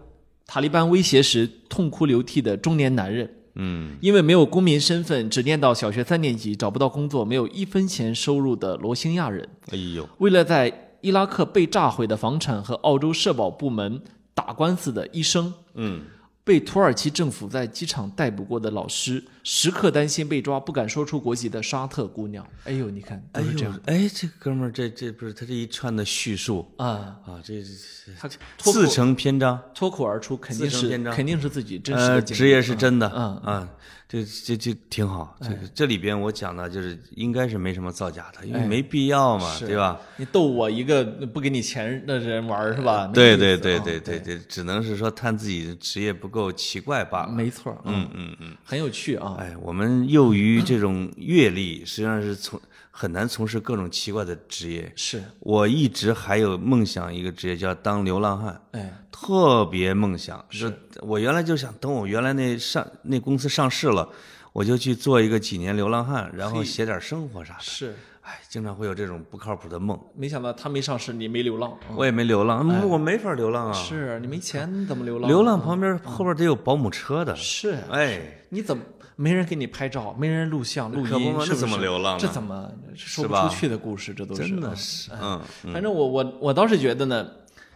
Speaker 1: 塔利班威胁时痛哭流涕的中年男人，
Speaker 2: 嗯，
Speaker 1: 因为没有公民身份，只念到小学三年级，找不到工作，没有一分钱收入的罗兴亚人，
Speaker 2: 哎呦，
Speaker 1: 为了在伊拉克被炸毁的房产和澳洲社保部门打官司的医生，
Speaker 2: 嗯，
Speaker 1: 被土耳其政府在机场逮捕过的老师，时刻担心被抓，不敢说出国籍的沙特姑娘。哎呦，你看，
Speaker 2: 哎
Speaker 1: 都是这样
Speaker 2: 呦，哎，这哥们儿这这不是他这一串的叙述
Speaker 1: 啊、
Speaker 2: 啊，这这
Speaker 1: 他
Speaker 2: 这
Speaker 1: 脱
Speaker 2: 自
Speaker 1: 口
Speaker 2: 成篇章，
Speaker 1: 脱口而出，肯定
Speaker 2: 自成
Speaker 1: 是
Speaker 2: 篇章
Speaker 1: 肯定是自己真实
Speaker 2: 呃，
Speaker 1: 的经历
Speaker 2: 职业是真的，
Speaker 1: 嗯
Speaker 2: 啊，这这这挺好。这
Speaker 1: 哎
Speaker 2: 个这里边我讲的就是应该是没什么造假的，因为没必要嘛，对吧？？
Speaker 1: 你逗我一个不给你钱的人玩儿是吧？没
Speaker 2: 对
Speaker 1: 意思
Speaker 2: 对
Speaker 1: 啊
Speaker 2: 对
Speaker 1: 对
Speaker 2: 对对对，只能是说叹自己的职业不够奇怪罢了。
Speaker 1: 没错，嗯嗯嗯，很有趣啊。
Speaker 2: 哎，我们囿于这种阅历，实际上是从很难从事各种奇怪的职业。
Speaker 1: 是，
Speaker 2: 我一直还有梦想一个职业，叫当流浪汉。
Speaker 1: 哎，
Speaker 2: 特别梦想，是我原来就想等我原来那上那公司上市了，我就去做一个几年流浪汉，然后写点生活啥的。
Speaker 1: 是，
Speaker 2: 哎，经常会有这种不靠谱的梦，
Speaker 1: 没想到他没上市，你没流浪，嗯
Speaker 2: 我也没流浪，嗯我没法流浪啊。
Speaker 1: 是你没钱你怎么流浪？啊
Speaker 2: 流浪旁边后边得有保姆车的。
Speaker 1: 是，
Speaker 2: 哎，
Speaker 1: 你怎么没人给你拍照，没人录像、录
Speaker 2: 可不
Speaker 1: 音
Speaker 2: 嘛，
Speaker 1: 是
Speaker 2: 那
Speaker 1: 不
Speaker 2: 怎么
Speaker 1: 是
Speaker 2: 流浪啊
Speaker 1: 这
Speaker 2: 呢
Speaker 1: 怎么说
Speaker 2: 是
Speaker 1: 不
Speaker 2: 吧
Speaker 1: 出去的故事？这都是
Speaker 2: 真
Speaker 1: 嗯
Speaker 2: 的是，嗯，
Speaker 1: 反正我我我倒是觉得呢，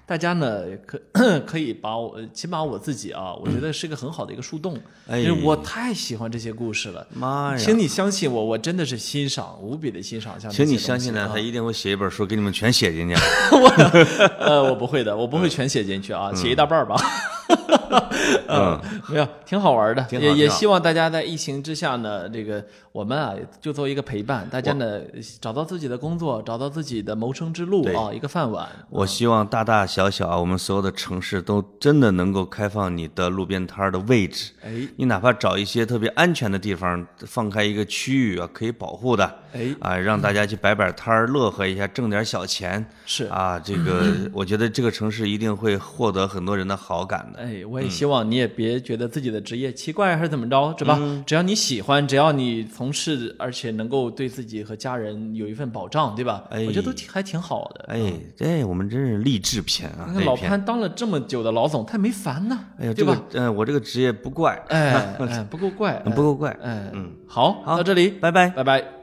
Speaker 1: 大家呢可 可以把我，起码我自己啊，我觉得是一个很好的一个树洞，
Speaker 2: 嗯哎
Speaker 1: 因为我太喜欢这些故事了。
Speaker 2: 妈呀！
Speaker 1: 请你相信我，我真的是欣赏，无比的欣赏像这些
Speaker 2: 请
Speaker 1: 东西啊。
Speaker 2: 你相信 呢，他一定会写一本书给你们全写进去。
Speaker 1: 呃，我不会的，我不会全写进去啊，写一大半儿吧。 嗯， 没有，挺好玩的，
Speaker 2: 挺好
Speaker 1: 也也
Speaker 2: 挺好
Speaker 1: 希望大家在疫情之下呢，这个我们啊，就做一个陪伴，大家呢找到自己的工作，找到自己的谋生之路
Speaker 2: 对
Speaker 1: 啊，一个饭碗。
Speaker 2: 我希望大大小小啊，我们所有的城市都真的能够开放你的路边摊儿的位置。
Speaker 1: 哎
Speaker 2: 你哪怕找一些特别安全的地方，放开一个区域啊，可以保护的，
Speaker 1: 哎，
Speaker 2: 啊，让大家去摆摆摊儿，乐呵一下，挣点小钱。
Speaker 1: 是，
Speaker 2: 啊，这 个我觉得这个城市一定会获得很多人的好感的。
Speaker 1: 哎，我也希望你也别觉得自己的职业奇怪还是怎么着，是吧？
Speaker 2: 嗯
Speaker 1: 只要你喜欢，只要你从事，而且能够对自己和家人有一份保障，对吧？
Speaker 2: 哎
Speaker 1: 我觉得都挺还挺好的。
Speaker 2: 哎，这我们真是励志片啊
Speaker 1: 你，
Speaker 2: 这
Speaker 1: 嗯看老
Speaker 2: 片。
Speaker 1: 潘当了这么久的老总，他也没烦呢，
Speaker 2: 哎呀，
Speaker 1: 对
Speaker 2: 这个
Speaker 1: 吧？，
Speaker 2: 嗯、我这个职业不怪，
Speaker 1: 哎，哎不够怪，
Speaker 2: 不够怪。
Speaker 1: 哎，嗯，好，
Speaker 2: 好
Speaker 1: 到这里，
Speaker 2: 拜拜。
Speaker 1: 拜拜。